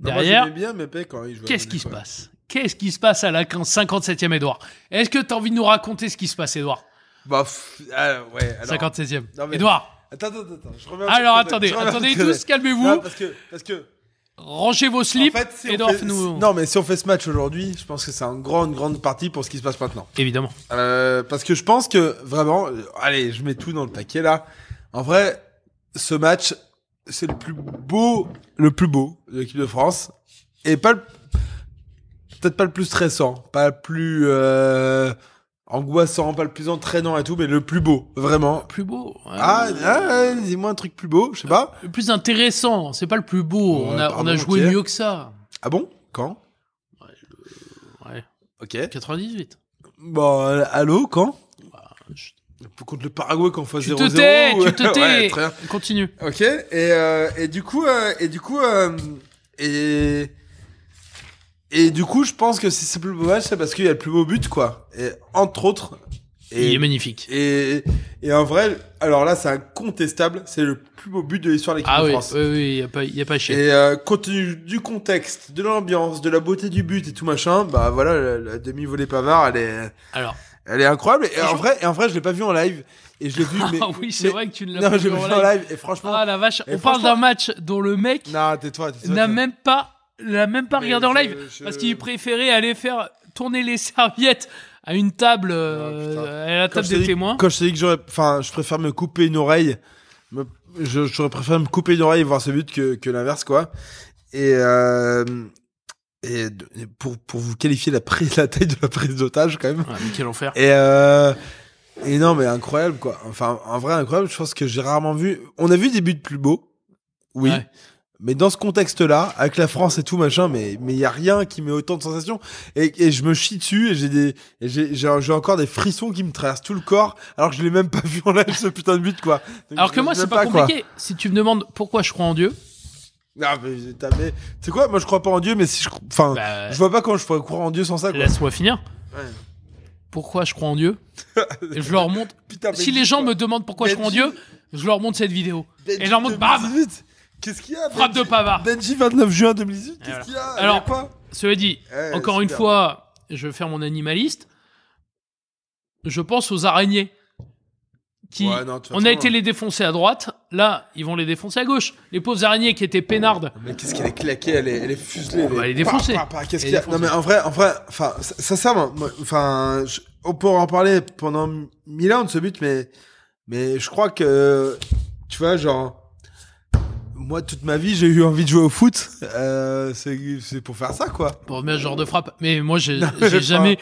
Speaker 5: Non,
Speaker 9: Derrière,
Speaker 5: moi, j'aimais bien Mbappé quand il jouait. à
Speaker 9: qu'est-ce
Speaker 5: Monaco,
Speaker 9: qui se
Speaker 5: ouais.
Speaker 9: passe Qu'est-ce qui se passe à la 15 57e, Edouard Est-ce que tu as envie de nous raconter ce qui se passe, Edouard
Speaker 5: Bah, pff, ah, ouais. Alors,
Speaker 9: 57e.
Speaker 5: Non, mais-
Speaker 9: Edouard,
Speaker 5: Attends, attends, attends. Je reviens
Speaker 9: alors attendez, attendez tous,
Speaker 5: Non,
Speaker 9: calmez-vous,
Speaker 5: parce que, parce que
Speaker 9: rangez vos slips,
Speaker 5: en fait, si on
Speaker 9: Edouard,
Speaker 5: fait-
Speaker 9: nous...
Speaker 5: non mais si on fait ce match aujourd'hui, je pense que c'est une grande grande partie pour ce qui se passe maintenant.
Speaker 9: Évidemment.
Speaker 5: Euh, parce que je pense que vraiment, euh, allez, je mets tout dans le paquet là. En vrai, ce match, c'est le plus beau, le plus beau de l'équipe de France. Et pas le- peut-être pas le plus stressant, pas le plus euh, angoissant, pas le plus entraînant et tout, mais le plus beau, vraiment.
Speaker 9: Plus beau. ouais.
Speaker 5: Ah, ah, ah, dis-moi un truc plus beau, je sais pas.
Speaker 9: Le plus intéressant, c'est pas le plus beau.
Speaker 5: Ouais,
Speaker 9: on, a, on
Speaker 5: pardon,
Speaker 9: a joué
Speaker 5: ok.
Speaker 9: mieux que ça.
Speaker 5: Ah bon Quand
Speaker 9: Ouais.
Speaker 5: Ok.
Speaker 9: 98.
Speaker 5: Bon, euh, allô, quand
Speaker 9: Bah, je-
Speaker 5: Contre le Paraguay qu'on fait
Speaker 9: Tu
Speaker 5: 0-0.
Speaker 9: te tais, tu te
Speaker 5: ouais,
Speaker 9: tais.
Speaker 5: très bien.
Speaker 9: Continue.
Speaker 5: Ok, et, euh, et du coup, euh, et du coup, euh, et, et du coup, je pense que si c'est le plus beau match, c'est parce qu'il y a le plus beau but, quoi. Et entre autres,
Speaker 9: Il
Speaker 5: et,
Speaker 9: est magnifique.
Speaker 5: et, et en vrai, alors là, c'est incontestable, c'est le plus beau but de l'histoire de l'équipe
Speaker 9: Ah
Speaker 5: de
Speaker 9: oui,
Speaker 5: France.
Speaker 9: oui, oui, il y a pas, y a pas chier.
Speaker 5: Et euh, compte tenu du contexte, de l'ambiance, de la beauté du but et tout machin, bah voilà, la, la demi-volée Pavard, elle est,
Speaker 9: Alors,
Speaker 5: elle est incroyable. Et en
Speaker 9: Franchement-
Speaker 5: vrai, et en vrai, je l'ai pas vu en live. Et je l'ai vu, mais
Speaker 9: ah oui, c'est
Speaker 5: mais-
Speaker 9: vrai que tu ne l'as
Speaker 5: Non,
Speaker 9: pas
Speaker 5: je l'ai
Speaker 9: vu
Speaker 5: vu
Speaker 9: en
Speaker 5: en
Speaker 9: live.
Speaker 5: live. Et franchement,
Speaker 9: Ah la vache,
Speaker 5: Et
Speaker 9: on parle
Speaker 5: franchement-
Speaker 9: d'un match dont le mec
Speaker 5: non, tais-toi, tais-toi.
Speaker 9: n'a
Speaker 5: tais-toi.
Speaker 9: même pas, l'a même pas regardé en
Speaker 5: je-
Speaker 9: live
Speaker 5: je-
Speaker 9: parce qu'il préférait aller faire tourner les serviettes à une table, euh,
Speaker 5: putain.
Speaker 9: à la
Speaker 5: Quand
Speaker 9: table
Speaker 5: je t'ai
Speaker 9: des
Speaker 5: dit-
Speaker 9: témoins.
Speaker 5: Quand je t'ai dit que j'aurais, enfin, je préfère me couper une oreille. me- je, j'aurais préféré me couper une oreille et voir ce but que, que l'inverse, quoi. Et, euh, et de- et pour, pour vous qualifier la, prise, la taille de la prise d'otage, quand même.
Speaker 9: Ah, mais quel enfer.
Speaker 5: Et, euh, et non, mais incroyable, quoi. Enfin, en vrai, incroyable. Je pense que j'ai rarement vu. On a vu des buts plus beaux. Oui.
Speaker 9: Ouais.
Speaker 5: Mais dans ce contexte-là, avec la France et tout machin, mais mais il y a rien qui met autant de sensations et, et je me chie dessus et j'ai des et j'ai j'ai j'ai encore des frissons qui me traversent tout le corps alors que je l'ai même pas vu en live ce putain de but quoi. Donc,
Speaker 9: Alors
Speaker 5: je
Speaker 9: que
Speaker 5: sais
Speaker 9: moi,
Speaker 5: même
Speaker 9: c'est pas,
Speaker 5: quoi.
Speaker 9: compliqué. Si tu me demandes pourquoi je crois en Dieu,
Speaker 5: Ah mais t'as- mais- c'est quoi Moi je crois pas en Dieu mais si je enfin
Speaker 9: bah,
Speaker 5: je vois pas comment je pourrais croire en Dieu sans ça quoi.
Speaker 9: laisse-moi finir.
Speaker 5: Ouais.
Speaker 9: Pourquoi je crois en Dieu Et Je leur montre.
Speaker 5: Putain, mais
Speaker 9: Si les
Speaker 5: dis
Speaker 9: gens
Speaker 5: quoi.
Speaker 9: me demandent pourquoi je
Speaker 5: Mais
Speaker 9: crois en
Speaker 5: dis-
Speaker 9: Dieu, je leur montre cette vidéo.
Speaker 5: Benji
Speaker 9: et je leur montre, bam
Speaker 5: 2018. Qu'est-ce qu'il y a
Speaker 9: Frappe de
Speaker 5: Benji-
Speaker 9: Pavard.
Speaker 5: Benji 29 juin 2018, qu'est-ce
Speaker 9: voilà.
Speaker 5: qu'il y a
Speaker 9: Alors,
Speaker 5: Il y a quoi
Speaker 9: Cela dit,
Speaker 5: Eh,
Speaker 9: encore une
Speaker 5: super.
Speaker 9: fois, je vais faire mon animaliste. Je pense aux araignées. Qui,
Speaker 5: Ouais, non, de toute
Speaker 9: on
Speaker 5: façon,
Speaker 9: a été
Speaker 5: hein.
Speaker 9: les défoncer à droite, là, ils vont les défoncer à gauche. Les pauvres araignées qui étaient peinardes.
Speaker 5: Mais qu'est-ce qu'elle est claquée, elle est, elle est fuselée.
Speaker 9: bah, elle est
Speaker 5: Pa,
Speaker 9: défoncée.
Speaker 5: pa, pa, Qu'est-ce qu'il
Speaker 9: Elle
Speaker 5: y
Speaker 9: est
Speaker 5: a Non, mais en vrai, en vrai, enfin, ça, ça, ça, moi, moi, enfin, je- on pourra en parler pendant m- mille ans de ce but, mais, mais je crois que, tu vois, genre, moi, toute ma vie, j'ai eu envie de jouer au foot. Euh, c'est c'est pour faire ça, quoi.
Speaker 9: Pour remettre ce genre de frappe. Mais moi, j'ai
Speaker 5: Non,
Speaker 9: j'ai
Speaker 5: mais
Speaker 9: jamais.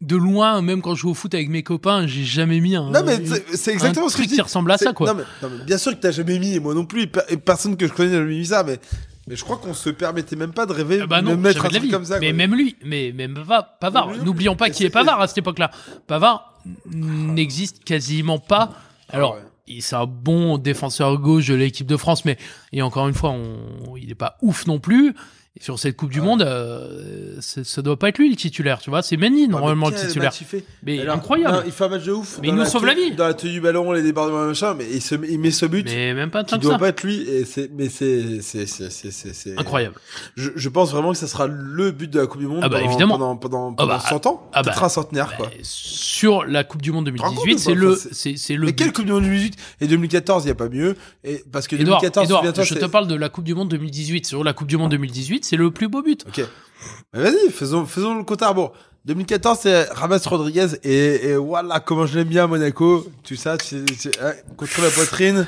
Speaker 9: De loin, même quand je joue au foot avec mes copains, j'ai jamais mis un.
Speaker 5: Non, mais
Speaker 9: une-
Speaker 5: c'est- c'est exactement
Speaker 9: un
Speaker 5: ce que je
Speaker 9: truc
Speaker 5: dis.
Speaker 9: qui ressemble à
Speaker 5: C'est-
Speaker 9: ça, quoi.
Speaker 5: Non mais, non, mais bien sûr que t'as jamais mis, et moi non plus, et per- et personne que je connais n'a jamais mis ça, mais, mais je crois qu'on se permettait même pas de rêver
Speaker 9: Ah bah non,
Speaker 5: de mettre
Speaker 9: jamais
Speaker 5: un
Speaker 9: de la
Speaker 5: truc
Speaker 9: vie.
Speaker 5: comme ça.
Speaker 9: mais
Speaker 5: quoi. Ah,
Speaker 9: même lui, mais même Pavard, Pavard.
Speaker 5: Mais lui-
Speaker 9: N'oublions pas
Speaker 5: et
Speaker 9: qui est
Speaker 5: c'est-
Speaker 9: Pavard à cette époque-là. Pavard n'existe quasiment pas. Alors,
Speaker 5: Ah ouais.
Speaker 9: il- c'est un bon défenseur gauche de l'équipe de France, mais et encore une fois, on- il n'est pas ouf non plus. Et sur cette Coupe du
Speaker 5: Ah Ouais.
Speaker 9: Monde, euh, c'est- ça doit pas être lui le titulaire, tu vois. C'est Mendy
Speaker 5: Ouais, mais
Speaker 9: normalement le
Speaker 5: quel
Speaker 9: titulaire.
Speaker 5: match il fait
Speaker 9: Mais
Speaker 5: Alors,
Speaker 9: incroyable.
Speaker 5: non, il fait un match de ouf.
Speaker 9: Mais
Speaker 5: dans
Speaker 9: il nous sauve la
Speaker 5: tenue-
Speaker 9: vie.
Speaker 5: Dans la tenue du ballon, les débordements, machin, mais il, se, il met ce but
Speaker 9: mais même pas
Speaker 5: qui
Speaker 9: tant que
Speaker 5: doit
Speaker 9: ça.
Speaker 5: pas être lui. Et c'est, mais c'est, c'est, c'est, c'est, c'est- c'est-
Speaker 9: Incroyable.
Speaker 5: Je, je pense vraiment que ça sera le but de la Coupe du Monde
Speaker 9: Ah bah,
Speaker 5: pendant,
Speaker 9: évidemment.
Speaker 5: pendant, pendant,
Speaker 9: Ah bah,
Speaker 5: pendant 100 ans.
Speaker 9: ah bah,
Speaker 5: Peut-être un centenaire, quoi.
Speaker 9: Et Sur la Coupe du Monde
Speaker 5: rends compte
Speaker 9: 2018,
Speaker 5: ou
Speaker 9: c'est
Speaker 5: pas
Speaker 9: le,
Speaker 5: Enfin, c'est-
Speaker 9: c'est c'est le.
Speaker 5: mais quelle
Speaker 9: but.
Speaker 5: Coupe du Monde 2018 et 2014, il n'y a pas mieux. Et, parce que
Speaker 9: Edouard,
Speaker 5: 2014,
Speaker 9: Edouard,
Speaker 5: souviens-toi,
Speaker 9: je
Speaker 5: c'est- Ah.
Speaker 9: te parle de la Coupe du Monde 2018. Sur la Coupe du Monde 2018, c'est le plus beau but.
Speaker 5: Ok. Mais vas-y, faisons, faisons le compte à rebours. 2014, c'est Rames Rodriguez et, et voilà comment je l'aime bien à Monaco. Tout ça, tu, tu- hein, contre la poitrine,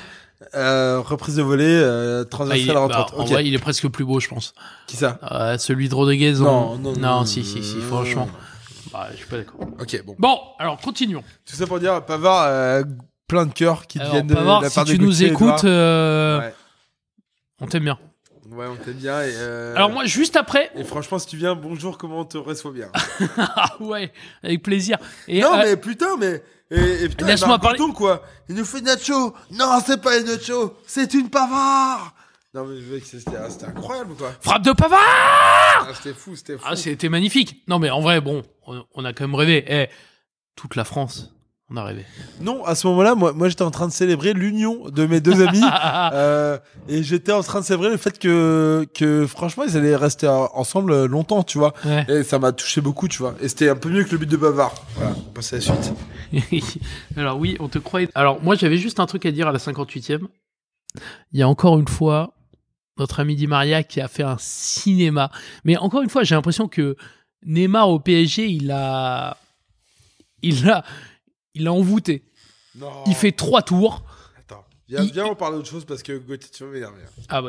Speaker 5: euh, reprise de volée, euh,
Speaker 9: Ah, il,
Speaker 5: transversale
Speaker 9: est-
Speaker 5: à la
Speaker 9: bah,
Speaker 5: retraite.
Speaker 9: en
Speaker 5: ok,
Speaker 9: vrai, il est presque plus beau, je pense.
Speaker 5: qui ça
Speaker 9: Euh, celui de Rodriguez.
Speaker 5: Non,
Speaker 9: on-
Speaker 5: non, non, non,
Speaker 9: si, si, si,
Speaker 5: non,
Speaker 9: franchement.
Speaker 5: non,
Speaker 9: Bah, je suis pas d'accord.
Speaker 5: Ok, bon.
Speaker 9: Bon, alors continuons.
Speaker 5: Tout ça pour dire, Pavard, euh, plein de cœurs qui
Speaker 9: Alors,
Speaker 5: viennent de,
Speaker 9: on va voir
Speaker 5: de la
Speaker 9: si
Speaker 5: part
Speaker 9: tu
Speaker 5: de
Speaker 9: nous
Speaker 5: Gauthier,
Speaker 9: écoutes.
Speaker 5: Edouard.
Speaker 9: euh,
Speaker 5: Ouais.
Speaker 9: On t'aime bien.
Speaker 5: Ouais, on t'aime bien. Et, euh,
Speaker 9: Alors moi, juste après.
Speaker 5: Et franchement, si tu viens, bonjour, comment on te reçoit bien
Speaker 9: Ah ouais, avec plaisir. Et
Speaker 5: Non,
Speaker 9: euh,
Speaker 5: mais putain, mais. Et, et putain,
Speaker 9: Laisse-moi
Speaker 5: Marc
Speaker 9: parler.
Speaker 5: Breton, quoi. Il nous fait Nacho. Non, c'est pas une Nacho, c'est une pavard. Non, mais mec, c'est- c'était ah, c'était incroyable, quoi.
Speaker 9: frappe de Pavard.
Speaker 5: Ah, c'était fou, c'était fou.
Speaker 9: Ah, c'était magnifique. Non, mais en vrai, bon, on, on a quand même rêvé. Eh, toute la France, on a rêvé.
Speaker 5: non, à ce moment-là, moi, moi j'étais en train de célébrer l'union de mes deux amis. euh, et j'étais en train de célébrer le fait que, que franchement, ils allaient rester en- ensemble longtemps, tu vois.
Speaker 9: Ouais.
Speaker 5: Et ça m'a touché beaucoup, tu vois. Et c'était un peu mieux que le but de bavard. Voilà, on passe à la suite.
Speaker 9: Alors oui, on te croyait. Alors moi j'avais juste un truc à dire à la 58e. Il y a encore une fois notre ami Di Maria qui a fait un cinéma. Mais encore une fois, j'ai l'impression que Neymar au PSG, il a il a il a envoûté.
Speaker 5: Non.
Speaker 9: Il fait trois tours.
Speaker 5: Attends. Viens,
Speaker 9: Il-
Speaker 5: viens, on parle d'autre chose parce que Gauthier, tu vas m'énerver. hein.
Speaker 9: Ah, bah,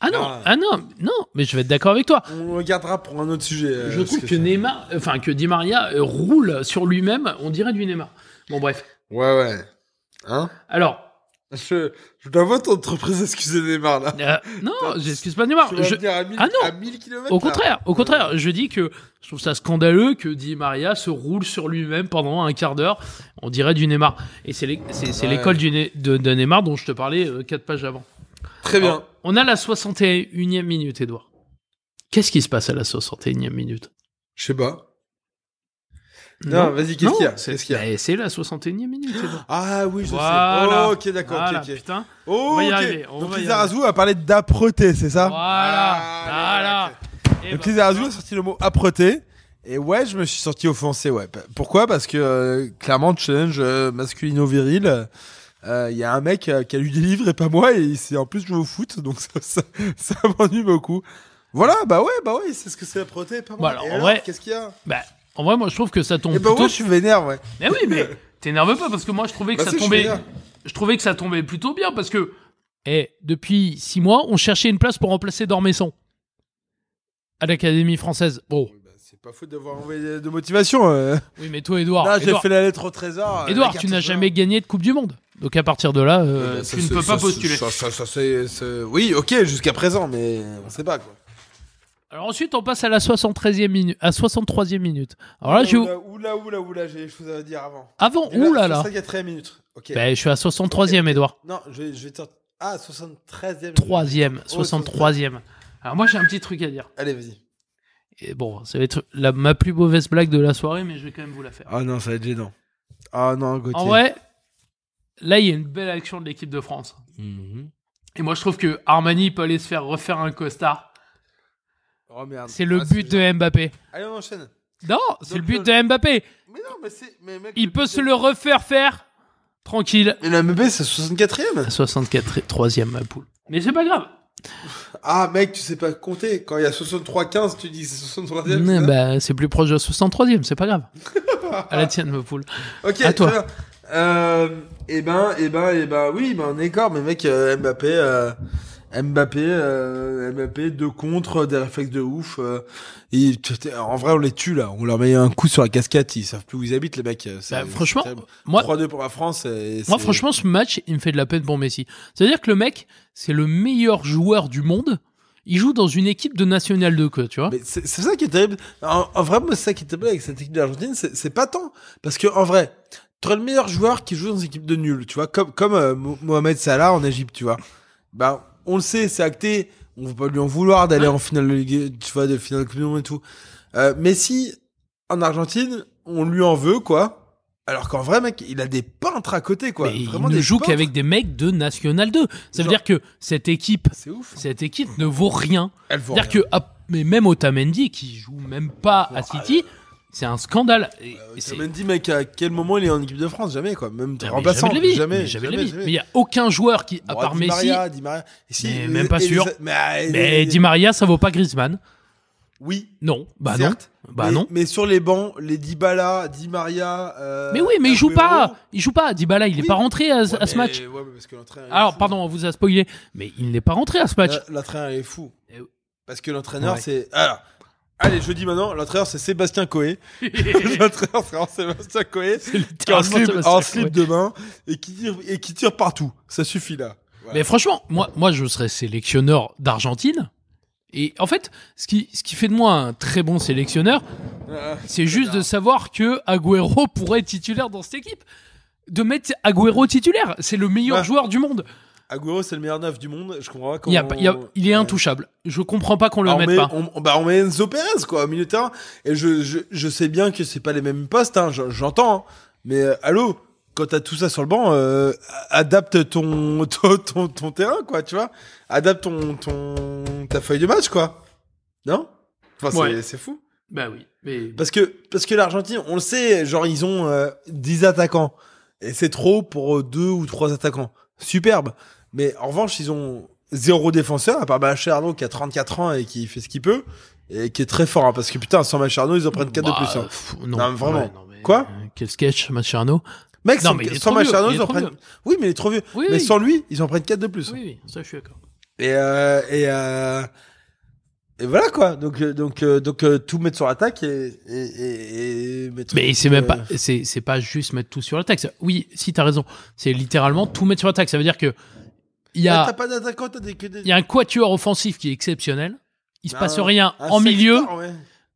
Speaker 9: ah non,
Speaker 5: Ah.
Speaker 9: ah non, non, mais je vais être d'accord avec toi.
Speaker 5: On le gardera pour un autre sujet. euh,
Speaker 9: je
Speaker 5: parce
Speaker 9: trouve que,
Speaker 5: c'est-
Speaker 9: Neymar, enfin que Di Maria euh, roule sur lui-même, on dirait du Neymar. Bon bref.
Speaker 5: Ouais, ouais. Hein
Speaker 9: Alors,
Speaker 5: Je, je dois voir ton entreprise excuser Neymar, là.
Speaker 9: euh, non, j'excuse pas Neymar.
Speaker 5: Tu vas
Speaker 9: Je-
Speaker 5: venir à 1000,
Speaker 9: Ah non.
Speaker 5: à 1000 km
Speaker 9: au contraire, au contraire, je dis que je trouve ça scandaleux que Di Maria se roule sur lui-même pendant un quart d'heure. On dirait du Neymar. Et c'est l'é- c'est- c'est
Speaker 5: Ouais.
Speaker 9: l'école du Ne- de, de Neymar dont je te parlais euh, quatre pages avant.
Speaker 5: Très bien.
Speaker 9: Alors, on a la 61e minute, Edouard. Qu'est-ce qui se passe à la 61e minute
Speaker 5: Je sais pas. Non, vas-y, qu'est-ce
Speaker 9: Non,
Speaker 5: qu'il y a
Speaker 9: c'est-
Speaker 5: Qu'est-ce qu'il y a
Speaker 9: bah, C'est la 61e minute, Edouard.
Speaker 5: Ah oui, je
Speaker 9: Voilà.
Speaker 5: sais. Oh, ok, d'accord.
Speaker 9: Voilà,
Speaker 5: ok, ok.
Speaker 9: putain.
Speaker 5: Oh,
Speaker 9: On va y
Speaker 5: ok.
Speaker 9: arriver, on
Speaker 5: Donc,
Speaker 9: va y
Speaker 5: Lisa
Speaker 9: arriver.
Speaker 5: Razou a parlé d'âpreté, c'est ça
Speaker 9: Voilà.
Speaker 5: Ah,
Speaker 9: Voilà. Eh
Speaker 5: Donc
Speaker 9: ben,
Speaker 5: Lisa Razou a sorti le mot âpreté. Et ouais, je me suis sorti offensé, ouais. P- Pourquoi Parce que, euh, clairement, challenge euh, masculino-viril, euh, il y a un mec euh, qui a lu des livres et pas moi, et c'est en plus joué au foot, donc ça, ça, ça m'ennuie beaucoup. Voilà, bah ouais, bah ouais, c'est ce que c'est âpreté, pas moi.
Speaker 9: Voilà,
Speaker 5: Et
Speaker 9: Bah en
Speaker 5: alors,
Speaker 9: vrai-
Speaker 5: qu'est-ce qu'il y a
Speaker 9: bah, en vrai, moi, je trouve que ça tombe
Speaker 5: Et bah
Speaker 9: plutôt.
Speaker 5: ouais, je suis vénère, ouais.
Speaker 9: Mais Eh oui, mais t'énerve pas parce que moi, je trouvais que
Speaker 5: Bah
Speaker 9: ça
Speaker 5: si, je
Speaker 9: tombait.
Speaker 5: m'énerve.
Speaker 9: Je, trouvais que ça tombait plutôt bien parce que, eh, depuis six mois, on cherchait une place pour remplacer Dormesson à l'Académie française. Bon,
Speaker 5: Bah, C'est pas faux d'avoir envoyé de motivation. euh.
Speaker 9: oui, mais toi, Edouard,
Speaker 5: Là, j'ai
Speaker 9: Edouard,
Speaker 5: fait la lettre au trésor. euh,
Speaker 9: Edouard,
Speaker 5: la
Speaker 9: tu
Speaker 5: carte
Speaker 9: n'as
Speaker 5: au trésor.
Speaker 9: jamais gagné de Coupe du Monde. Donc à partir de là, euh,
Speaker 5: Eh ben, ça,
Speaker 9: tu ne
Speaker 5: c'est-
Speaker 9: peux
Speaker 5: ça,
Speaker 9: pas
Speaker 5: c'est-
Speaker 9: postuler.
Speaker 5: ça, ça, ça, c'est- c'est- Oui, ok, jusqu'à présent, mais on sait pas quoi.
Speaker 9: Alors ensuite, on passe à la 73e minute, à 63e minute. Alors Oh là, je
Speaker 5: Oula, oula, oula, j'ai des choses à dire avant.
Speaker 9: avant, ouh là là.
Speaker 5: 4 minute. Ok.
Speaker 9: Ben, je suis à 63e, Edouard.
Speaker 5: Non, je vais, je vais te sortir- Ah, 73ème.
Speaker 9: Troisième,
Speaker 5: Oh,
Speaker 9: 63e. Alors moi j'ai un petit truc à dire.
Speaker 5: Allez, vas-y.
Speaker 9: Et bon, ça va être la, ma plus mauvaise blague de la soirée, mais je vais quand même vous la faire.
Speaker 5: Ah non, ça va être gênant. Ah non, Gauthier.
Speaker 9: En vrai, là il y a une belle action de l'équipe de France.
Speaker 5: Mhm.
Speaker 9: Et moi je trouve que Armani peut aller se faire refaire un costard.
Speaker 5: Oh merde.
Speaker 9: C'est le
Speaker 5: Ah,
Speaker 9: but
Speaker 5: gênant.
Speaker 9: de Mbappé.
Speaker 5: Allez, on enchaîne.
Speaker 9: Non, c'est
Speaker 5: Donc,
Speaker 9: le but
Speaker 5: le-
Speaker 9: de Mbappé.
Speaker 5: Mais non, mais c'est. Mais mec,
Speaker 9: Il peut se le refaire faire tranquille.
Speaker 5: Mais la MB, c'est 64ème.
Speaker 9: 64 troisième ma poule. Mais c'est pas grave.
Speaker 5: Ah, mec, tu sais pas compter. Quand il y a 63-15, tu dis que c'est 63ème.
Speaker 9: Mais, bah, c'est plus proche de 63e, c'est pas grave. à la tienne ma poule.
Speaker 5: Ok,
Speaker 9: À toi.
Speaker 5: très bien. Euh, eh ben, eh ben, eh ben, oui, ben, on est d'accord, mais mec, euh, Mbappé, euh, Mbappé, euh, Mbappé, deux contre, des réflexes de ouf. euh, et tu- tu- en vrai, on les tue là. On leur met un coup sur la casquette. Ils savent plus où ils habitent, les mecs. euh, c'est-
Speaker 9: Bah,
Speaker 5: c'est
Speaker 9: franchement,
Speaker 5: terrible.
Speaker 9: moi
Speaker 5: 3-2 pour la France. et
Speaker 9: Moi,
Speaker 5: c'est-
Speaker 9: franchement, ce match, il me fait de la peine pour Messi. C'est-à-dire que le mec, c'est le meilleur joueur du monde. Il joue dans une équipe de nationale de quoi, tu vois
Speaker 5: Mais c'est c'est ça qui est terrible. En, en vrai, moi, c'est ça qui est terrible avec cette équipe d'Argentine, c'est c'est pas tant. Parce que, en vrai, t'aurais le meilleur joueur qui joue dans une équipe de nuls, tu vois, comme, comme euh, Mo- Mohamed Salah en Égypte, tu vois. Ben, on le sait, c'est acté. On va pas lui en vouloir d'aller en finale, de Ligue- tu vois, de finale de Coupe du Monde et tout. Euh, mais si, en Argentine, on lui en veut, quoi. Alors qu'en vrai, mec, il a des peintres à côté, quoi.
Speaker 9: Mais il
Speaker 5: Vraiment
Speaker 9: ne
Speaker 5: des
Speaker 9: joue
Speaker 5: peintres.
Speaker 9: qu'avec des mecs de National 2. Ça
Speaker 5: Genre-
Speaker 9: veut dire que cette équipe,
Speaker 5: C'est ouf. hein.
Speaker 9: cette équipe ne vaut rien.
Speaker 5: Elle vaut
Speaker 9: C'est-à-dire
Speaker 5: rien.
Speaker 9: que, ah, mais même Otamendi, qui joue même pas à City, c'est un scandale. Et-
Speaker 5: Euh,
Speaker 9: et
Speaker 5: T'as
Speaker 9: c'est-
Speaker 5: même dit, mec, à quel moment il est en équipe de France Jamais, quoi. Même
Speaker 9: mais
Speaker 5: remplaçant.
Speaker 9: jamais de la vie,
Speaker 5: Jamais,
Speaker 9: mais jamais de la
Speaker 5: jamais,
Speaker 9: vie.
Speaker 5: jamais.
Speaker 9: Mais il n'y a aucun joueur qui, à
Speaker 5: Bon,
Speaker 9: part
Speaker 5: Di
Speaker 9: Messi,
Speaker 5: Maria, Di Maria. Et si,
Speaker 9: Mais
Speaker 5: et-
Speaker 9: même pas
Speaker 5: et
Speaker 9: sûr.
Speaker 5: les- Mais, ah,
Speaker 9: mais
Speaker 5: et-
Speaker 9: Di Maria, ça vaut pas Griezmann.
Speaker 5: Oui.
Speaker 9: Non, bah non,
Speaker 5: certes,
Speaker 9: bah
Speaker 5: mais,
Speaker 9: non.
Speaker 5: Mais sur les bancs, les Dybala, Di Maria. euh,
Speaker 9: Mais oui, mais il joue
Speaker 5: Agüero.
Speaker 9: pas. Il joue pas. Dybala, il n'est
Speaker 5: Oui.
Speaker 9: pas rentré à, à
Speaker 5: Ouais,
Speaker 9: ce
Speaker 5: mais- euh,
Speaker 9: match.
Speaker 5: ouais, mais parce que l'entraîneur est
Speaker 9: Alors,
Speaker 5: fou.
Speaker 9: pardon, on vous a spoilé, mais il n'est pas rentré à ce match.
Speaker 5: L'en- L'entraîneur est fou.
Speaker 9: Eh oui.
Speaker 5: Parce que l'entraîneur,
Speaker 9: Ouais.
Speaker 5: c'est. Alors. Allez, je dis maintenant, l'entraîneur c'est Sébastien Coé. l'entraîneur c'est vraiment Sébastien Coé. Qui est en
Speaker 9: littéralement
Speaker 5: slip,
Speaker 9: Sébastien
Speaker 5: en
Speaker 9: Coé.
Speaker 5: slip de bain et qui tire, et qui tire partout. Ça suffit là.
Speaker 9: Mais franchement, moi, moi, je serais sélectionneur d'Argentine. Et en fait, ce qui, ce qui fait de moi un très bon sélectionneur,
Speaker 5: Euh,
Speaker 9: c'est juste de savoir que Agüero pourrait être titulaire dans cette équipe. De mettre Agüero titulaire, c'est le meilleur
Speaker 5: Ouais.
Speaker 9: joueur du monde.
Speaker 5: Agüero c'est le meilleur neuf du monde. Je comprends pas
Speaker 9: Il, y a
Speaker 5: comment-
Speaker 9: pas- il y a- il est
Speaker 5: Ouais.
Speaker 9: intouchable. Je comprends pas qu'on le
Speaker 5: Bah, on,
Speaker 9: mette
Speaker 5: met,
Speaker 9: pas.
Speaker 5: on- on- bah, on met Enzo Perez quoi au milieu de terrain et je, je, je sais bien que c'est pas les mêmes postes hein, je- j'entends hein. mais euh, allô quand t'as tout ça sur le banc euh, a- adapte ton ton, ton ton terrain quoi tu vois adapte ton ton ta feuille de match quoi non enfin, c'est
Speaker 9: Ouais.
Speaker 5: c'est fou
Speaker 9: Bah oui. Mais...
Speaker 5: parce que parce que l'Argentine on le sait genre ils ont euh, 10 attaquants et c'est trop pour euh, deux ou trois attaquants superbe mais en revanche, ils ont zéro défenseur, à part Macharno qui a 34 ans et qui fait ce qu'il peut, et qui est très fort, hein, parce que putain, sans Macharno, ils en prennent 4
Speaker 9: Bah,
Speaker 5: de plus. hein.
Speaker 9: pff, non,
Speaker 5: Non, mais vraiment.
Speaker 9: mais-
Speaker 5: Quoi
Speaker 9: Quel sketch, Machano
Speaker 5: Mec,
Speaker 9: Bah, Non,
Speaker 5: sans,
Speaker 9: mais il est
Speaker 5: sans
Speaker 9: trop vieux,
Speaker 5: Mascherano,
Speaker 9: il est
Speaker 5: ils en
Speaker 9: trop
Speaker 5: prennent.
Speaker 9: vieux.
Speaker 5: Oui, mais il est trop vieux.
Speaker 9: Oui,
Speaker 5: mais
Speaker 9: oui.
Speaker 5: sans lui, ils en prennent 4 de plus. hein.
Speaker 9: Oui, oui, ça je suis d'accord.
Speaker 5: Et, euh, et, euh, et voilà quoi. Donc, euh, donc, euh, donc euh, tout mettre sur l'attaque et, et, et, et mettre-
Speaker 9: Mais c'est même
Speaker 5: euh,
Speaker 9: pas, c'est, c'est pas juste mettre tout sur la taxe. Oui, si t'as raison, c'est littéralement tout mettre sur la taxe. Ça veut dire que il y
Speaker 5: Ah,
Speaker 9: a,
Speaker 5: T'as pas d'attaquant, t'as des que des.
Speaker 9: il y a un quatuor offensif qui est exceptionnel. Il se
Speaker 5: Ah,
Speaker 9: passe rien
Speaker 5: un
Speaker 9: en
Speaker 5: secteur,
Speaker 9: milieu.
Speaker 5: ouais.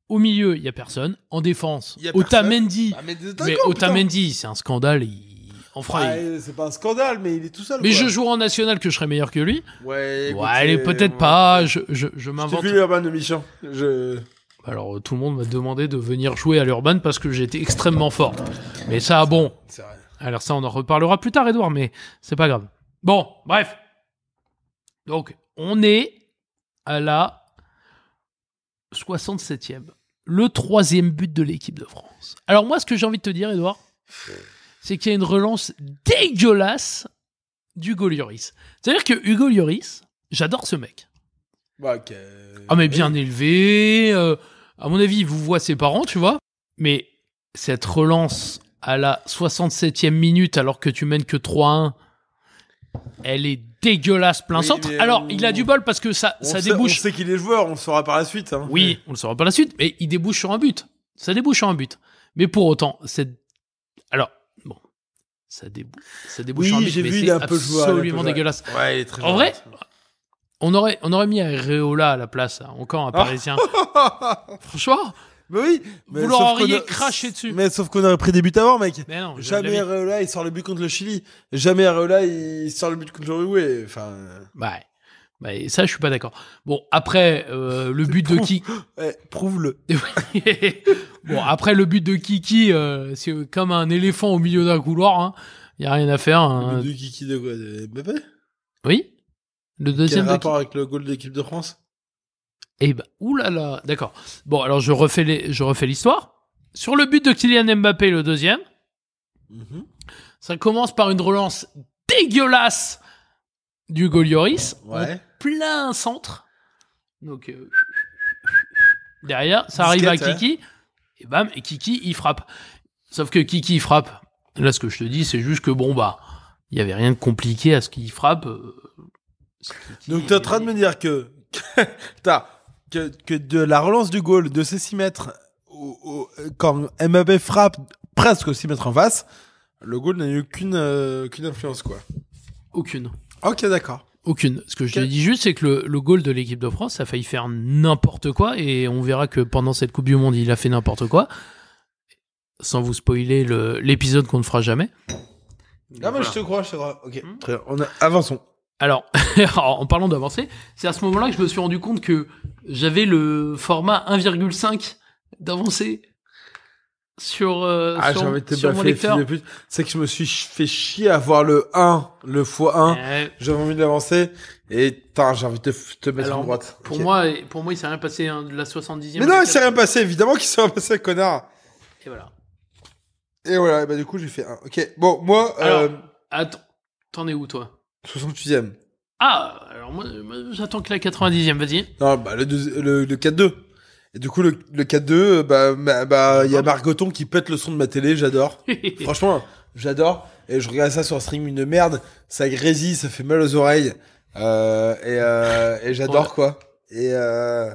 Speaker 9: Au milieu, il y a personne. En défense,
Speaker 5: Il y a personne.
Speaker 9: Otamendi.
Speaker 5: Bah, mais des
Speaker 9: Mais
Speaker 5: attaquants, putain.
Speaker 9: Otamendi, c'est un scandale. il- En
Speaker 5: Ah,
Speaker 9: vrai, il-
Speaker 5: euh, c'est pas un scandale, mais il est tout seul.
Speaker 9: mais
Speaker 5: quoi.
Speaker 9: je joue en national que je serais meilleur que lui.
Speaker 5: Ouais, écoute,
Speaker 9: ouais, allez,
Speaker 5: c'est-
Speaker 9: peut-être
Speaker 5: ouais.
Speaker 9: pas. Je, je, je
Speaker 5: Je
Speaker 9: m'invente.
Speaker 5: t'ai vu Urban de Michan. Je.
Speaker 9: Alors, euh, tout le monde m'a demandé de venir jouer à l'Urban parce que j'étais extrêmement fort. Mais ça, bon.
Speaker 5: C'est vrai.
Speaker 9: Alors, ça, on en reparlera plus tard, Edouard, mais c'est pas grave. Bon, bref. Donc, on est à la 67e. Le troisième but de l'équipe de France. Alors, moi, ce que j'ai envie de te dire, Edouard, c'est qu'il y a une relance dégueulasse d'Hugo Lloris. C'est-à-dire que Hugo Lloris, j'adore ce mec.
Speaker 5: Bah, ok.
Speaker 9: Ah mais bien élevé. euh, à mon avis, il vous voit ses parents, tu vois. Mais cette relance à la 67e minute alors que tu mènes que 3-1, elle est dégueulasse plein
Speaker 5: Oui,
Speaker 9: centre.
Speaker 5: mais
Speaker 9: Alors,
Speaker 5: on-
Speaker 9: il a du bol parce que ça,
Speaker 5: On
Speaker 9: ça
Speaker 5: sait-
Speaker 9: débouche.
Speaker 5: On sait qu'il est joueur, on le saura par la suite. hein.
Speaker 9: Oui, on le saura pas la suite, mais il débouche sur un but. Ça débouche sur un but. Mais pour autant, c'est alors bon, ça débouche, ça débouche
Speaker 5: Oui,
Speaker 9: sur un but.
Speaker 5: j'ai
Speaker 9: mais
Speaker 5: vu, il
Speaker 9: c'est
Speaker 5: est un peu joueur, il est un peu
Speaker 9: absolument
Speaker 5: joueur.
Speaker 9: dégueulasse.
Speaker 5: Ouais, il est très
Speaker 9: En
Speaker 5: joueur.
Speaker 9: vrai, on aurait, on aurait mis Areola à la place, là. encore un
Speaker 5: Ah.
Speaker 9: Parisien. Franchement,
Speaker 5: Mais oui.
Speaker 9: Vous leur
Speaker 5: sauf qu'on
Speaker 9: auriez
Speaker 5: a-
Speaker 9: craché dessus.
Speaker 5: Mais sauf qu'on aurait pris des buts avant, mec.
Speaker 9: mais non, je
Speaker 5: Jamais
Speaker 9: l'avais-
Speaker 5: Areola il sort le but contre le Chili. Jamais Areola il sort le but contre l'Uruguay. Enfin,
Speaker 9: Ouais. Ouais, Bah, ça, je suis pas d'accord. Bon, après euh, le but de Kiki.
Speaker 5: eh, prouve-le.
Speaker 9: bon, après le but de Kiki, euh, c'est comme un éléphant au milieu d'un couloir. Hein. Y a rien à faire. hein.
Speaker 5: Le but de Kiki de quoi de Mbappé
Speaker 9: Oui. Le
Speaker 5: Quel
Speaker 9: deuxième. de Kiki.
Speaker 5: rapport avec le goal de l'équipe de France
Speaker 9: Eh ben, oulala, d'accord. Bon, alors je refais les- je refais l'histoire. Sur le but de Kylian Mbappé, le deuxième,
Speaker 5: Mhm.
Speaker 9: ça commence par une relance dégueulasse du Lloris.
Speaker 5: Ouais.
Speaker 9: en plein centre. Donc, euh, derrière, ça arrive
Speaker 5: Disquette,
Speaker 9: à Kiki. Et bam, et Kiki, il frappe. Sauf que Kiki, il frappe. Là, ce que je te dis, c'est juste que bon, bah, il y avait rien de compliqué à ce qu'il frappe. euh, c'est Kiki,
Speaker 5: Donc t'es en train de me dire que t'as que, que de la relance du goal de ces 6 mètres au- au- quand Mbappé frappe presque aux 6 mètres en face, le goal n'a eu qu'une euh, qu'une influence quoi.
Speaker 9: Aucune.
Speaker 5: Ok d'accord.
Speaker 9: Aucune. Ce que je te
Speaker 5: Quel-
Speaker 9: dis juste, c'est que le, le goal de l'équipe de France a failli faire n'importe quoi et on verra que pendant cette Coupe du Monde, il a fait n'importe quoi. Sans vous spoiler le- l'épisode qu'on ne fera jamais.
Speaker 5: Ah mais je te crois, je te crois. Ok.
Speaker 9: Hmm
Speaker 5: Très bien. On a- avançons.
Speaker 9: Alors, en parlant d'avancer, c'est à ce moment-là que je me suis rendu compte que j'avais le format 1,5 d'avancée sur, euh,
Speaker 5: Ah,
Speaker 9: sur,
Speaker 5: j'ai envie de te
Speaker 9: sur mon
Speaker 5: baffer,
Speaker 9: lecteur.
Speaker 5: fils de pute. C'est que je me suis ch- fait chier à voir le 1, le x1.
Speaker 9: Euh,
Speaker 5: J'avais envie de l'avancer. Et, putain, j'ai envie de te, f- te mettre
Speaker 9: Alors,
Speaker 5: en droite.
Speaker 9: pour,
Speaker 5: Ok.
Speaker 9: moi, pour moi, il s'est rien passé hein, de la 70e.
Speaker 5: Mais
Speaker 9: à la
Speaker 5: non, il s'est
Speaker 9: 4e.
Speaker 5: rien passé. Évidemment qu'il s'est rien passé, connard.
Speaker 9: Et voilà.
Speaker 5: Et voilà, et bah, du coup, j'ai fait 1. Ok. Bon, moi, euh,
Speaker 9: Alors- Attends, t'en es où, toi
Speaker 5: 68ème.
Speaker 9: Ah, alors moi, moi, j'attends que la 90e, vas-y.
Speaker 5: Non, bah, le, deux- le, le 4-2. Et du coup, le, le 4-2, bah, ma- bah, il y a Margoton qui pète le son de ma télé, j'adore. Franchement, j'adore. Et je regarde ça sur un stream une merde. Ça grésille, ça fait mal aux oreilles. Euh, et euh, et j'adore, quoi. Et, euh,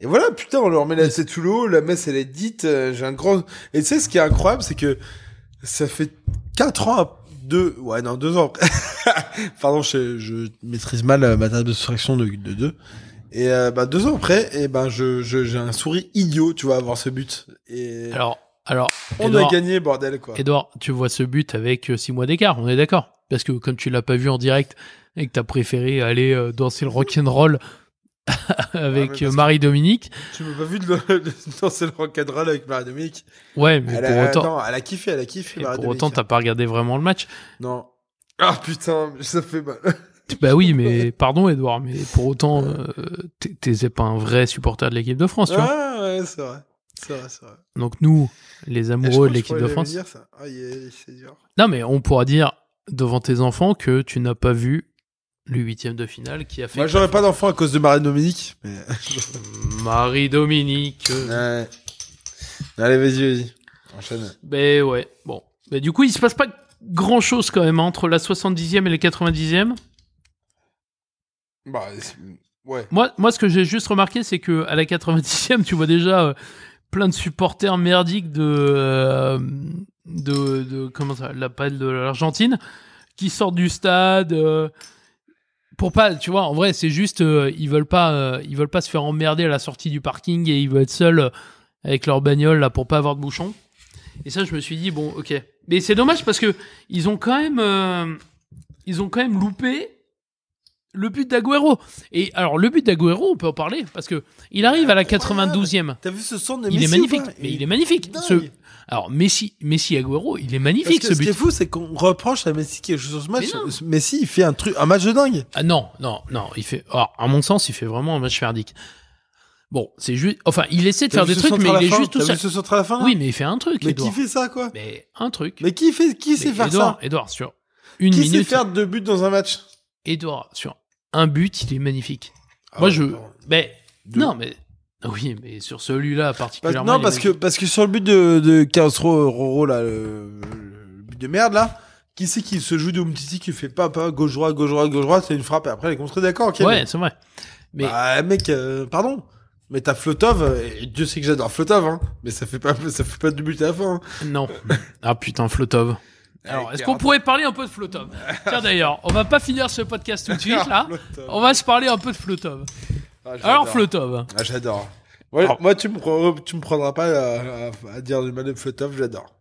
Speaker 5: et voilà, putain, on leur met la tête sous l'eau. La messe, elle est dite. euh, J'ai un grand... Et tu sais, ce qui est incroyable, c'est que ça fait 4 ans... à- Deux... Ouais, non, deux ans. Pardon, je, je maîtrise mal euh, ma table de soustraction de, de deux. Et euh, bah, deux ans après, et ben je je- j'ai un sourire idiot, tu vois, à voir ce but. Et
Speaker 9: Alors, alors,
Speaker 5: on
Speaker 9: Edouard,
Speaker 5: a gagné, bordel, quoi.
Speaker 9: Edouard, tu vois ce but avec 6 mois d'écart, on est d'accord Parce que comme tu l'as pas vu en direct et que t'as préféré aller euh, danser le rock'n'roll
Speaker 5: Ah, mais
Speaker 9: avec
Speaker 5: parce
Speaker 9: euh,
Speaker 5: que-
Speaker 9: Marie-Dominique,
Speaker 5: Tu m'as pas vu de, le- de danser le rock'n'roll avec Marie-Dominique
Speaker 9: ouais, mais
Speaker 5: elle,
Speaker 9: pour
Speaker 5: a,
Speaker 9: autant,
Speaker 5: non, elle a kiffé, elle a kiffé,
Speaker 9: et pour
Speaker 5: Marie-Dominique.
Speaker 9: autant, t'as pas regardé vraiment le match.
Speaker 5: Non. Ah putain, ça fait mal.
Speaker 9: Bah oui, mais pardon, Edouard, mais pour autant, euh, t'es- t'es pas un vrai supporter de l'équipe de France, tu vois.
Speaker 5: ah ouais, c'est vrai. C'est vrai, c'est vrai.
Speaker 9: Donc nous, les
Speaker 5: Eh, je
Speaker 9: amoureux
Speaker 5: crois
Speaker 9: de
Speaker 5: que je
Speaker 9: l'équipe
Speaker 5: pourrais
Speaker 9: de
Speaker 5: jamais
Speaker 9: France,
Speaker 5: dire ça. Ah, Aïe, aïe, c'est dur.
Speaker 9: Non, mais on pourra dire devant tes enfants que tu n'as pas vu le huitième de finale qui a fait
Speaker 5: Moi, j'aurais pas d'enfant à cause de Marie-Dominique. Mais...
Speaker 9: Marie-Dominique.
Speaker 5: Ouais. Allez, vas-y, vas-y. Enchaîne.
Speaker 9: Ben ouais, bon. Bah, du coup, il se passe pas grand chose quand même hein, entre la 70e et la 90e.
Speaker 5: Bah, c'est- ouais.
Speaker 9: Moi, moi, ce que j'ai juste remarqué, c'est que à la 90e, tu vois déjà euh, plein de supporters merdiques de, euh, de, de- comment ça l'appelle de l'Argentine qui sortent du stade euh, pour pas, tu vois. En vrai, c'est juste euh, ils veulent pas, euh, ils veulent pas se faire emmerder à la sortie du parking et ils veulent être seuls euh, avec leur bagnole là pour pas avoir de bouchon. Et ça, je me suis dit bon, ok. Mais c'est dommage parce que ils ont quand même, euh, ils ont quand même loupé le but d'Aguero. Et alors, le but d'Aguero, on peut en parler, parce que il arrive à la 92e.
Speaker 5: T'as vu ce son de
Speaker 9: Il
Speaker 5: Messi
Speaker 9: est
Speaker 5: ou
Speaker 9: magnifique.
Speaker 5: pas
Speaker 9: Mais il est magnifique.
Speaker 5: dingue.
Speaker 9: Ce... Alors, Messi, Messi Aguero, il est
Speaker 5: Parce
Speaker 9: magnifique
Speaker 5: que
Speaker 9: ce
Speaker 5: ce qui est
Speaker 9: but.
Speaker 5: fou, c'est qu'on reproche à Messi quelque chose sur ce match.
Speaker 9: Mais non.
Speaker 5: Ce- Messi, il fait un truc, un match de dingue.
Speaker 9: Ah non, non, non, il fait. Alors, à mon sens, il fait vraiment un match verdique. Bon, c'est juste. Enfin, il essaie de
Speaker 5: T'as
Speaker 9: faire
Speaker 5: vu
Speaker 9: des
Speaker 5: ce
Speaker 9: trucs,
Speaker 5: centre
Speaker 9: mais
Speaker 5: à la
Speaker 9: il est
Speaker 5: fin
Speaker 9: juste tout
Speaker 5: T'as
Speaker 9: ça.
Speaker 5: vu ce centre à la fin là
Speaker 9: Oui, mais il fait un truc,
Speaker 5: Mais qui
Speaker 9: Edouard.
Speaker 5: fait ça, quoi
Speaker 9: Mais un truc.
Speaker 5: Mais qui fait, qui sait
Speaker 9: Mais
Speaker 5: faire
Speaker 9: Edouard,
Speaker 5: ça
Speaker 9: Edouard, sur une
Speaker 5: Qui sait
Speaker 9: minute.
Speaker 5: faire deux buts dans un match
Speaker 9: Edouard, sur un but, il est magnifique.
Speaker 5: Ah
Speaker 9: Moi, je. Mais. Non, mais. Oui, mais sur celui-là
Speaker 5: Parce-
Speaker 9: particulièrement.
Speaker 5: non,
Speaker 9: il est
Speaker 5: parce que,
Speaker 9: magnifique.
Speaker 5: parce que sur le but de, de Castro, Roro, là, le, le but de merde, là, qui c'est qui se joue de Umtiti qui fait pas, pas, gauche, droite, gauche, droite, gauche, droite, c'est une frappe, et après, les contre d'accord, ok.
Speaker 9: Ouais, c'est vrai. mais-
Speaker 5: Bah, mec, euh, pardon. Mais t'as Flotov, et Dieu sait que j'adore Flotov, hein, mais ça fait pas, ça fait pas de but à la fin. hein.
Speaker 9: Non. Ah putain, Flotov. Alors, est-ce qu'on pourrait parler un peu de Flotov Tiens d'ailleurs, on va pas finir ce podcast tout de suite là.
Speaker 5: Flotov.
Speaker 9: On va se parler un peu de Flotov.
Speaker 5: Ah, j'adore.
Speaker 9: Alors Flotov.
Speaker 5: Ah, j'adore. Ouais,
Speaker 9: Alors-
Speaker 5: Moi, tu me, prends- tu me prendras pas à, à- à dire du mal de Flotov, j'adore.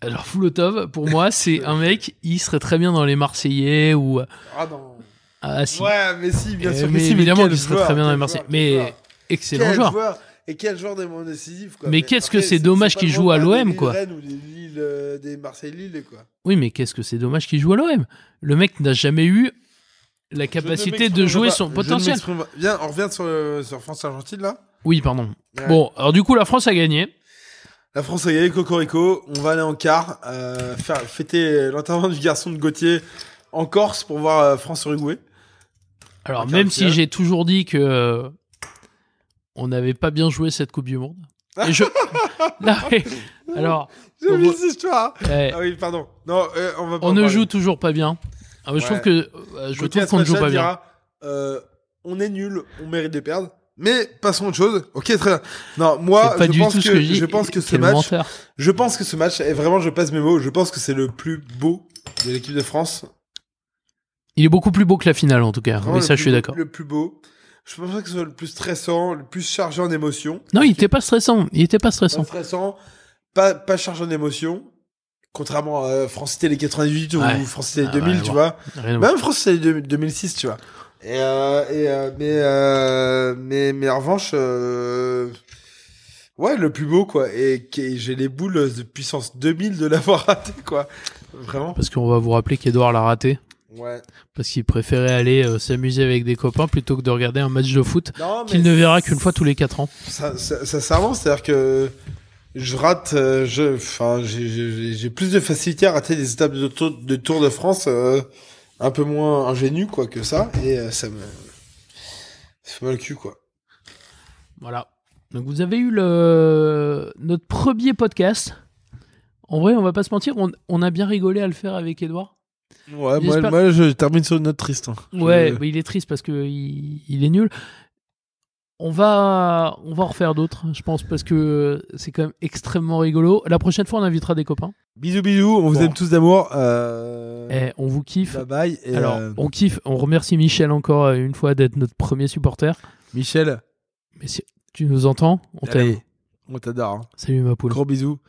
Speaker 9: Alors Flotov, pour moi, c'est un mec, il serait très bien dans les Marseillais ou
Speaker 5: Ah non.
Speaker 9: ah si.
Speaker 5: Ouais, mais si, bien
Speaker 9: Euh,
Speaker 5: sûr. que
Speaker 9: mais
Speaker 5: si,
Speaker 9: évidemment
Speaker 5: quel
Speaker 9: qu'il serait
Speaker 5: joueur,
Speaker 9: très bien dans les
Speaker 5: quel
Speaker 9: Marseillais.
Speaker 5: joueur, quel joueur.
Speaker 9: Mais excellent
Speaker 5: Quel
Speaker 9: joueur.
Speaker 5: Et quel joueur des moments décisifs, quoi.
Speaker 9: Mais qu'est-ce que
Speaker 5: après,
Speaker 9: c'est dommage
Speaker 5: pas
Speaker 9: qu'il
Speaker 5: le
Speaker 9: joue
Speaker 5: moment
Speaker 9: à
Speaker 5: de faire des
Speaker 9: l'OM,
Speaker 5: Lille
Speaker 9: quoi.
Speaker 5: Rennes ou des Lille, euh, des Marseille-Lille, quoi.
Speaker 9: Oui, mais qu'est-ce que c'est dommage qu'il joue à l'OM. Le mec n'a jamais eu la capacité de jouer son potentiel.
Speaker 5: Viens, on revient sur, euh, sur France-Argentine, là.
Speaker 9: Oui, pardon.
Speaker 5: Ouais.
Speaker 9: Bon, alors du coup, la France a gagné.
Speaker 5: La France a gagné Cocorico. On va aller en quart, euh, faire, fêter l'enterrement du garçon de Gauthier en Corse pour voir euh, France-Uruguay.
Speaker 9: Alors,
Speaker 5: Ok,
Speaker 9: même
Speaker 5: ok.
Speaker 9: si j'ai toujours dit que euh, on n'avait pas bien joué cette Coupe du Monde. Et je... Non, mais- Alors,
Speaker 5: J'ai
Speaker 9: On
Speaker 5: vu
Speaker 9: voit-
Speaker 5: cette histoire.
Speaker 9: eh,
Speaker 5: Ah oui, pardon. Non, euh, on va pas
Speaker 9: on
Speaker 5: en
Speaker 9: ne
Speaker 5: parler.
Speaker 9: joue toujours pas bien. Ah, mais Je
Speaker 5: Ouais.
Speaker 9: trouve que euh, je
Speaker 5: Gauthier
Speaker 9: trouve qu'on ne joue
Speaker 5: Aspasia
Speaker 9: pas bien.
Speaker 5: dira, euh, on est nul, on mérite de perdre. Mais passons à autre chose. Ok, très bien. Non, moi,
Speaker 9: C'est pas
Speaker 5: Ah, je
Speaker 9: du
Speaker 5: pense
Speaker 9: tout ce
Speaker 5: que,
Speaker 9: que je dis.
Speaker 5: je pense que ce
Speaker 9: Quel
Speaker 5: match,
Speaker 9: menteur.
Speaker 5: je pense que ce match, et vraiment, je passe mes mots, je pense que c'est le plus beau de l'équipe de
Speaker 9: Ah,
Speaker 5: France.
Speaker 9: Il est beaucoup plus beau que la finale en tout cas.
Speaker 5: Vraiment, Oh,
Speaker 9: oui,
Speaker 5: le
Speaker 9: ça
Speaker 5: plus
Speaker 9: je suis
Speaker 5: beau-
Speaker 9: d'accord.
Speaker 5: Le plus beau. Je pense pas que ce soit le plus stressant, le plus chargé en émotions.
Speaker 9: Non, il était pas stressant. Il était pas
Speaker 5: Pas
Speaker 9: stressant.
Speaker 5: stressant, pas, pas chargé en émotions. Contrairement à France Télé 98
Speaker 9: Ouais.
Speaker 5: ou France Télé
Speaker 9: Ah,
Speaker 5: 2000,
Speaker 9: ouais,
Speaker 5: tu
Speaker 9: bon.
Speaker 5: vois.
Speaker 9: Rien à voir.
Speaker 5: Même France, c'est deux- 2006, tu vois. Et, euh, et, euh, mais, euh, mais, mais en revanche, euh, ouais, le plus beau, quoi. Et, qui- j'ai les boules de puissance 2000 de l'avoir raté, quoi. Vraiment.
Speaker 9: Parce qu'on va vous rappeler qu'Edouard l'a raté.
Speaker 5: Ouais.
Speaker 9: Parce qu'il préférait aller euh, s'amuser avec des copains plutôt que de regarder un match de foot
Speaker 5: Non,
Speaker 9: qu'il ne verra qu'une fois tous les 4 ans.
Speaker 5: Ça- ça- Sincèrement, c'est-à-dire que je rate, euh, je, enfin, j'ai- j'ai j'ai plus de facilité à rater des étapes de Tour de, tour de France euh, un peu moins ingénues, quoi, que ça. Et euh, ça me. Ça fait mal au cul, quoi.
Speaker 9: Voilà. Donc vous avez eu le... notre premier podcast. En vrai, on va pas se mentir, on, on a bien rigolé à le faire avec Edouard.
Speaker 5: Ouais, moi,
Speaker 9: J'espère-
Speaker 5: moi, je termine sur une note triste. hein. Je-
Speaker 9: Ouais, mais il est triste parce que il, il est nul. On va, on va en refaire d'autres, je pense, parce que c'est quand même extrêmement rigolo. La prochaine fois, on invitera des copains.
Speaker 5: Bisous, bisous, on vous
Speaker 9: Bon.
Speaker 5: aime tous d'amour. Euh...
Speaker 9: Et Eh, on vous kiffe.
Speaker 5: Bye bye. Et
Speaker 9: Alors,
Speaker 5: euh,
Speaker 9: on kiffe. On remercie Michel encore euh, une fois d'être notre premier supporter.
Speaker 5: Michel,
Speaker 9: Mais si tu nous entends, on t'aime.
Speaker 5: allez, on t'adore. hein.
Speaker 9: Salut ma poule.
Speaker 5: Gros bisous.